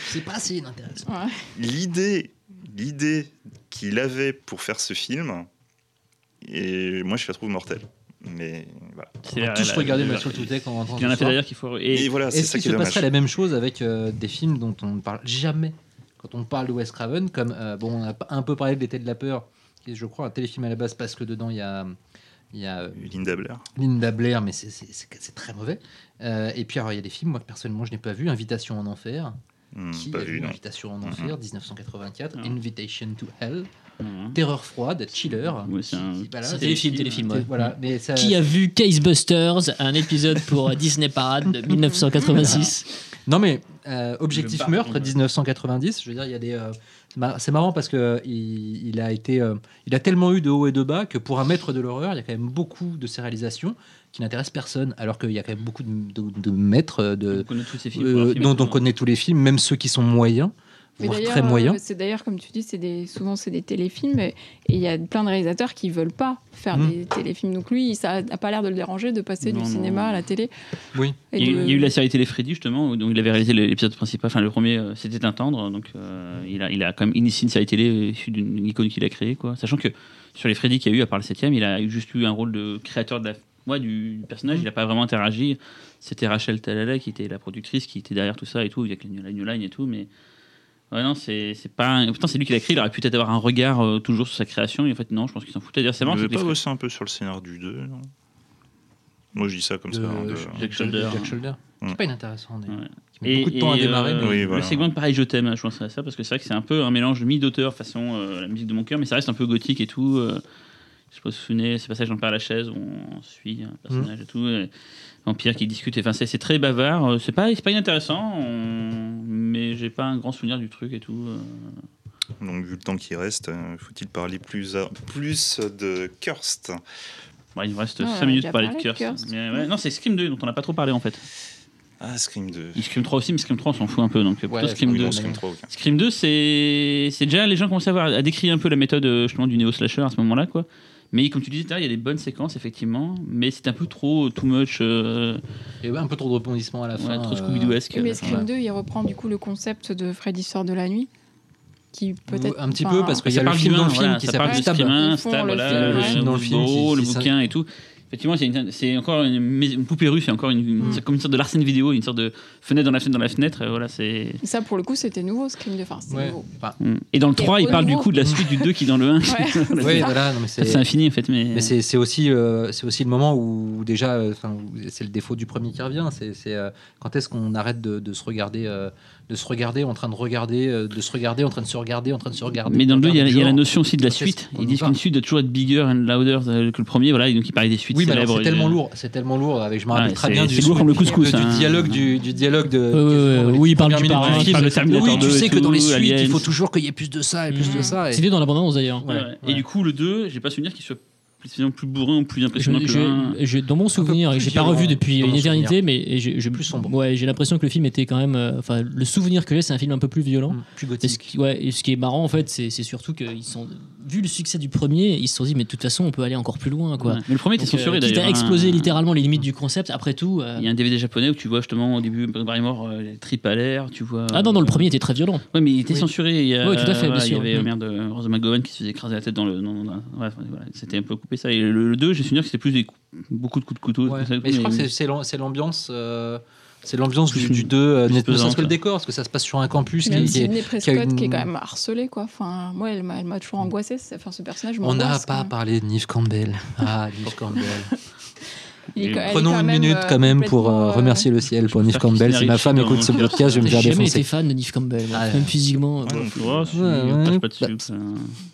Speaker 2: C'est pas si intéressant.
Speaker 1: Ouais.
Speaker 5: l'idée l'idée qu'il avait pour faire ce film et moi je la trouve mortelle mais voilà
Speaker 4: C'est
Speaker 2: On
Speaker 4: la-
Speaker 2: va tous
Speaker 4: la-
Speaker 2: regarder
Speaker 4: la-
Speaker 2: Mathieu le Toutet quand on rentre
Speaker 4: Il y en a
Speaker 2: ce
Speaker 4: fait
Speaker 2: soir.
Speaker 4: d'ailleurs qu'il faut.
Speaker 5: et,
Speaker 4: Et,
Speaker 5: voilà Ah, c'est
Speaker 2: Est-ce
Speaker 5: ça
Speaker 2: qu'il
Speaker 5: qui
Speaker 2: se
Speaker 5: est dommage
Speaker 2: passerait la même chose avec euh, des films dont on ne parle jamais quand on parle de Wes Craven comme euh, bon on a un peu parlé de l'été de la peur qui est, je crois un téléfilm à la base parce que dedans il y a il y a euh,
Speaker 5: Linda Blair
Speaker 2: Linda Blair mais c'est- c'est- c'est c'est très mauvais Euh, et puis alors il y a des films moi que personnellement je n'ai pas vu Invitation en enfer
Speaker 5: Hmm,
Speaker 2: qui
Speaker 5: pas
Speaker 2: a
Speaker 5: vu
Speaker 2: vu
Speaker 5: non
Speaker 2: Invitation en enfer 1984
Speaker 4: Ah.
Speaker 2: Invitation to Hell
Speaker 4: Mhm.
Speaker 2: Terreur froide Chiller
Speaker 4: Ouais, c'est un-
Speaker 2: Qui- voilà,
Speaker 3: C'est un
Speaker 2: c'est-
Speaker 3: téléfilm, téléfilm, ouais.
Speaker 2: voilà mais ça-
Speaker 3: Qui a vu Casebusters, un épisode pour Disney Parade de 1986
Speaker 2: Non, mais euh, Objectif
Speaker 4: Le
Speaker 2: Meurtre
Speaker 4: baron.
Speaker 2: 1990, je veux dire, il y a des. euh, c'est mar- c'est marrant parce que euh, il, il a été, euh, il a tellement eu de haut et de bas que pour un maître de l'horreur, il y a quand même beaucoup de ses réalisations qui n'intéressent personne, alors qu'il y a quand même beaucoup de, de- de maîtres de,
Speaker 4: on connaît tous ces films.
Speaker 2: euh,
Speaker 4: pour leur film,
Speaker 2: dont on
Speaker 4: hein.
Speaker 2: connaît tous les films, même ceux qui sont moyens,
Speaker 1: Mais
Speaker 2: voire
Speaker 1: d'ailleurs,
Speaker 2: très moyens.
Speaker 1: euh, C'est d'ailleurs, comme tu dis, c'est des, souvent c'est des téléfilms et et il y a plein de réalisateurs qui veulent pas faire
Speaker 2: Mm.
Speaker 1: des téléfilms. Donc lui, ça n'a pas l'air de le déranger de passer
Speaker 4: Non,
Speaker 1: du
Speaker 4: non.
Speaker 1: cinéma à la télé.
Speaker 2: Oui.
Speaker 1: Et
Speaker 4: Il y, a,
Speaker 1: de-
Speaker 4: eu- il y a eu la série télé Freddy justement, où donc il avait réalisé l'épisode principal, enfin le premier, euh, c'était un tendre, donc euh, il, a, il a quand même initié une série télé euh, issue d'une d'une icône qu'il a créée, quoi. Sachant que sur les Freddy qu'il y a eu, à part le septième, il a eu- juste eu un rôle de créateur de la, ouais, du
Speaker 1: Mm.
Speaker 4: personnage, il n'a pas vraiment interagi. C'était Rachel Talala qui était la productrice, qui était derrière tout ça et tout, avec la New Line, New Line et tout, mais ouais, non, c'est c'est pas. un- Pourtant, c'est lui qui l'a créé, il aurait pu peut-être avoir un regard euh, toujours sur sa création, et en fait, non, je pense qu'il s'en foutait. D'ailleurs, c'est
Speaker 5: vous
Speaker 4: marrant,
Speaker 5: avez
Speaker 4: c'est que
Speaker 5: pas
Speaker 4: les Freddy-
Speaker 5: bossé un peu sur le scénar du 2 non moi je dis ça
Speaker 2: Euh,
Speaker 5: comme ça hein, de-
Speaker 4: Jack Shoulder.
Speaker 2: Jack Shoulder.
Speaker 5: Mm.
Speaker 2: C'est pas inintéressant. d'ailleurs.
Speaker 4: Ouais.
Speaker 2: Qui met beaucoup de temps à démarrer.
Speaker 4: euh,
Speaker 2: mais-
Speaker 5: Oui,
Speaker 4: Le
Speaker 5: voilà.
Speaker 4: segment, pareil, je t'aime, je pense à ça, parce que c'est vrai que c'est un peu un mélange mi d'auteur façon euh, la musique de mon cœur, mais ça reste un peu gothique et tout. euh, Je sais pas si vous vous souvenez, c'est passage dans le Père Lachaise, où on suit un
Speaker 1: Mmh.
Speaker 4: personnage et tout, et vampire qui discute. Enfin, c'est c'est très bavard. euh, C'est pas, c'est pas inintéressant, on- mais j'ai pas un grand souvenir du truc et tout. euh.
Speaker 5: Donc, vu le temps qui reste, euh, faut-il parler plus, à- plus de Kirst
Speaker 4: Bon, il me reste
Speaker 1: Ah,
Speaker 4: 5
Speaker 1: on a
Speaker 4: minutes
Speaker 1: déjà
Speaker 4: pour parler de
Speaker 1: parlé de
Speaker 4: Curse.
Speaker 1: Curse.
Speaker 4: Mais ouais, Non, c'est Scream 2 dont on n'a pas trop parlé en fait.
Speaker 5: Ah, Scream 2.
Speaker 4: Et Scream 3 aussi, mais Scream 3 on s'en fout un peu, donc euh, plutôt
Speaker 2: Ouais,
Speaker 4: Scream
Speaker 5: Oui,
Speaker 4: 2.
Speaker 5: non, Scream 3, ok.
Speaker 4: Scream 2, c'est c'est déjà les gens commencent à, voir- à décrire un peu la méthode euh, justement du néo slasher à ce moment-là, quoi. Mais comme tu disais, tout à l'heure, il y a des bonnes séquences effectivement, mais c'est un peu trop too much, euh,
Speaker 2: Et ben, un peu trop de rebondissements à la
Speaker 4: ouais,
Speaker 2: fin.
Speaker 4: trop
Speaker 2: euh,
Speaker 4: Scooby-Dooesque.
Speaker 1: Mais
Speaker 4: euh,
Speaker 1: Scream 2, il reprend du coup le concept de Freddy sort de la nuit, qui peut-être
Speaker 2: Un petit
Speaker 1: enfin,
Speaker 2: peu, parce qu'il y
Speaker 4: Ça
Speaker 2: a le
Speaker 4: parle
Speaker 2: film
Speaker 4: du
Speaker 2: dans
Speaker 4: vin,
Speaker 2: le film
Speaker 4: voilà,
Speaker 2: qui
Speaker 4: ça parle
Speaker 2: s'appelle
Speaker 4: du
Speaker 2: Stab.
Speaker 4: Scream un,
Speaker 1: Ils font
Speaker 4: Stab,
Speaker 1: le
Speaker 4: voilà,
Speaker 1: film,
Speaker 4: le
Speaker 1: ouais.
Speaker 4: film
Speaker 2: Dans
Speaker 4: dans
Speaker 2: le
Speaker 4: le
Speaker 2: film, c'est- c'est ça.
Speaker 4: bouquin et tout. Effectivement, c'est une, c'est encore une, mais- une poupée russe, c'est encore une, une-
Speaker 1: Mm.
Speaker 4: c'est comme une sorte de Larsen vidéo, une sorte de fenêtre dans la fenêtre dans la fenêtre. euh, Voilà, c'est.
Speaker 1: Ça, pour le coup, c'était nouveau, Scream 2. Enfin, c'est
Speaker 2: Ouais.
Speaker 1: nouveau.
Speaker 2: Enfin,
Speaker 4: Mm. Et dans le
Speaker 1: Et
Speaker 4: 3, il
Speaker 1: au
Speaker 4: parle du
Speaker 1: nouveau-
Speaker 4: coup de la suite du 2 qui est dans le
Speaker 1: Ouais.
Speaker 4: 1. Voilà,
Speaker 2: ouais,
Speaker 4: c'est-
Speaker 2: voilà, non, mais
Speaker 4: c'est
Speaker 2: c'est.
Speaker 4: infini en fait, mais.
Speaker 2: Mais c'est c'est aussi, euh, c'est aussi le moment où déjà, euh, enfin, où c'est le défaut du premier qui revient. C'est c'est, euh, quand est-ce qu'on arrête de, de se regarder, euh, de se regarder en train de regarder, euh, de se regarder en train de se regarder, en train de se regarder.
Speaker 4: Mais dans le 2, il y a- il y a la
Speaker 2: Genre.
Speaker 4: notion aussi de la
Speaker 2: Quand est-ce
Speaker 4: suite.
Speaker 2: qu'on
Speaker 4: Ils
Speaker 2: y
Speaker 4: disent
Speaker 2: va
Speaker 4: qu'une suite doit toujours être bigger and louder euh, que le premier. Voilà, et donc ils parlent des suites
Speaker 2: Oui, mais alors,
Speaker 4: célèbres.
Speaker 2: c'est tellement
Speaker 4: euh,
Speaker 2: lourd, c'est tellement lourd. Avec, je me
Speaker 4: ouais,
Speaker 2: rappelle très
Speaker 4: c'est-
Speaker 2: bien du,
Speaker 4: C'est lourd comme le couscous.
Speaker 2: du
Speaker 4: hein.
Speaker 2: dialogue du, du dialogue de.
Speaker 3: ouais, ouais,
Speaker 2: des
Speaker 3: oui, il parle
Speaker 2: premières
Speaker 3: du
Speaker 2: minutes
Speaker 3: parrain,
Speaker 2: film.
Speaker 4: il parle de Terminator
Speaker 2: Oui, tu
Speaker 4: 2
Speaker 2: sais
Speaker 4: et
Speaker 2: que dans les
Speaker 4: tout,
Speaker 2: suites, il
Speaker 4: Aliens.
Speaker 2: faut toujours qu'il y ait plus de ça et plus de
Speaker 1: Mhm.
Speaker 2: ça. et-
Speaker 3: C'était dans l'abondance d'ailleurs.
Speaker 4: Ouais, ouais. Et du coup, le 2, j'ai pas souvenir qu'il soit plus- finalement plus bourrin ou plus
Speaker 3: Je-
Speaker 4: impressionnant que le 1.
Speaker 3: je- je- dans mon souvenir,
Speaker 2: plus
Speaker 3: et j'ai pas
Speaker 2: violent
Speaker 3: revu depuis
Speaker 2: dans
Speaker 3: une
Speaker 2: mon
Speaker 3: éternité, mais j'ai j'ai-
Speaker 2: Plus sombre.
Speaker 3: Ouais, j'ai l'impression que le film était quand même. euh, Enfin, le souvenir que j'ai, c'est un film un peu plus violent.
Speaker 2: Mm, Plus
Speaker 3: Et ce,
Speaker 2: gothique.
Speaker 3: qui, ouais, et ce qui est marrant en fait, c'est c'est surtout qu'ils sont vu le succès du premier, ils se sont dit mais de toute façon on peut aller encore plus loin quoi.
Speaker 4: Ouais. Mais le premier était
Speaker 3: Donc, euh,
Speaker 4: censuré
Speaker 3: quitte
Speaker 4: d'ailleurs.
Speaker 3: à
Speaker 4: hein.
Speaker 3: exploser littéralement les limites du concept. Après tout, euh,
Speaker 4: Il y a un DVD japonais où tu vois justement au début Barrymore euh, les tripes à l'air, tu vois. euh,
Speaker 3: ah non non le premier était très violent.
Speaker 4: Ouais, mais il était
Speaker 3: Oui.
Speaker 4: censuré. Il y a,
Speaker 3: Oui, tout à fait,
Speaker 4: voilà,
Speaker 3: bien sûr.
Speaker 4: Il y avait
Speaker 3: Mm.
Speaker 4: merde euh, Rose McGowan qui se faisait écraser la tête dans le. dans- dans- dans- ouais, voilà, c'était un peu coupé ça. Et le 2, j'ai souvenir que c'était plus des coups- beaucoup de coups de couteau.
Speaker 2: Ouais.
Speaker 4: comme ça,
Speaker 2: Mais je crois que
Speaker 4: mais-
Speaker 2: c'est- c'est l'am- c'est l'ambiance. euh, C'est l'ambiance du,
Speaker 4: Plus-
Speaker 2: du 2, euh,
Speaker 4: plus
Speaker 2: ne serait-ce
Speaker 4: pesante,
Speaker 2: que le
Speaker 4: ouais.
Speaker 2: décor, parce que ça se passe sur un campus qui,
Speaker 1: Même
Speaker 2: qui est-
Speaker 1: Sidney
Speaker 2: qui a
Speaker 1: Prescott,
Speaker 2: une-
Speaker 1: qui est quand même harcelée, quoi. Enfin, moi, elle m'a elle m'a toujours angoissée, c'est- enfin, ce personnage.
Speaker 2: On n'a
Speaker 1: m'angoisse, hein.
Speaker 2: pas
Speaker 1: quoi.
Speaker 2: parlé de Neve Campbell. Ah, Neve Campbell.
Speaker 1: Il est- elle
Speaker 4: Et
Speaker 1: est
Speaker 2: Prenons
Speaker 1: quand
Speaker 2: une
Speaker 1: même,
Speaker 2: minute
Speaker 1: euh,
Speaker 2: quand même pour
Speaker 1: complètement,
Speaker 2: euh,
Speaker 1: euh,
Speaker 2: remercier le ciel pour Neve
Speaker 4: préfère
Speaker 2: Campbell.
Speaker 4: Christina
Speaker 2: Si ma femme
Speaker 4: Ricci
Speaker 2: écoute ce
Speaker 4: dans-
Speaker 2: podcast, je vais me
Speaker 3: J'ai
Speaker 2: faire
Speaker 3: jamais été
Speaker 2: défoncer.
Speaker 3: fan de Neve Campbell, moi.
Speaker 2: Ah,
Speaker 3: même physiquement.
Speaker 5: Ouais, non,
Speaker 4: Oh, si,
Speaker 2: Ouais,
Speaker 4: on tâche
Speaker 2: ouais.
Speaker 4: pas dessus. ça.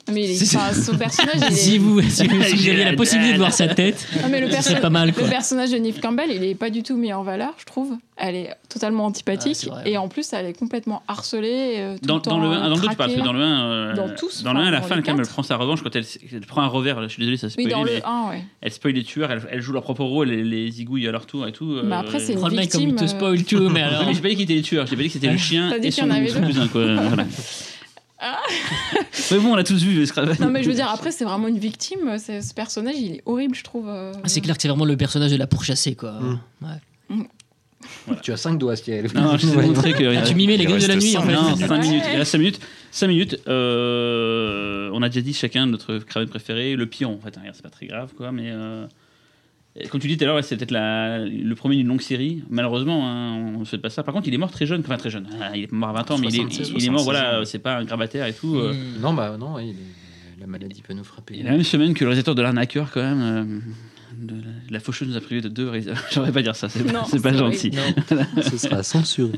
Speaker 1: Ah, Mais il est-
Speaker 2: Si,
Speaker 1: enfin, son personnage, il est.
Speaker 3: Euh, si vous si vous si vous aviez la possibilité de voir sa tête,
Speaker 1: Ah, mais le,
Speaker 3: ce
Speaker 1: perso-
Speaker 3: serait pas mal
Speaker 1: le
Speaker 3: quoi.
Speaker 1: personnage de Neve Campbell, il est pas du tout mis en valeur, je trouve. Elle est totalement
Speaker 3: Ah,
Speaker 1: antipathique
Speaker 3: c'est vrai,
Speaker 1: et en plus, elle est complètement harcelée. euh, tout
Speaker 4: Dans,
Speaker 1: le temps,
Speaker 4: dans le 1, dans le 2, tu parles,
Speaker 1: traquée.
Speaker 4: parce que dans le 1,
Speaker 1: Dans tous,
Speaker 4: dans le
Speaker 1: enfin,
Speaker 4: un, à la
Speaker 1: dans
Speaker 4: fin,
Speaker 1: les
Speaker 4: quand même, elle
Speaker 1: quatre.
Speaker 4: prend sa revanche quand elle, s- elle prend un revers. là, Je suis désolé, ça
Speaker 1: Oui,
Speaker 4: spoil,
Speaker 1: dans
Speaker 4: mais
Speaker 1: le 1, ouais.
Speaker 4: elle spoil les tueurs, elle, elle joue leur propre rôle, elle les igouille à leur tour et tout. euh,
Speaker 1: Bah, après, c'est une
Speaker 3: Oh, le mec comme il te
Speaker 1: victime, euh.
Speaker 3: spoil tout, mais
Speaker 4: Alors,
Speaker 3: alors.
Speaker 4: mais j'ai pas dit qu'il était les tueurs, j'ai pas dit que c'était le chien
Speaker 1: T'as dit
Speaker 4: et
Speaker 1: qu'il
Speaker 4: son,
Speaker 1: y en avait
Speaker 4: son
Speaker 1: deux.
Speaker 4: cousin, quoi. euh, voilà.
Speaker 1: Ah.
Speaker 4: Mais bon, on l'a tous vu, le Scrabble.
Speaker 1: Non, mais je veux dire, après, c'est vraiment une victime. c'est- Ce personnage, il est horrible, je trouve. euh.
Speaker 3: Ah, C'est clair que c'est vraiment le personnage de la pourchassée quoi.
Speaker 2: Mm.
Speaker 3: Ouais.
Speaker 2: Tu as 5 doigts, ciel.
Speaker 4: Non, je t'ai montré que. euh,
Speaker 3: Ah, tu mimais les
Speaker 5: Il
Speaker 3: gueules de la
Speaker 5: reste
Speaker 3: nuit en
Speaker 5: cinq
Speaker 3: fait.
Speaker 4: Oh, Non,
Speaker 5: Ouais.
Speaker 4: 5 minutes. Il reste 5 minutes. 5 minutes. euh, on a déjà dit chacun notre cravate préférée. Le pire, en fait, hein, c'est pas très grave, quoi. Mais euh, et comme tu dis tout à l'heure, ouais, c'est peut-être la- le premier d'une longue série. Malheureusement, hein, on ne souhaite pas ça. Par contre, il est mort très jeune. Enfin, très jeune. Ah, il est mort à 20 ans, mais il est-
Speaker 2: 76,
Speaker 4: il est, mort,
Speaker 2: 76,
Speaker 4: voilà,
Speaker 2: ouais.
Speaker 4: c'est pas un grabataire et tout. euh.
Speaker 3: Mm.
Speaker 2: Non, bah non, ouais, il est- la maladie peut nous frapper.
Speaker 4: Et la même semaine que le réalisateur de l'arnaqueur, quand même. euh, de la, la faucheuse nous a privé de deux réalisateurs. J'aurais pas dire ça, c'est
Speaker 1: Non,
Speaker 4: pas, c'est pas
Speaker 1: c'est
Speaker 4: gentil.
Speaker 3: Non.
Speaker 2: Ce sera censuré.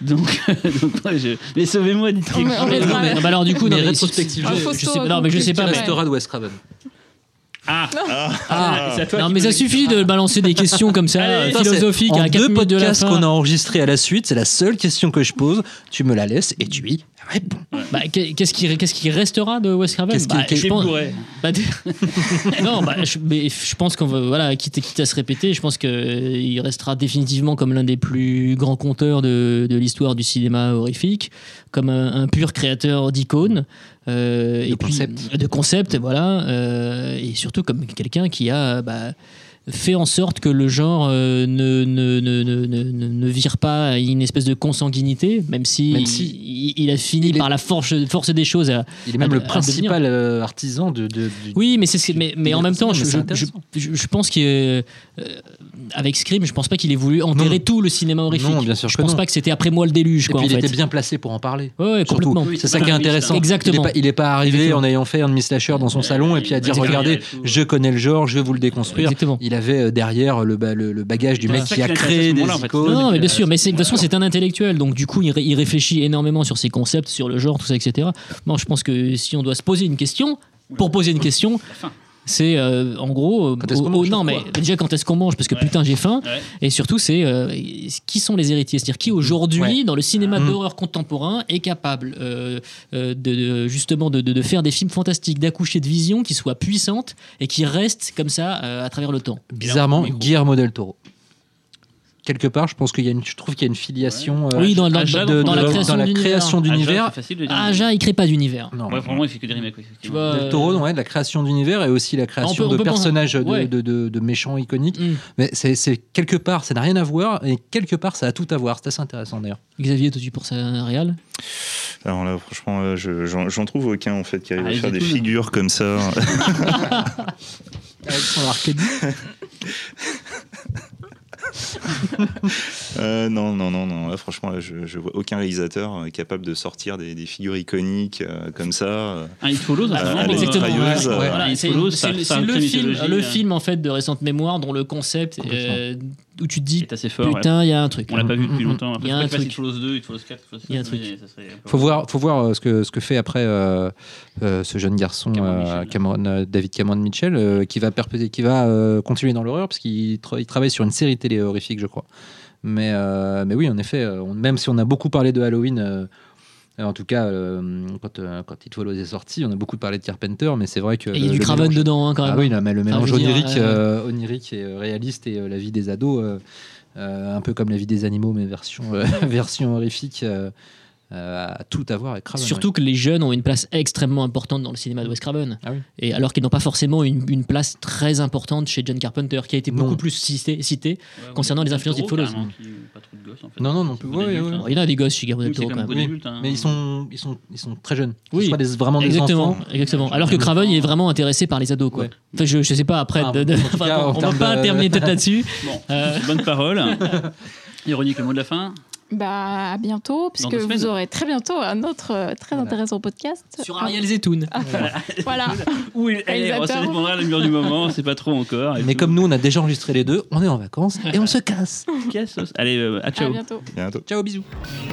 Speaker 4: Donc, donc ouais, je- mais sauvez-moi, dites
Speaker 1: On
Speaker 4: quelque
Speaker 1: me- on
Speaker 4: chose.
Speaker 1: me-
Speaker 3: Non, mais, non, mais alors du coup,
Speaker 2: Mais
Speaker 3: non, mais
Speaker 2: rétrospectivement,
Speaker 3: je-
Speaker 1: un
Speaker 3: je
Speaker 1: faux
Speaker 3: sais
Speaker 1: saut
Speaker 3: pas- non, mais je
Speaker 1: accompli.
Speaker 3: sais
Speaker 2: Qui
Speaker 3: pas. mais-
Speaker 2: restera de Wes Craven
Speaker 4: Ah,
Speaker 5: Ah,
Speaker 4: ah, c'est à toi
Speaker 3: Non,
Speaker 4: qui
Speaker 3: mais
Speaker 4: nous
Speaker 3: ça
Speaker 4: écoute.
Speaker 3: suffit de balancer des questions comme ça,
Speaker 4: Allez,
Speaker 3: euh, philosophiques,
Speaker 2: En
Speaker 3: à quatre
Speaker 2: deux
Speaker 3: minutes de la
Speaker 2: podcasts
Speaker 3: fin.
Speaker 2: qu'on a enregistrés à la suite, c'est la seule question que je pose. Tu me la laisses et tu y réponds.
Speaker 3: Bah, qu'est- qu'est-ce qui, qu'est-ce qui restera de Wes Craven
Speaker 2: Qu'est-ce qui-
Speaker 3: Bah,
Speaker 2: qu'est-
Speaker 3: je
Speaker 4: Des
Speaker 3: pense-
Speaker 4: bourrés.
Speaker 3: bah, non, bah, je, mais je pense qu'on va, voilà, quitte, quitte à se répéter, je pense qu'il restera définitivement comme l'un des plus grands conteurs de, de l'histoire du cinéma horrifique, comme un, un pur créateur d'icônes, euh,
Speaker 2: De
Speaker 3: et puis-
Speaker 2: concepts.
Speaker 3: de concepts, voilà, euh, et surtout comme quelqu'un qui a bah, fait en sorte que le genre euh, ne, ne, ne, ne, ne- ne- ne vire pas à une espèce de consanguinité, même si,
Speaker 2: Même si-
Speaker 3: il, il a fini
Speaker 2: Il est-
Speaker 3: par la force, force des choses à,
Speaker 2: Il est même
Speaker 3: À-
Speaker 2: le
Speaker 3: à
Speaker 2: principal euh, artisan de, de- du-
Speaker 3: oui, mais c'est ce que- mais, mais en même temps, je,
Speaker 2: Mais c'est
Speaker 3: je-
Speaker 2: intéressant.
Speaker 3: je- je- je pense que euh, avec Scream, je pense pas qu'il ait voulu enterrer tout le cinéma horrifique.
Speaker 2: Non, bien sûr
Speaker 3: je
Speaker 2: que
Speaker 3: pense
Speaker 2: non.
Speaker 3: pas que c'était après moi le déluge,
Speaker 2: Et
Speaker 3: quoi.
Speaker 2: puis
Speaker 3: en
Speaker 2: il
Speaker 3: fait.
Speaker 2: était bien placé pour en parler.
Speaker 3: Ouais, ouais,
Speaker 2: Surtout.
Speaker 3: complètement.
Speaker 4: Oui,
Speaker 2: C'est ça qui est intéressant.
Speaker 3: Exactement.
Speaker 2: Il n'est pas, il est pas arrivé
Speaker 3: Exactement.
Speaker 2: en ayant fait un demi-slasher dans son
Speaker 4: Ouais,
Speaker 2: salon et puis à
Speaker 4: il
Speaker 2: dire
Speaker 4: va décrire
Speaker 2: Regardez,
Speaker 4: et tout.
Speaker 2: je connais le genre, je vais vous le déconstruire.
Speaker 3: Exactement.
Speaker 2: Il avait euh, derrière le, ba- le- le bagage du
Speaker 4: C'est
Speaker 2: mec
Speaker 4: ça
Speaker 2: qui a
Speaker 4: qui
Speaker 2: créé
Speaker 4: l'intéresse à ce
Speaker 2: des
Speaker 4: moment-là, en fait.
Speaker 2: icônes.
Speaker 3: Non, non, mais bien
Speaker 4: euh,
Speaker 3: sûr, mais c'est- de toute façon, c'est un intellectuel, donc du coup, il, ré- il réfléchit énormément sur ses concepts, sur le genre, tout ça, etc. Moi, je pense que si on doit se poser une question, pour poser une question,
Speaker 4: faim.
Speaker 3: c'est euh, en gros. euh,
Speaker 2: Quand est-ce
Speaker 3: au-
Speaker 2: qu'on
Speaker 3: au-
Speaker 2: mange,
Speaker 3: non,
Speaker 2: quoi
Speaker 3: mais déjà quand est-ce qu'on mange Parce que
Speaker 4: Ouais.
Speaker 3: putain, j'ai faim.
Speaker 4: Ouais.
Speaker 3: Et surtout, c'est euh, qui sont les héritiers C'est-à-dire qui aujourd'hui,
Speaker 2: Ouais.
Speaker 3: dans le cinéma
Speaker 2: Mm.
Speaker 3: d'horreur contemporain, est capable euh, euh, de, de- justement de, de- de faire des films fantastiques, d'accoucher de visions qui soient puissantes et qui restent comme ça euh, à travers le temps.
Speaker 2: Bizarrement,
Speaker 4: Micro.
Speaker 2: Guillermo del Toro. Quelque part, je pense qu'il y a une, je trouve qu'il y a une filiation euh,
Speaker 3: oui, dans, dans-
Speaker 4: Aja,
Speaker 3: dans-
Speaker 4: dans
Speaker 3: dans la
Speaker 4: le-
Speaker 3: création
Speaker 2: dans la
Speaker 3: d'univers.
Speaker 2: création
Speaker 4: Ah,
Speaker 2: d'univers.
Speaker 4: c'est facile de dire.
Speaker 3: Aja, il crée pas d'univers.
Speaker 2: Non.
Speaker 4: Ouais, vraiment, il fait que des remakes. oui, effectivement.
Speaker 3: Tu vois,
Speaker 2: Del Toro, ouais, la création d'univers et aussi la création
Speaker 3: Bah, on peut
Speaker 2: de
Speaker 3: penser-
Speaker 2: personnages de,
Speaker 3: ouais.
Speaker 2: de- de- de méchants iconiques.
Speaker 3: Mm.
Speaker 2: Mais c'est c'est quelque part, ça n'a rien à voir et quelque part, ça a tout à voir. C'est assez intéressant d'ailleurs.
Speaker 3: Xavier, toi, tu penses à un réal
Speaker 5: Alors là, franchement, euh, je- j'en j'en trouve aucun en fait qui arrive
Speaker 4: Ah,
Speaker 5: à
Speaker 4: les
Speaker 5: faire des
Speaker 4: étoiles.
Speaker 5: figures comme ça.
Speaker 2: Avec son Arcadie.
Speaker 5: Euh, non, non, non, non. Là, franchement, là, je, je vois aucun réalisateur euh, capable de sortir des, des figures iconiques euh, comme ça. euh.
Speaker 4: Un It Follows,
Speaker 3: Ah,
Speaker 4: notamment,
Speaker 5: elle est
Speaker 4: euh,
Speaker 3: exactement.
Speaker 5: mitrailleuse,
Speaker 3: ouais, ouais,
Speaker 5: euh,
Speaker 4: voilà,
Speaker 3: voilà,
Speaker 4: It
Speaker 3: c'est
Speaker 4: Follows,
Speaker 3: c'est
Speaker 4: ça-
Speaker 3: le,
Speaker 4: ça
Speaker 3: c'est
Speaker 4: a
Speaker 3: le
Speaker 4: une
Speaker 3: film,
Speaker 4: mythologie,
Speaker 3: le
Speaker 4: euh,
Speaker 3: film en fait de récente mémoire dont le concept euh, où tu te dis
Speaker 4: est assez fort. ouais.
Speaker 3: putain il y a un truc.
Speaker 4: On l'a pas vu depuis
Speaker 2: Mm, mm,
Speaker 4: longtemps.
Speaker 3: Il
Speaker 4: Après,
Speaker 3: y a
Speaker 4: faut
Speaker 3: un
Speaker 4: qu'il fasse
Speaker 3: truc.
Speaker 4: It Follows 2, It Follows 4, It Follows 5.
Speaker 3: Il y a un truc.
Speaker 4: mais ça serait un peu-
Speaker 2: Faut voir, faut voir euh, ce que ce que fait après euh, euh, ce jeune garçon
Speaker 4: Cameron
Speaker 2: euh,
Speaker 4: Mitchell.
Speaker 2: Cameron, euh, David Cameron Mitchell, euh, qui va perpétuer, qui va euh, continuer dans l'horreur parce qu'il tra- il travaille sur une série télé horrifique, je crois. Mais euh, mais oui, en effet, euh, on- même si on a beaucoup parlé de Halloween. euh, euh, en tout cas, euh, quand, euh, quand It Follows est sorti, on a beaucoup parlé de Carpenter, mais c'est vrai que.
Speaker 3: Et il y a
Speaker 2: le-
Speaker 3: du
Speaker 2: le
Speaker 3: Craven
Speaker 2: mélange-
Speaker 3: dedans hein, quand même.
Speaker 2: Ah oui, non, mais le mélange
Speaker 3: je veux dire,
Speaker 2: onirique,
Speaker 3: euh,
Speaker 2: euh, onirique et euh, réaliste et euh, la vie des ados, euh, euh, un peu comme la vie des animaux, mais version, euh, version horrifique, euh, euh, a tout à voir avec Craven.
Speaker 3: Surtout que les jeunes ont une place extrêmement importante dans le cinéma de Wes Craven.
Speaker 2: Ah oui.
Speaker 3: Et alors qu'ils n'ont pas forcément une, une place très importante chez John Carpenter, qui a été
Speaker 2: Non.
Speaker 3: beaucoup plus cité. cité.
Speaker 4: Ouais,
Speaker 3: concernant
Speaker 4: ouais,
Speaker 3: les influences
Speaker 4: Del Toro,
Speaker 3: d'It Follows. hein.
Speaker 4: carrément, qui- Pas trop de gosses, en fait.
Speaker 2: Non, non, non plus.
Speaker 4: C'est
Speaker 2: Ouais,
Speaker 4: des
Speaker 2: ouais,
Speaker 4: adultes,
Speaker 2: ouais.
Speaker 4: hein.
Speaker 3: Il y en a des gosses chez Guillermo
Speaker 4: Oui,
Speaker 3: del
Speaker 4: c'est
Speaker 3: Toro
Speaker 4: quand
Speaker 3: quand
Speaker 4: même
Speaker 3: même.
Speaker 4: beau
Speaker 2: Oui,
Speaker 4: adulte, hein.
Speaker 2: Mais ils sont, ils sont, ils sont très jeunes.
Speaker 3: Oui.
Speaker 2: Je crois des- vraiment des
Speaker 3: Exactement,
Speaker 2: enfants.
Speaker 3: exactement. Alors que Craven, il est vraiment intéressé par les ados, quoi.
Speaker 2: Ouais.
Speaker 3: Enfin, je, je sais pas après.
Speaker 2: Ah,
Speaker 3: de- de-
Speaker 2: en tout
Speaker 3: enfin,
Speaker 2: cas, en
Speaker 3: bon, on va
Speaker 2: termes
Speaker 3: pas
Speaker 2: de-
Speaker 3: terminer peut-être là-dessus.
Speaker 4: Bon,
Speaker 3: Euh,
Speaker 4: c'est une bonne parole. Ironique, le mot de la fin.
Speaker 1: Bah, à bientôt, puisque
Speaker 4: deux semaines.
Speaker 1: vous aurez très bientôt un autre euh, très
Speaker 2: Voilà.
Speaker 1: intéressant podcast.
Speaker 3: sur Ariel Zetoun.
Speaker 1: Voilà.
Speaker 4: Où il elle est,
Speaker 1: Réalisateur.
Speaker 4: on se dépendra le mur du moment, c'est pas trop encore. et
Speaker 2: Mais
Speaker 4: tout.
Speaker 2: comme nous, on a déjà enregistré les deux, on est en vacances et on se casse.
Speaker 4: Cassos. Allez, euh, à
Speaker 1: À
Speaker 3: Ah,
Speaker 4: ciao.
Speaker 1: bientôt.
Speaker 5: Bientôt.
Speaker 2: Ciao, bisous.
Speaker 5: Ciao.